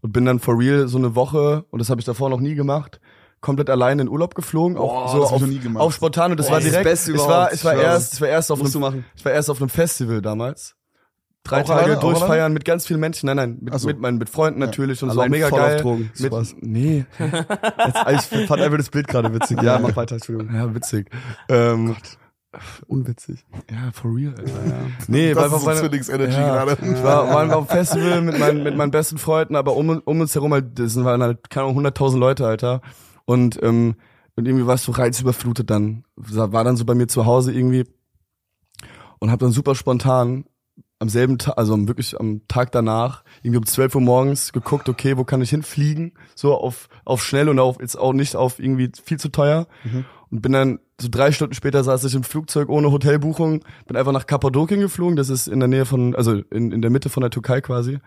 D: und bin dann for real so eine Woche, und das habe ich davor noch nie gemacht, komplett alleine in Urlaub geflogen, auch
A: Boah,
D: so
A: das hab
D: auf,
A: ich noch nie gemacht.
D: auf spontan und das
C: Boah,
D: war
C: das ist
D: direkt.
C: das Beste
D: ich war,
C: überhaupt,
D: ich war
C: ich schwör's.
D: erst, ich war erst auf
C: Musst du
D: einem,
C: machen.
D: ich war erst auf einem Festival damals. Drei
A: Auch
D: Tage
A: alleine, auch
D: durchfeiern mit ganz vielen Menschen. Nein, nein, mit,
A: Ach so.
D: mit meinen mit Freunden natürlich und so
C: Allein
D: mega
C: voll auf
D: geil.
C: Drogen.
D: Mit,
C: Spaß.
D: nee.
C: Jetzt, ich fand einfach das Bild gerade witzig. Ja, mach weiter, Entschuldigung.
D: Ja, witzig. Ähm,
C: Unwitzig.
D: ja, for real, Alter. Ja. Nee,
A: Das
D: war einfach
A: ist so
D: meine-
A: Zwillings-Energy
D: ja,
A: gerade.
D: Ich war, war auf dem Festival mit meinen, mit meinen besten Freunden, aber um, um uns herum halt, das waren halt, keine Ahnung, 100.000 Leute, Alter. Und, ähm, und irgendwie warst du reizüberflutet dann. War dann so bei mir zu Hause irgendwie und hab dann super spontan am selben Tag, also am- wirklich am Tag danach, irgendwie um 12 Uhr morgens geguckt, okay, wo kann ich hinfliegen? So auf, auf schnell und auf, jetzt auch nicht auf irgendwie viel zu teuer. Und bin dann, so drei Stunden später saß ich im Flugzeug ohne Hotelbuchung, bin einfach nach Kappadokien geflogen, das ist in der Nähe von, also in, in der Mitte von der Türkei quasi.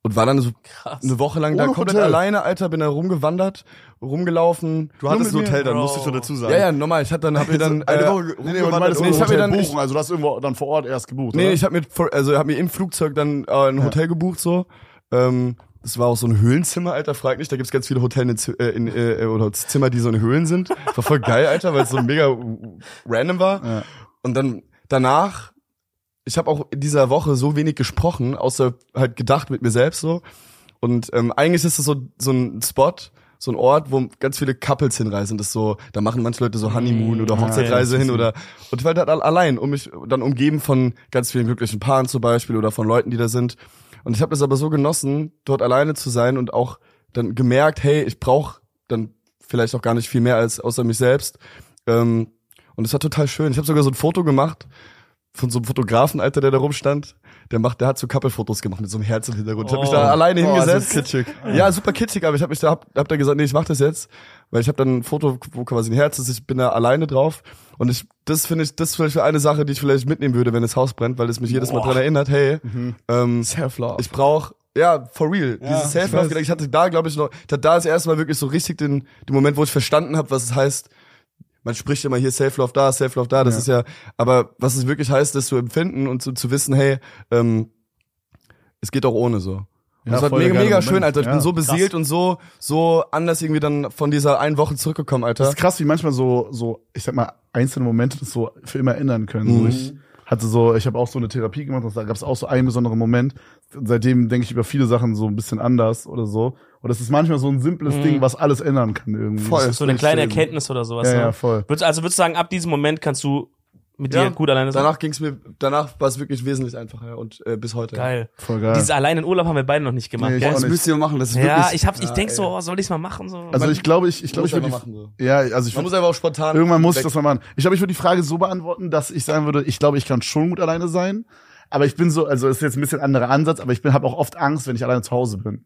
D: Und war dann so eine Woche lang da
A: Ohne
D: komplett
A: Hotel.
D: alleine, Alter, bin da rumgewandert, rumgelaufen.
C: Du hattest ein
D: Nur mit
C: Hotel,
D: mir.
C: dann musst du
B: Bro.
C: schon dazu sagen. Also
D: Ja, ja, normal. Ich hab dann, hab mir dann
C: Eine
D: äh,
C: Woche
A: Nee, nee, aber
C: rumgewandert
A: das
D: nee,
A: ohne
D: ich hab mir
A: Hotel
D: dann- ich-
A: buchen, also du hast irgendwo dann vor Ort erst gebucht,
D: Nee,
A: oder?
D: ich habe mir vor- also hab mir im Flugzeug dann äh, ein Hotel gebucht so. Ähm, das war auch so ein Höhlenzimmer, Alter, frag nicht. Da gibt's ganz viele Hotels in, Z- äh, in äh, oder Zimmer, die so in Höhlen sind. War voll geil, Alter, weil es so mega random war.
A: Ja.
D: Und dann danach ich habe auch in dieser Woche so wenig gesprochen, außer halt gedacht mit mir selbst so. Und ähm, eigentlich ist es so, so ein Spot, so ein Ort, wo ganz viele Couples hinreisen. Das ist so, da machen manche Leute so Honeymoon oder Hochzeitsreise hin oder und ich war halt allein, um mich dann umgeben von ganz vielen glücklichen Paaren zum Beispiel oder von Leuten, die da sind. Und ich habe das aber so genossen, dort alleine zu sein und auch dann gemerkt, hey, ich brauche dann vielleicht auch gar nicht viel mehr als außer mich selbst. Ähm, und es war total schön. Ich habe sogar so ein Foto gemacht von so einem Fotografen, Alter, der da rumstand. Der macht, der hat so Couple-Fotos gemacht mit so einem Herz im Hintergrund. Ich habe mich
B: Oh.
D: da alleine
C: Oh, das ist
D: hingesetzt.
C: kitschig.
D: Ja, super kitschig, aber ich habe mich da hab, hab da gesagt, nee, ich mach das jetzt, weil ich habe dann ein Foto, wo quasi ein Herz ist, ich bin da alleine drauf und ich das finde ich das ist vielleicht eine Sache, die ich vielleicht mitnehmen würde, wenn das Haus brennt, weil es mich jedes Mal dran erinnert, hey, ähm,
C: Self-love.
D: ich brauch ja, for real. Dieses Self-Love, ich, ich hatte da, glaube ich, noch, ich hatte da das erste Mal wirklich so richtig den, den Moment, wo ich verstanden habe, was es heißt. Man spricht immer hier Self-Love da, Self-Love da, das ist ja, aber was es wirklich heißt, das zu empfinden und zu, zu wissen, hey, ähm, es geht auch ohne so. Und
A: Ja,
D: das war
A: voll der
D: mega,
A: geile
D: mega
A: Moment.
D: schön, Alter. Ich
A: Ja.
D: bin so beseelt und so, so anders irgendwie dann von dieser einen Woche zurückgekommen,
A: Das
D: Alter.
A: ist krass, wie manchmal so, so, ich sag mal, einzelne Momente das so für immer ändern können. So, ich hatte so, ich habe auch so eine Therapie gemacht, das- da gab es auch so einen besonderen Moment. Seitdem denke ich über viele Sachen so ein bisschen anders oder so. Und das ist manchmal so ein simples Ding, was alles ändern kann irgendwie.
C: Voll.
A: Das ist
B: So eine kleine
A: crazy.
B: Erkenntnis oder sowas.
A: Ja,
B: ne?
A: ja, voll.
B: Würdest- Also würdest du sagen, ab diesem Moment kannst du mit
D: Ja,
B: dir gut alleine sein?
D: Danach ging's mir, danach war es wirklich wesentlich einfacher und äh, bis heute.
B: Geil.
A: Voll geil.
B: Dieses allein in Urlaub haben wir beide noch nicht gemacht.
A: Nee, ich
B: gell?
A: auch
C: Das
A: nicht.
C: müsst ihr machen, das ist
B: Ja,
C: wirklich.
B: ich, hab, ich denk so, oh, soll ich's mal machen? So.
A: also ich glaube, ich, ich
D: Ich
A: glaube,
D: glaube,
A: ich
D: ich
A: würde
D: machen so.
A: die, ja, also ich
D: Man
A: würd-
D: muss einfach auch spontan.
A: Irgendwann muss ich
D: weg-
A: das mal machen. Ich glaube, ich würde die Frage so beantworten, dass ich sagen würde, ich glaube, ich kann schon gut alleine sein. Aber ich bin so, also es ist jetzt ein bisschen anderer Ansatz, aber ich bin habe auch oft Angst, wenn ich alleine zu Hause bin.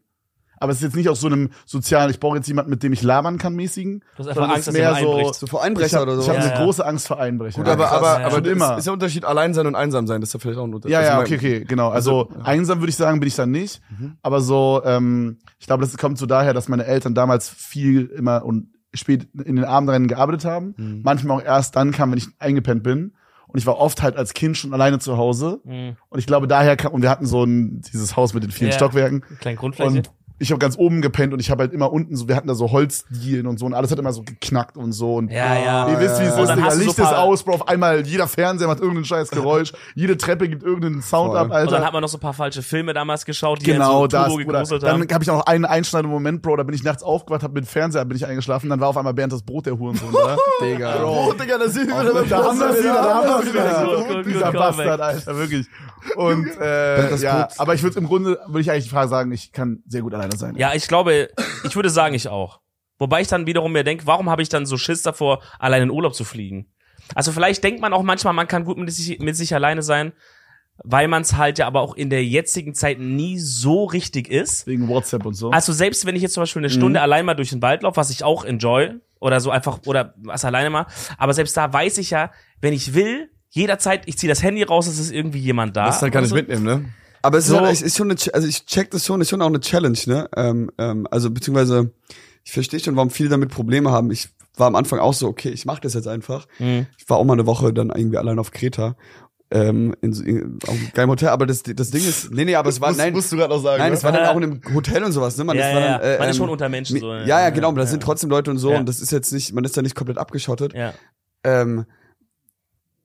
A: Aber es ist jetzt nicht auf so einem sozialen, ich brauche jetzt jemanden, mit dem ich labern kann, mäßigen.
B: Du hast einfach
A: sondern es
B: Angst,
A: ist
B: dass
A: mehr
B: jemand einbricht.
C: So vor
A: Ich
C: Einbrecher
A: habe
C: oder
A: hab
C: so.
B: Ja,
A: eine
B: ja.
A: große Angst vor Einbrechern.
D: Gut, aber,
A: Krass.
D: aber,
B: Ja,
D: aber
A: schon
D: das
A: immer.
D: Ist, ist der Unterschied allein sein und einsam sein, das ist ja vielleicht auch ein Unterschied.
A: Ja, ja, okay,
D: Also,
A: okay, genau. Also, einsam würde ich sagen, bin ich dann nicht. Aber so, ähm, ich glaube, das kommt so daher, dass meine Eltern damals viel immer und spät in den Abendrennen gearbeitet haben. Manchmal auch erst dann kam, wenn ich eingepennt bin. Und ich war oft halt als Kind schon alleine zu Hause.
B: Mhm.
A: Und ich glaube, daher kam, und wir hatten so ein, dieses Haus mit den vielen
B: Ja.
A: Stockwerken.
B: Kleine Grundfläche.
A: Und ich habe ganz oben gepennt und ich habe halt immer unten so, wir hatten da so Holzdielen und so und alles hat immer so geknackt und so. Und
B: ja, ja.
A: Ihr wisst, wie es
B: Und
A: ist,
B: dann
A: Digga.
B: hast du so
A: Licht ist
B: paar-
A: aus, Bro. Auf einmal, jeder Fernseher macht irgendein scheiß Geräusch. Jede Treppe gibt irgendeinen Sound
D: Voll.
A: ab,
B: Und dann
A: Alter.
B: hat man noch so ein paar falsche Filme damals geschaut, die
A: Genau
B: einen so
A: das,
B: Turbo
A: Bruder.
B: gegruselt
A: Dann
B: haben.
A: habe ich auch noch einen einschneidenden Moment, Bro. Da bin ich nachts aufgewacht, hab mit dem Fernseher bin ich eingeschlafen. Dann war auf einmal Bernd das Brot der Hurensohn, oder?
C: Digga.
D: Oh, Digga, da sind wir
A: Und da haben wir wieder, da haben wir wieder.
B: Gut, gut,
A: Dieser
B: gut,
A: Bastard,
B: Comeback.
A: Alter, wirklich. Und äh,
D: das
A: ja,
D: Brot.
A: aber ich würde im Grunde, würde ich eigentlich frei sagen, ich kann sehr gut alleine sein.
B: Ja, ich glaube, ich würde sagen, ich auch. Wobei ich dann wiederum mir denke, warum habe ich dann so Schiss davor, allein in Urlaub zu fliegen? Also vielleicht denkt man auch manchmal, man kann gut mit sich, mit sich alleine sein, weil man es halt ja aber auch in der jetzigen Zeit nie so richtig ist.
A: Wegen WhatsApp und so.
B: Also selbst wenn ich jetzt zum Beispiel eine Stunde allein mal durch den Wald laufe, was ich auch enjoy, oder so einfach, oder was alleine mal, aber selbst da weiß ich ja, wenn ich will, jederzeit, ich ziehe das Handy raus, es ist irgendwie jemand da.
D: Das halt gar nicht
B: Also-
D: mitnehmen, ne?
C: Aber es ist,
B: So.
C: halt, es ist schon eine, Ch- also ich check das schon, ist schon auch eine Challenge, ne? Ähm, ähm, also beziehungsweise ich verstehe schon, warum viele damit Probleme haben. Ich
B: Mhm.
C: war am Anfang auch so, okay, ich mache das jetzt einfach. Ich war auch mal eine Woche dann irgendwie allein auf Kreta. ähm, in, in, auf einem geilen Hotel. Aber das, das Ding ist, nee, nee, aber es war,
A: Musst,
C: nein,
A: musst du gerade noch sagen.
C: nein,
A: ne?
C: es war dann auch in einem Hotel und sowas, ne? Man,
B: Ja,
C: das war
B: ja,
C: dann,
B: ja.
C: äh,
B: Man ist
C: ähm,
B: schon unter Menschen
C: mi-
B: so, ja,
C: Ja,
B: ja,
C: ja, genau, aber da
B: ja.
C: sind trotzdem Leute und so
B: Ja.
C: und das ist jetzt nicht, man ist da nicht komplett abgeschottet.
B: Ja.
C: Ähm,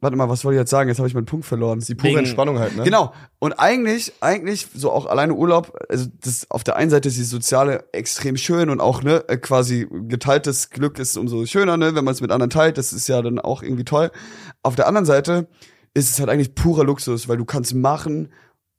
C: warte mal, was wollte ich jetzt sagen? Jetzt habe ich meinen Punkt verloren.
D: Die pure
B: Wegen-
D: Entspannung halt, ne?
C: Genau. Und eigentlich, eigentlich, so auch alleine Urlaub, also das auf der einen Seite ist die soziale extrem schön und auch, ne, äh, quasi geteiltes Glück ist umso schöner, ne, wenn man es mit anderen teilt, das ist ja dann auch irgendwie toll. Auf der anderen Seite ist es halt eigentlich purer Luxus, weil du kannst machen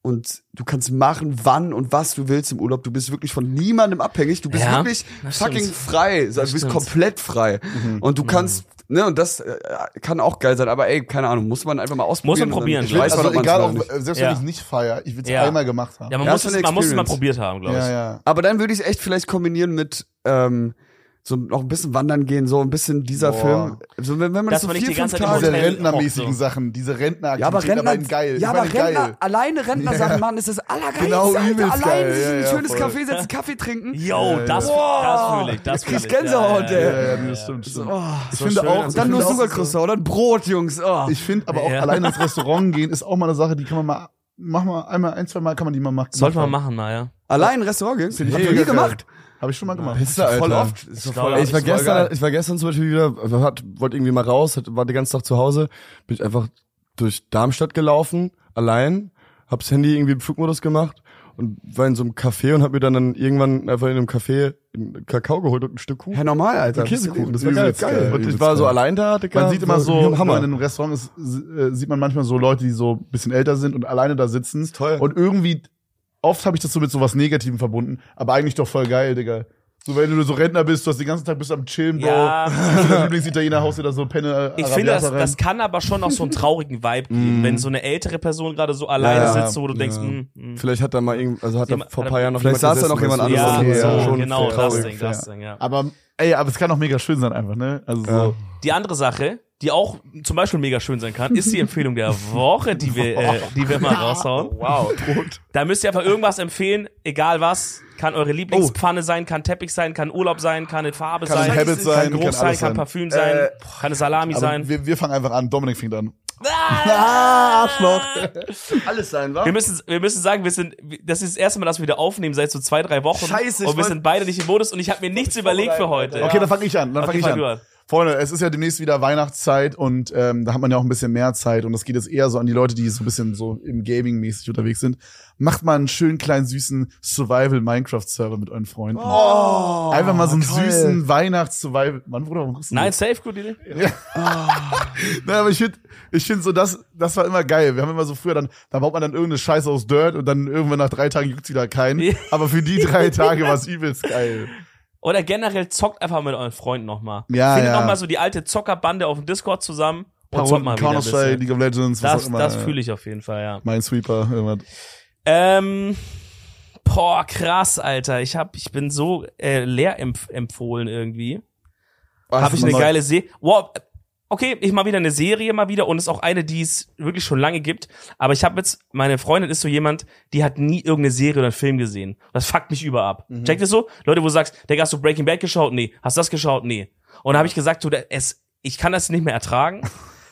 C: und du kannst machen, wann und was du willst im Urlaub. Du bist wirklich von niemandem abhängig. Du bist
B: Ja,
C: wirklich
B: das
C: fucking
B: stimmt.
C: frei. Also, du bist
B: stimmt. Mhm.
C: komplett frei.
A: Mhm.
C: Und du kannst, ne, und das äh, kann auch geil sein. Aber ey, keine Ahnung, muss man einfach mal ausprobieren.
B: man
C: und dann
B: probieren,
C: weiß
B: glaub ich.
C: man,
A: also
C: ob man's
A: egal,
C: will
A: auch,
C: oder nicht.
A: selbst
B: Ja.
A: wenn ich nicht feier, ich will es
B: Ja.
A: einmal gemacht haben.
B: Ja, man,
C: Ja,
B: muss
C: so
B: es,
C: eine
B: man muss es mal
C: Experience.
B: probiert haben, glaube ich.
A: ja, ja.
C: Aber dann würde ich es echt vielleicht kombinieren mit ähm, so noch ein bisschen wandern gehen, so ein bisschen dieser
A: Boah.
C: Film. So, wenn, wenn man
B: Dass
C: das so
B: man nicht
C: vier,
B: die ganze
C: fünf
B: Zeit im
C: Tage.
A: Diese
B: Hotel
A: rentnermäßigen
B: auch so.
A: Sachen, diese Rentneraktivitäten,
C: Ja, aber Rentner,
A: die waren geil.
C: ja,
A: die
C: aber
A: waren
C: Rentner,
A: geil.
C: alleine Rentner Sachen machen, das ist das Allergeilste.
A: Genau,
C: Alter,
A: übelst
C: alleine
A: geil.
C: sich in ein
A: Ja, ja,
C: schönes
A: voll.
C: Café setzen, Kaffee trinken.
B: Yo, das, das
C: Boah.
B: fühle ich, das
C: Du
B: fühle ich.
C: kriegst Gänsehaut,
B: ja, ja, ja,
C: ey.
B: ja.
A: Ja, ja, das stimmt. stimmt.
C: Oh,
A: Äh, ich finde
B: schön,
A: auch,
B: also
A: ich
C: dann
A: finde
C: nur
A: auch-
C: Zuckercroissant oder ein Brot, Jungs. Oh.
A: Ich finde aber auch
B: Ja.
A: alleine ins Restaurant gehen ist auch mal eine Sache, die kann man mal, mach mal einmal, ein, zwei Mal kann man die mal machen.
B: Sollte man machen mal, ja.
C: Allein Restaurant gehen?
A: Find ich
C: Hab ich nie
A: mega geil.
C: gemacht.
A: Habe ich schon mal gemacht.
D: Pisse, Alter.
C: Voll oft. Ist doch
B: glaub,
C: voll
B: das
D: Ey,
C: oft.
D: ich war
C: Ist voll
D: gestern,
C: geil.
D: ich war gestern zum Beispiel wieder, hat, wollte irgendwie mal raus, hat, war den ganzen Tag zu Hause, bin ich einfach durch Darmstadt gelaufen, allein, hab das Handy irgendwie im Flugmodus gemacht und war in so einem Café und hab mir dann, dann irgendwann einfach in einem Café einen Kakao geholt und ein Stück Kuchen.
C: Ja, normal, Alter.
D: Ein Käsekuchen, das war geil.
A: Übelst geil.
D: Und ich
A: Übelst
D: war so
A: geil.
D: allein da, Digga.
A: Man sieht immer
D: war
A: so, wenn
D: Hammer.
A: man in einem Restaurant ist, äh, sieht man manchmal so Leute, die so ein bisschen älter sind und alleine da sitzen.
D: toll.
A: Und irgendwie, oft habe ich das so mit sowas Negativem verbunden, aber eigentlich doch voll geil, Digga. So, wenn du so Rentner bist, du hast den ganzen Tag bist du am Chillen, Bro.
B: Ja.
A: Ja. Lieblingsitaliener haust dir da so Penne äh,
B: Ich finde, das,
A: Arabiata rein.
B: das kann aber schon auch so einen traurigen Vibe geben, wenn so eine ältere Person gerade so alleine
D: Ja,
B: sitzt, wo du denkst, mm,
D: ja.
B: mh, mh.
D: Vielleicht hat da mal irgend, also hat da
B: Jemand-
D: vor ein paar Jahren noch
C: Vielleicht
D: jemand
C: saß da noch
D: gesessen,
C: jemand
D: weißt du,
B: ja,
C: anderes
A: ja,
B: so,
A: schon
B: genau,
A: fair.
B: das Ding, das Ding, ja.
A: Aber, ey, aber es kann auch mega schön sein einfach, ne? Also so.
B: Die andere Sache, die auch zum Beispiel mega schön sein kann, ist die Empfehlung der Woche, die wir, äh, die wir mal raushauen.
C: Wow.
B: Da müsst ihr einfach irgendwas empfehlen, egal was. Kann eure Lieblingspfanne sein, kann Teppich sein, kann Urlaub sein, kann eine Farbe
A: Oh. Kann
B: sein,
A: ein Habit sein,
B: kann Geruch
A: kann
B: sein,
A: alles
B: kann
A: sein. Äh,
B: Parfüm sein, kann eine Salami
A: Aber
B: sein.
A: wir, wir fangen einfach an. Dominik fängt an.
B: Ah,
A: Arschloch.
C: Alles sein, wa?
B: Wir müssen, wir müssen sagen, wir sind, das ist das erste Mal, dass wir wieder aufnehmen, seit so zwei, drei Wochen.
C: Scheiße, ich
B: Und wir
C: wollt-
B: sind beide nicht im Modus und ich habe mir nichts überlegt für heute.
A: Okay, dann fange ich an. Dann fange
B: Okay,
A: ich
B: fang
A: an.
B: du an.
A: Freunde, es ist ja demnächst wieder Weihnachtszeit und ähm, da hat man ja auch ein bisschen mehr Zeit und das geht jetzt eher so an die Leute, die so ein bisschen so im Gaming mäßig unterwegs sind. Macht mal einen schönen kleinen süßen Survival Minecraft Server mit euren Freunden.
C: Oh,
A: Einfach mal so einen
C: toll.
A: süßen Weihnachts Survival. Mann, Bruder, warum guckst du
B: Nein, safe, gute Idee.
A: Nein, aber ich finde ich find so, das, das war immer geil. Wir haben immer so früher dann, da baut man dann irgendeine Scheiße aus Dirt und dann irgendwann nach drei Tagen juckt's wieder keinen. Aber für die drei Tage war's übelst geil.
B: Oder generell zockt einfach mit euren Freunden nochmal.
A: Ja,
B: Findet
A: ja.
B: nochmal so die alte Zockerbande auf dem Discord zusammen und zockt mal wieder ein
A: Counter-Strike,
B: bisschen.
A: League of Legends, was auch
B: Das,
A: immer.
B: das fühle ich auf jeden Fall, ja.
A: Minesweeper, irgendwas.
B: Ähm, boah, krass, Alter. Ich hab, ich bin so äh, leer empf empfohlen irgendwie. Hab ich eine
A: neu.
B: geile Serie. Wow. Okay, ich mal wieder eine Serie mal wieder und es ist auch eine, die es wirklich schon lange gibt. Aber ich habe jetzt, meine Freundin ist so jemand, die hat nie irgendeine Serie oder einen Film gesehen. Das fuckt mich über ab. Checkt es so? Leute, wo du sagst, Digga, hast du Breaking Bad geschaut? Nee. Hast du das geschaut? Nee. Und da habe ich gesagt, du, es, ich kann das nicht mehr ertragen,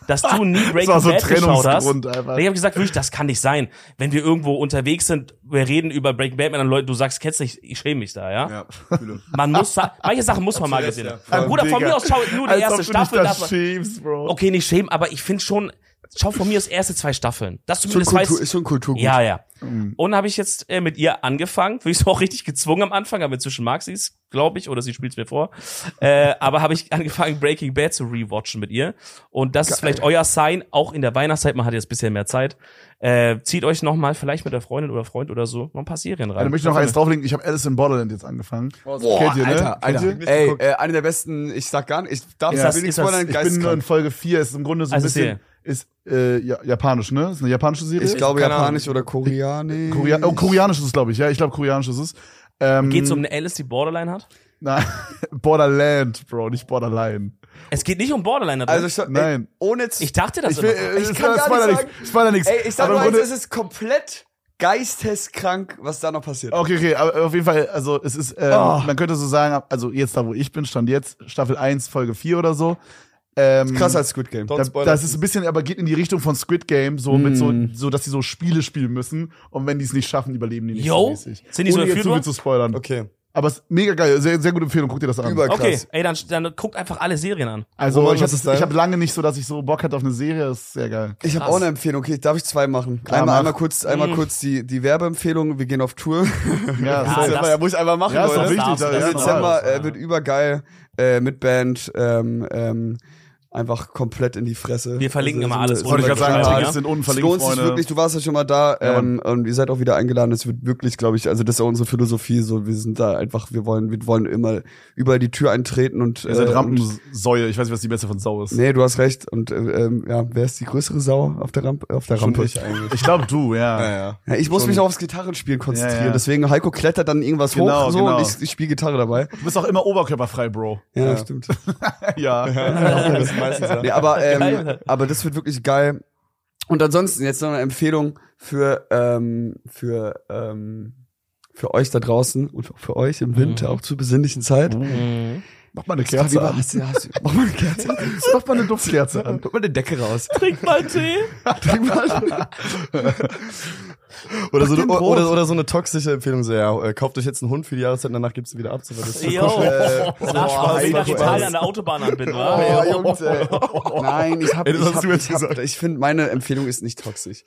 B: dass du nie Breaking
A: war so ein
B: Bad geschaut hast.
A: Trennungsgrund einfach.
B: Ich habe gesagt, wirklich, das kann nicht sein. Wenn wir irgendwo unterwegs sind, wir reden über Breaking Bad mit anderen Leuten, du sagst, kennst nicht, ich schäme mich da, ja? Man muss, sa- manche Sachen muss man mal gesehen haben.
A: Ja,
B: Bruder, von
A: Digga.
B: mir aus schau nur die
A: Als
B: erste
A: ob du
B: Staffel.
A: dich das
B: darf man-
A: schämst, Bro.
B: Okay, nicht schämen, aber ich finde schon, schau von mir aus erste zwei Staffeln. Dass du
C: Schon
B: zumindest
C: Kultur,
B: weißt.
C: ist schon Kulturgut.
B: Ja, ja. Und habe ich jetzt äh, mit ihr angefangen. Bin ich so auch richtig gezwungen am Anfang, aber inzwischen mag sie es, glaube ich, oder sie spielt es mir vor. Äh, aber habe ich angefangen, Breaking Bad zu rewatchen mit ihr. Und das ist vielleicht euer Sign, auch in der Weihnachtszeit, man hat jetzt bisher mehr Zeit. Äh, zieht euch nochmal, vielleicht mit der Freundin oder Freund oder so, mal ein paar Serien rein.
A: Dann möchte ich noch eins drauflegen. Ich habe Alice in Borderland jetzt angefangen.
C: Boah,
A: Kennt ihr, ne?
C: Alter,
A: Kennt
C: Alter.
A: ihr?
C: Ey, äh, eine der besten, ich sag gar nicht, ich darf
B: Ist
C: ja,
B: das-
C: wenig
B: ist das-
A: Ich
C: spoilern,
A: bin nur in
C: geisteskrank.
A: Folge 4. Ist im Grunde so ein
B: Also
A: bisschen, ist äh, ja- japanisch, ne? Ist eine japanische Serie?
C: Ich glaube
A: Keine
C: japanisch
A: Ahnung.
C: oder koreanisch.
A: Korea oh, koreanisch ist es, glaube ich. Ja, ich glaube, koreanisch ist es. Ähm,
B: Geht's um eine Alice, die Borderline hat?
A: Nein, Borderland, Bro, nicht Borderline.
B: Es geht nicht um Borderline. da drin.
C: Also schon,
A: Nein.
C: Ey, ohne zu-
B: ich dachte das
A: Ich will,
B: immer.
A: äh,
C: Ich
A: ich
C: kann
A: kann
C: gar
A: spoiler
C: nicht
A: nichts. Spoiler nichts.
C: Ey, ich sag
A: Aber
C: nur
A: im
C: eins,
A: Grunde-
C: es ist komplett geisteskrank, was da noch passiert.
A: Okay, okay, aber auf jeden Fall, also es
C: Ah.
A: ist, ähm, man könnte so sagen, also jetzt da, wo ich bin, stand jetzt Staffel 1, Folge 4 oder so. Ähm,
C: Krasser Oh, als Squid Game.
A: da, das ist ein bisschen, aber geht in die Richtung von Squid Game, so mit so,
C: Hm.
A: so, dass sie so Spiele spielen müssen und wenn die es nicht schaffen, überleben die nicht.
B: Yo,
A: so mäßig.
B: sind die so
A: Ohne jetzt
B: dafür
A: zu viel
B: nur?
A: zu spoilern.
C: Okay.
A: Aber es ist mega geil, sehr, sehr gute Empfehlung, guck dir das an.
C: Überkrass.
B: Okay, ey, dann, dann guckt einfach alle Serien an.
A: Also
C: Roman,
A: ich habe
C: was ist dein?
A: ich hab lange nicht so, dass ich so Bock hatte auf eine Serie, das ist sehr geil.
C: Ich habe auch eine Empfehlung. Okay, darf ich zwei machen?
A: Klar,
C: einmal,
A: mach.
C: einmal kurz, einmal kurz die, die Werbeempfehlung. Wir gehen auf Tour.
A: Ja,
B: Ja,
A: das,
B: Ah, das-
C: ja, muss ich einmal machen,
A: ja, ist doch
B: Leute,
A: wichtig.
B: darfst du
A: da-
B: das
A: ja,
B: jetzt
A: normal.
C: Dezember äh, wird übergeil äh, mit Band. Ähm, ähm, einfach komplett in die Fresse.
B: Wir verlinken
C: Also,
B: immer
C: so-
B: alles.
C: so
A: Wollte ich
C: eine
A: gerade sagen,
B: Ja.
C: kleine-
A: Tages sind
C: Es
A: unverlinkt,
C: lohnt sich
A: Freunde.
C: wirklich, du warst ja schon mal da
A: Ja,
C: ähm, und ihr seid auch wieder eingeladen. Es wird wirklich, glaube ich, also das ist ja unsere Philosophie. So, wir sind da einfach, wir wollen, wir wollen immer über die Tür eintreten und.
A: Ihr seid
C: äh, und-
A: Rampensäue, ich weiß nicht, was die beste von Sau ist.
C: Nee, du hast recht. Und äh, ähm, ja, wer ist die größere Sau auf der Rampe? Auf der Rampe. Ich, eigentlich.
A: Ich glaube du, ja.
C: Ja, ich muss
A: Schon.
C: mich auch aufs Gitarrenspielen konzentrieren.
A: Ja, ja.
C: Deswegen Heiko klettert dann irgendwas
A: Genau,
C: hoch so
A: genau.
C: und ich, ich spiele Gitarre dabei.
A: Du bist auch immer oberkörperfrei, Bro.
C: Ja, stimmt.
A: ja.
C: das meistens, ja. Nee, aber, ähm,
B: Geil.
C: aber das wird wirklich geil. Und ansonsten jetzt noch eine Empfehlung für ähm, für ähm, für euch da draußen und auch für euch im Winter auch zur besinnlichen Zeit.
B: Mhm. Hm.
A: Mach mal eine
C: Hast
A: Kerze
C: du,
A: an.
C: hast du, hast du, mach mal eine Kerze an.
A: Mach mal eine Duftkerze an.
C: Mach mal eine Decke raus.
B: Trink mal Tee.
C: Trink mal.
D: Oder so,
A: den
D: eine,
A: Brot.
D: oder, oder so eine toxische Empfehlung, so, ja, äh, kauft euch jetzt einen Hund für die Jahreszeit, danach gibt's ihn wieder ab. So, weil das
B: Yo. Nach Spaß,
C: Heiko,
B: nach
C: ey.
B: Italien an der Autobahn anbinden,
C: Oh,
B: oder?
C: Jungs, ey. Nein, ich habe
D: Ey, das
C: ich,
D: hast
C: hab,
D: du jetzt
C: ich, hab, ich finde, meine Empfehlung ist nicht toxisch.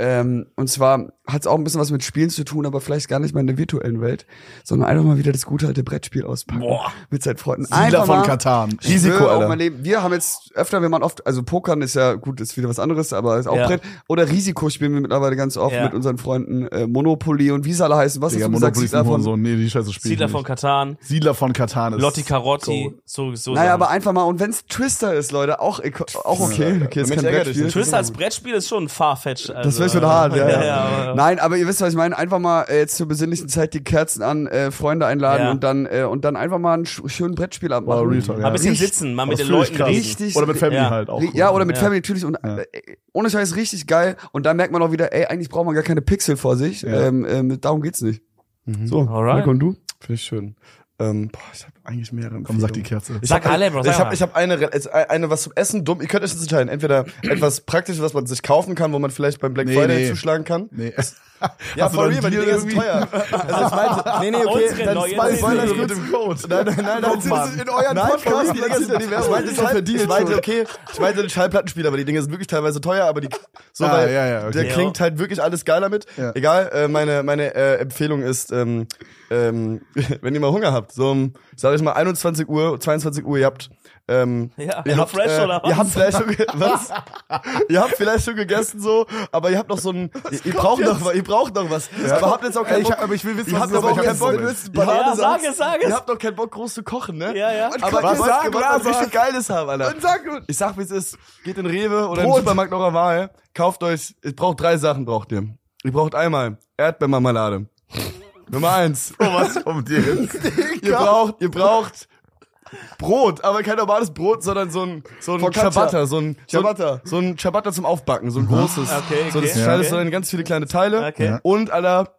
C: Ähm, und zwar hat es auch ein bisschen was mit Spielen zu tun, aber vielleicht gar nicht mal in der virtuellen Welt, sondern einfach mal wieder das gute alte Brettspiel auspacken
B: Boah.
C: mit seinen Freunden.
A: Siedler
C: Einfach
A: von
C: mal-
A: Katan.
C: Ich
D: Risiko,
C: will auch
D: Alter.
C: mein Leben. Wir haben jetzt öfter, wir machen oft, also Pokern ist ja gut, ist wieder was anderes, aber ist auch
B: Ja.
C: Brett. Oder Risiko spielen wir mittlerweile ganz oft
B: Ja.
C: mit unseren Freunden. Äh, Monopoly und wie sie alle heißen. Was hast du gesagt?
A: ist
C: Siedler von-
A: so. Nee, die Scheiße spielt.
B: Siedler von Katan,
A: Siedler von Katan ist.
B: Lotti Carotti, so, so.
C: Naja,
B: Sachen.
C: aber einfach mal, und wenn es Twister ist, Leute, auch, auch okay. Okay, ist
D: Mensch,
C: kein
D: ärgert dich
C: Brettspiel.
D: nicht.
B: Twist als Brettspiel ist schon ein Farfetch. Also,
C: Das wäre schon hart, ja. ja,
B: ja, aber-
C: Nein, aber ihr wisst, was ich meine. Einfach mal äh, jetzt zur besinnlichen Zeit die Kerzen an, äh, Freunde einladen
B: Ja.
C: und dann äh, und dann einfach mal einen sch schönen Brettspiel abmachen.
A: Real Talk, ja.
B: Mal ein bisschen
C: Richtig-
B: sitzen, mal
A: Aber
B: mit
A: das
B: den
A: fühl ich
B: Leuten
A: krass.
B: reden.
C: Richtig.
A: Oder mit Family
B: Ja.
A: halt auch.
C: Ri-
A: cool.
C: Ja, oder mit
B: Ja.
C: Family natürlich. Und äh, ohne Scheiß richtig geil. Und da merkt man auch wieder, ey, eigentlich braucht man gar keine Pixel vor sich. Ähm, ähm, darum geht's nicht.
D: so,
B: Alright.
D: Heiko und du? Finde ich schön. Ähm, boah, ich habe eigentlich mehrere
A: Komm,
D: Empfehlungen.
A: sag die Kerze.
B: Sag alle, Bro, sag
D: ich habe
B: mal.
D: ich hab eine, re- jetzt ein- eine was zum Essen, dumm. Ihr könnt euch jetzt entscheiden. Entweder etwas Praktisches, was man sich kaufen kann, wo man vielleicht beim Black
A: Nee,
D: Friday
A: nee.
D: zuschlagen kann.
A: Nee.
D: Ja,
A: Hast du
D: for
A: dann
D: real, weil die
A: Deal
D: Dinger sind
A: irgendwie?
D: teuer. Also ich meinte, nee, nee,
B: Unsere
D: okay, dann
B: neue
D: zwei
B: Serie.
D: Spoiler
A: mit dem Code.
D: Nein, nein, nein, Oh, nein,
A: Komm, Mann.
D: in euren
A: Nein, komm,
D: Podcast.
A: die
D: die
A: Dinger
D: ganze
A: sind
D: Zeit die Werbung.
A: meinte,
D: Ich
A: das war
D: meinte,
A: für die
D: ich meinte, okay, ich meinte den Schallplattenspieler, aber die Dinger sind wirklich teilweise teuer, aber die, so,
A: Ah,
D: weil
A: ja, ja, okay.
D: der
B: Ja.
D: klingt halt wirklich alles geil damit.
A: Ja.
D: Egal, äh, meine, meine äh, Empfehlung ist, ähm, ähm, wenn ihr mal Hunger habt, so um, sag ich mal, 21 Uhr, 22 Uhr, ihr habt, ähm,
B: Ja,
D: ihr
B: Hello
D: habt,
B: Fresh
D: äh,
B: oder was?
D: ihr habt vielleicht schon, ge- was? ihr habt vielleicht schon gegessen so, aber ihr habt noch so ein, ihr, ihr braucht noch, ihr braucht noch was. Aber habt jetzt auch keinen
A: Ich hab-
D: Bock.
A: aber ich will wissen,
D: ihr
A: was
D: habt
A: es ist,
D: aber
A: aber
D: auch
A: ich
D: keinen
A: hab's
D: Bock,
A: nicht.
D: willst Banane
B: Ja, sag
D: sagst,
B: es, sag es.
D: Ihr habt doch keinen Bock, groß zu kochen, ne?
B: Ja, ja.
D: Aber
A: was
D: was, was,
A: sagen,
D: was, was
A: Lars,
D: richtig Geiles haben, Alter. Ich sag, wie es ist. Geht in Rewe oder in den Supermarkt eurer Wahl. Kauft euch, ihr braucht drei Sachen, braucht ihr. Ihr braucht einmal Erdbeermarmelade. Nummer eins.
A: Oh, was kommt dir jetzt?
D: Ihr braucht, ihr braucht Brot, aber kein normales Brot, sondern so ein, so ein
C: Focaccia.
D: Ciabatta, so ein, so ein,
C: Ciabatta.
D: so ein Ciabatta zum Aufbacken, so ein großes.
B: Mhm. Okay,
D: So, das
B: okay,
D: schneidest
B: okay.
D: du dann in ganz viele kleine Teile.
B: Okay. Ja.
D: Und aller,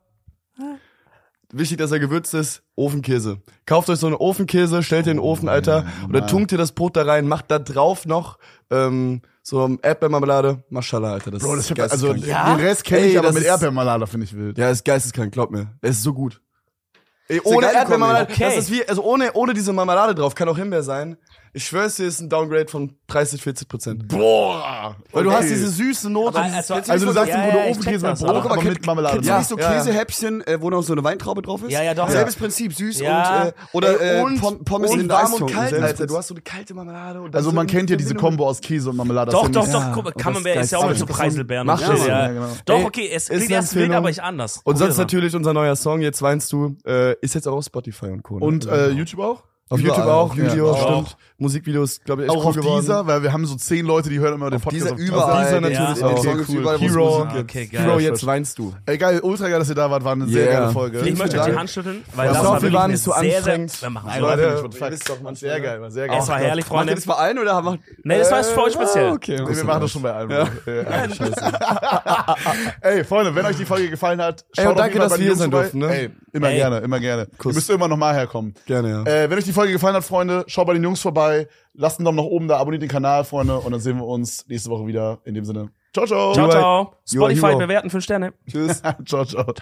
D: wichtig, dass er gewürzt ist, Ofenkäse. Kauft euch so einen Ofenkäse, stellt den in den
A: Oh,
D: Ofen, Alter, oder tunkt ihr das Brot da rein, macht da drauf noch, ähm, so Erdbeermarmelade, Maschallah, Alter. Das
A: Bro, das hab,
D: ist
A: also
D: geisteskrank.
B: Ja?
A: den Rest kenne ich,
D: Ey,
A: aber
D: das
A: mit
D: ist-
A: Erdbeermalada finde ich wild.
D: Ja, ist geisteskrank, glaub mir. Es ist so gut. Ey, ohne
C: geile
D: Erdbeermarmelade,
B: Kombi.
D: das
B: Okay.
D: ist wie, also ohne, ohne diese Marmelade drauf, kann auch Himbeer sein. Ich schwör's dir, ist ein Downgrade von 30, 40 Prozent.
A: Boah!
D: Weil du
A: Okay.
D: hast diese süße Note.
B: Aber
D: dieses-
B: also-
A: Also du sagst,
B: Ja,
A: im Grunde
B: ja, ich
A: oben
B: check
A: Käse mit
B: das,
A: Brot,
B: aber-
A: aber mit Marmelade
C: Kennst
A: drauf.
C: du nicht so Käsehäppchen, äh, wo noch so eine Weintraube drauf ist?
B: Ja, ja, doch.
C: Selbes Prinzip, süß
B: Ja.
C: und äh, oder
D: Ey,
C: äh,
D: und-
C: Pom- Pommes
D: und
C: in
D: warm
C: Eis
D: und
C: tunken.
D: kalt,
C: Selbes
D: Alter. Du
C: Prinzip.
D: hast so eine kalte Marmelade. Und dann
A: Also
D: so
A: man kennt ja
D: eine-
A: diese Kombo aus Käse und Marmelade. das
B: Doch,
A: find
B: doch,
A: ich-
B: doch, guck mal, Camembert ist ja auch mit so Preiselbeeren und
C: Mach
B: shit,
C: das.
B: ja.
A: Ja, genau.
B: Doch,
D: Ey,
B: okay, es
D: ist
B: klingt
D: eine
B: erst wild,
D: Empfehlung.
B: aber ich anders.
D: Und
B: Probier
D: sonst
B: mal.
D: natürlich unser neuer Song, jetzt weinst du, äh, ist jetzt auch auf Spotify und Co. ne?
A: Und äh, YouTube auch?
D: auf YouTube
C: überall.
D: auch,
A: Ja,
D: Video,
B: auch.
D: stimmt. Musikvideos, glaube ich, echt
A: Auch
D: cool
A: auf
D: geworden.
A: dieser, weil wir haben so zehn Leute, die hören immer den Podcast.
C: Dieser
A: auf-
C: überall. der-
D: dieser natürlich
C: der
A: auch.
C: Song
A: Okay,
C: ist
A: cool.
C: überall, wo es
D: Hero.
C: Musik gibt.
B: Okay, geil.
D: Hero, jetzt weinst du.
A: Ey, geil, ultra geil, dass ihr da wart, war eine sehr
D: Yeah.
A: geile Folge.
B: Ich möchte euch die
A: Dank.
B: Hand schütteln, weil
A: Ich
B: das
A: hoffe,
B: war
A: wir
B: wirklich
D: waren
B: eine
D: nicht so
B: sehr, sehr,
D: anstrengend.
B: wir machen
A: Nein,
B: so.
A: Leute,
D: Leute,
A: ich bin
D: wisst doch,
A: fuck.
D: Mann,
A: Sehr geil, war sehr geil.
B: Es war herrlich,
C: Macht ihr
B: Freunde.
C: das mal ein oder haben
B: Nee, das war
D: Äh,
B: voll speziell.
C: Okay.
A: Nee, wir machen das schon bei allem. Äh, Ey, Freunde, wenn euch die Folge gefallen hat, schaut
D: und
A: auf
D: danke,
A: jeden Fall
D: dass
A: bei den
D: wir
A: Jungs
D: sein
A: vorbei.
D: durften, ne?
A: Ey, immer
B: Ey.
A: gerne, immer gerne. Ihr müsst immer noch mal herkommen.
D: Gerne, ja.
A: Äh, wenn euch die Folge gefallen hat, Freunde, schaut bei den Jungs vorbei. Lasst einen Daumen nach oben da, abonniert den Kanal, Freunde. Und dann sehen wir uns nächste Woche wieder. In dem Sinne. Ciao, ciao.
B: Ciao, ciao.
C: You are
B: Spotify
C: hero.
B: bewerten 5 Sterne.
A: Tschüss. ciao, ciao.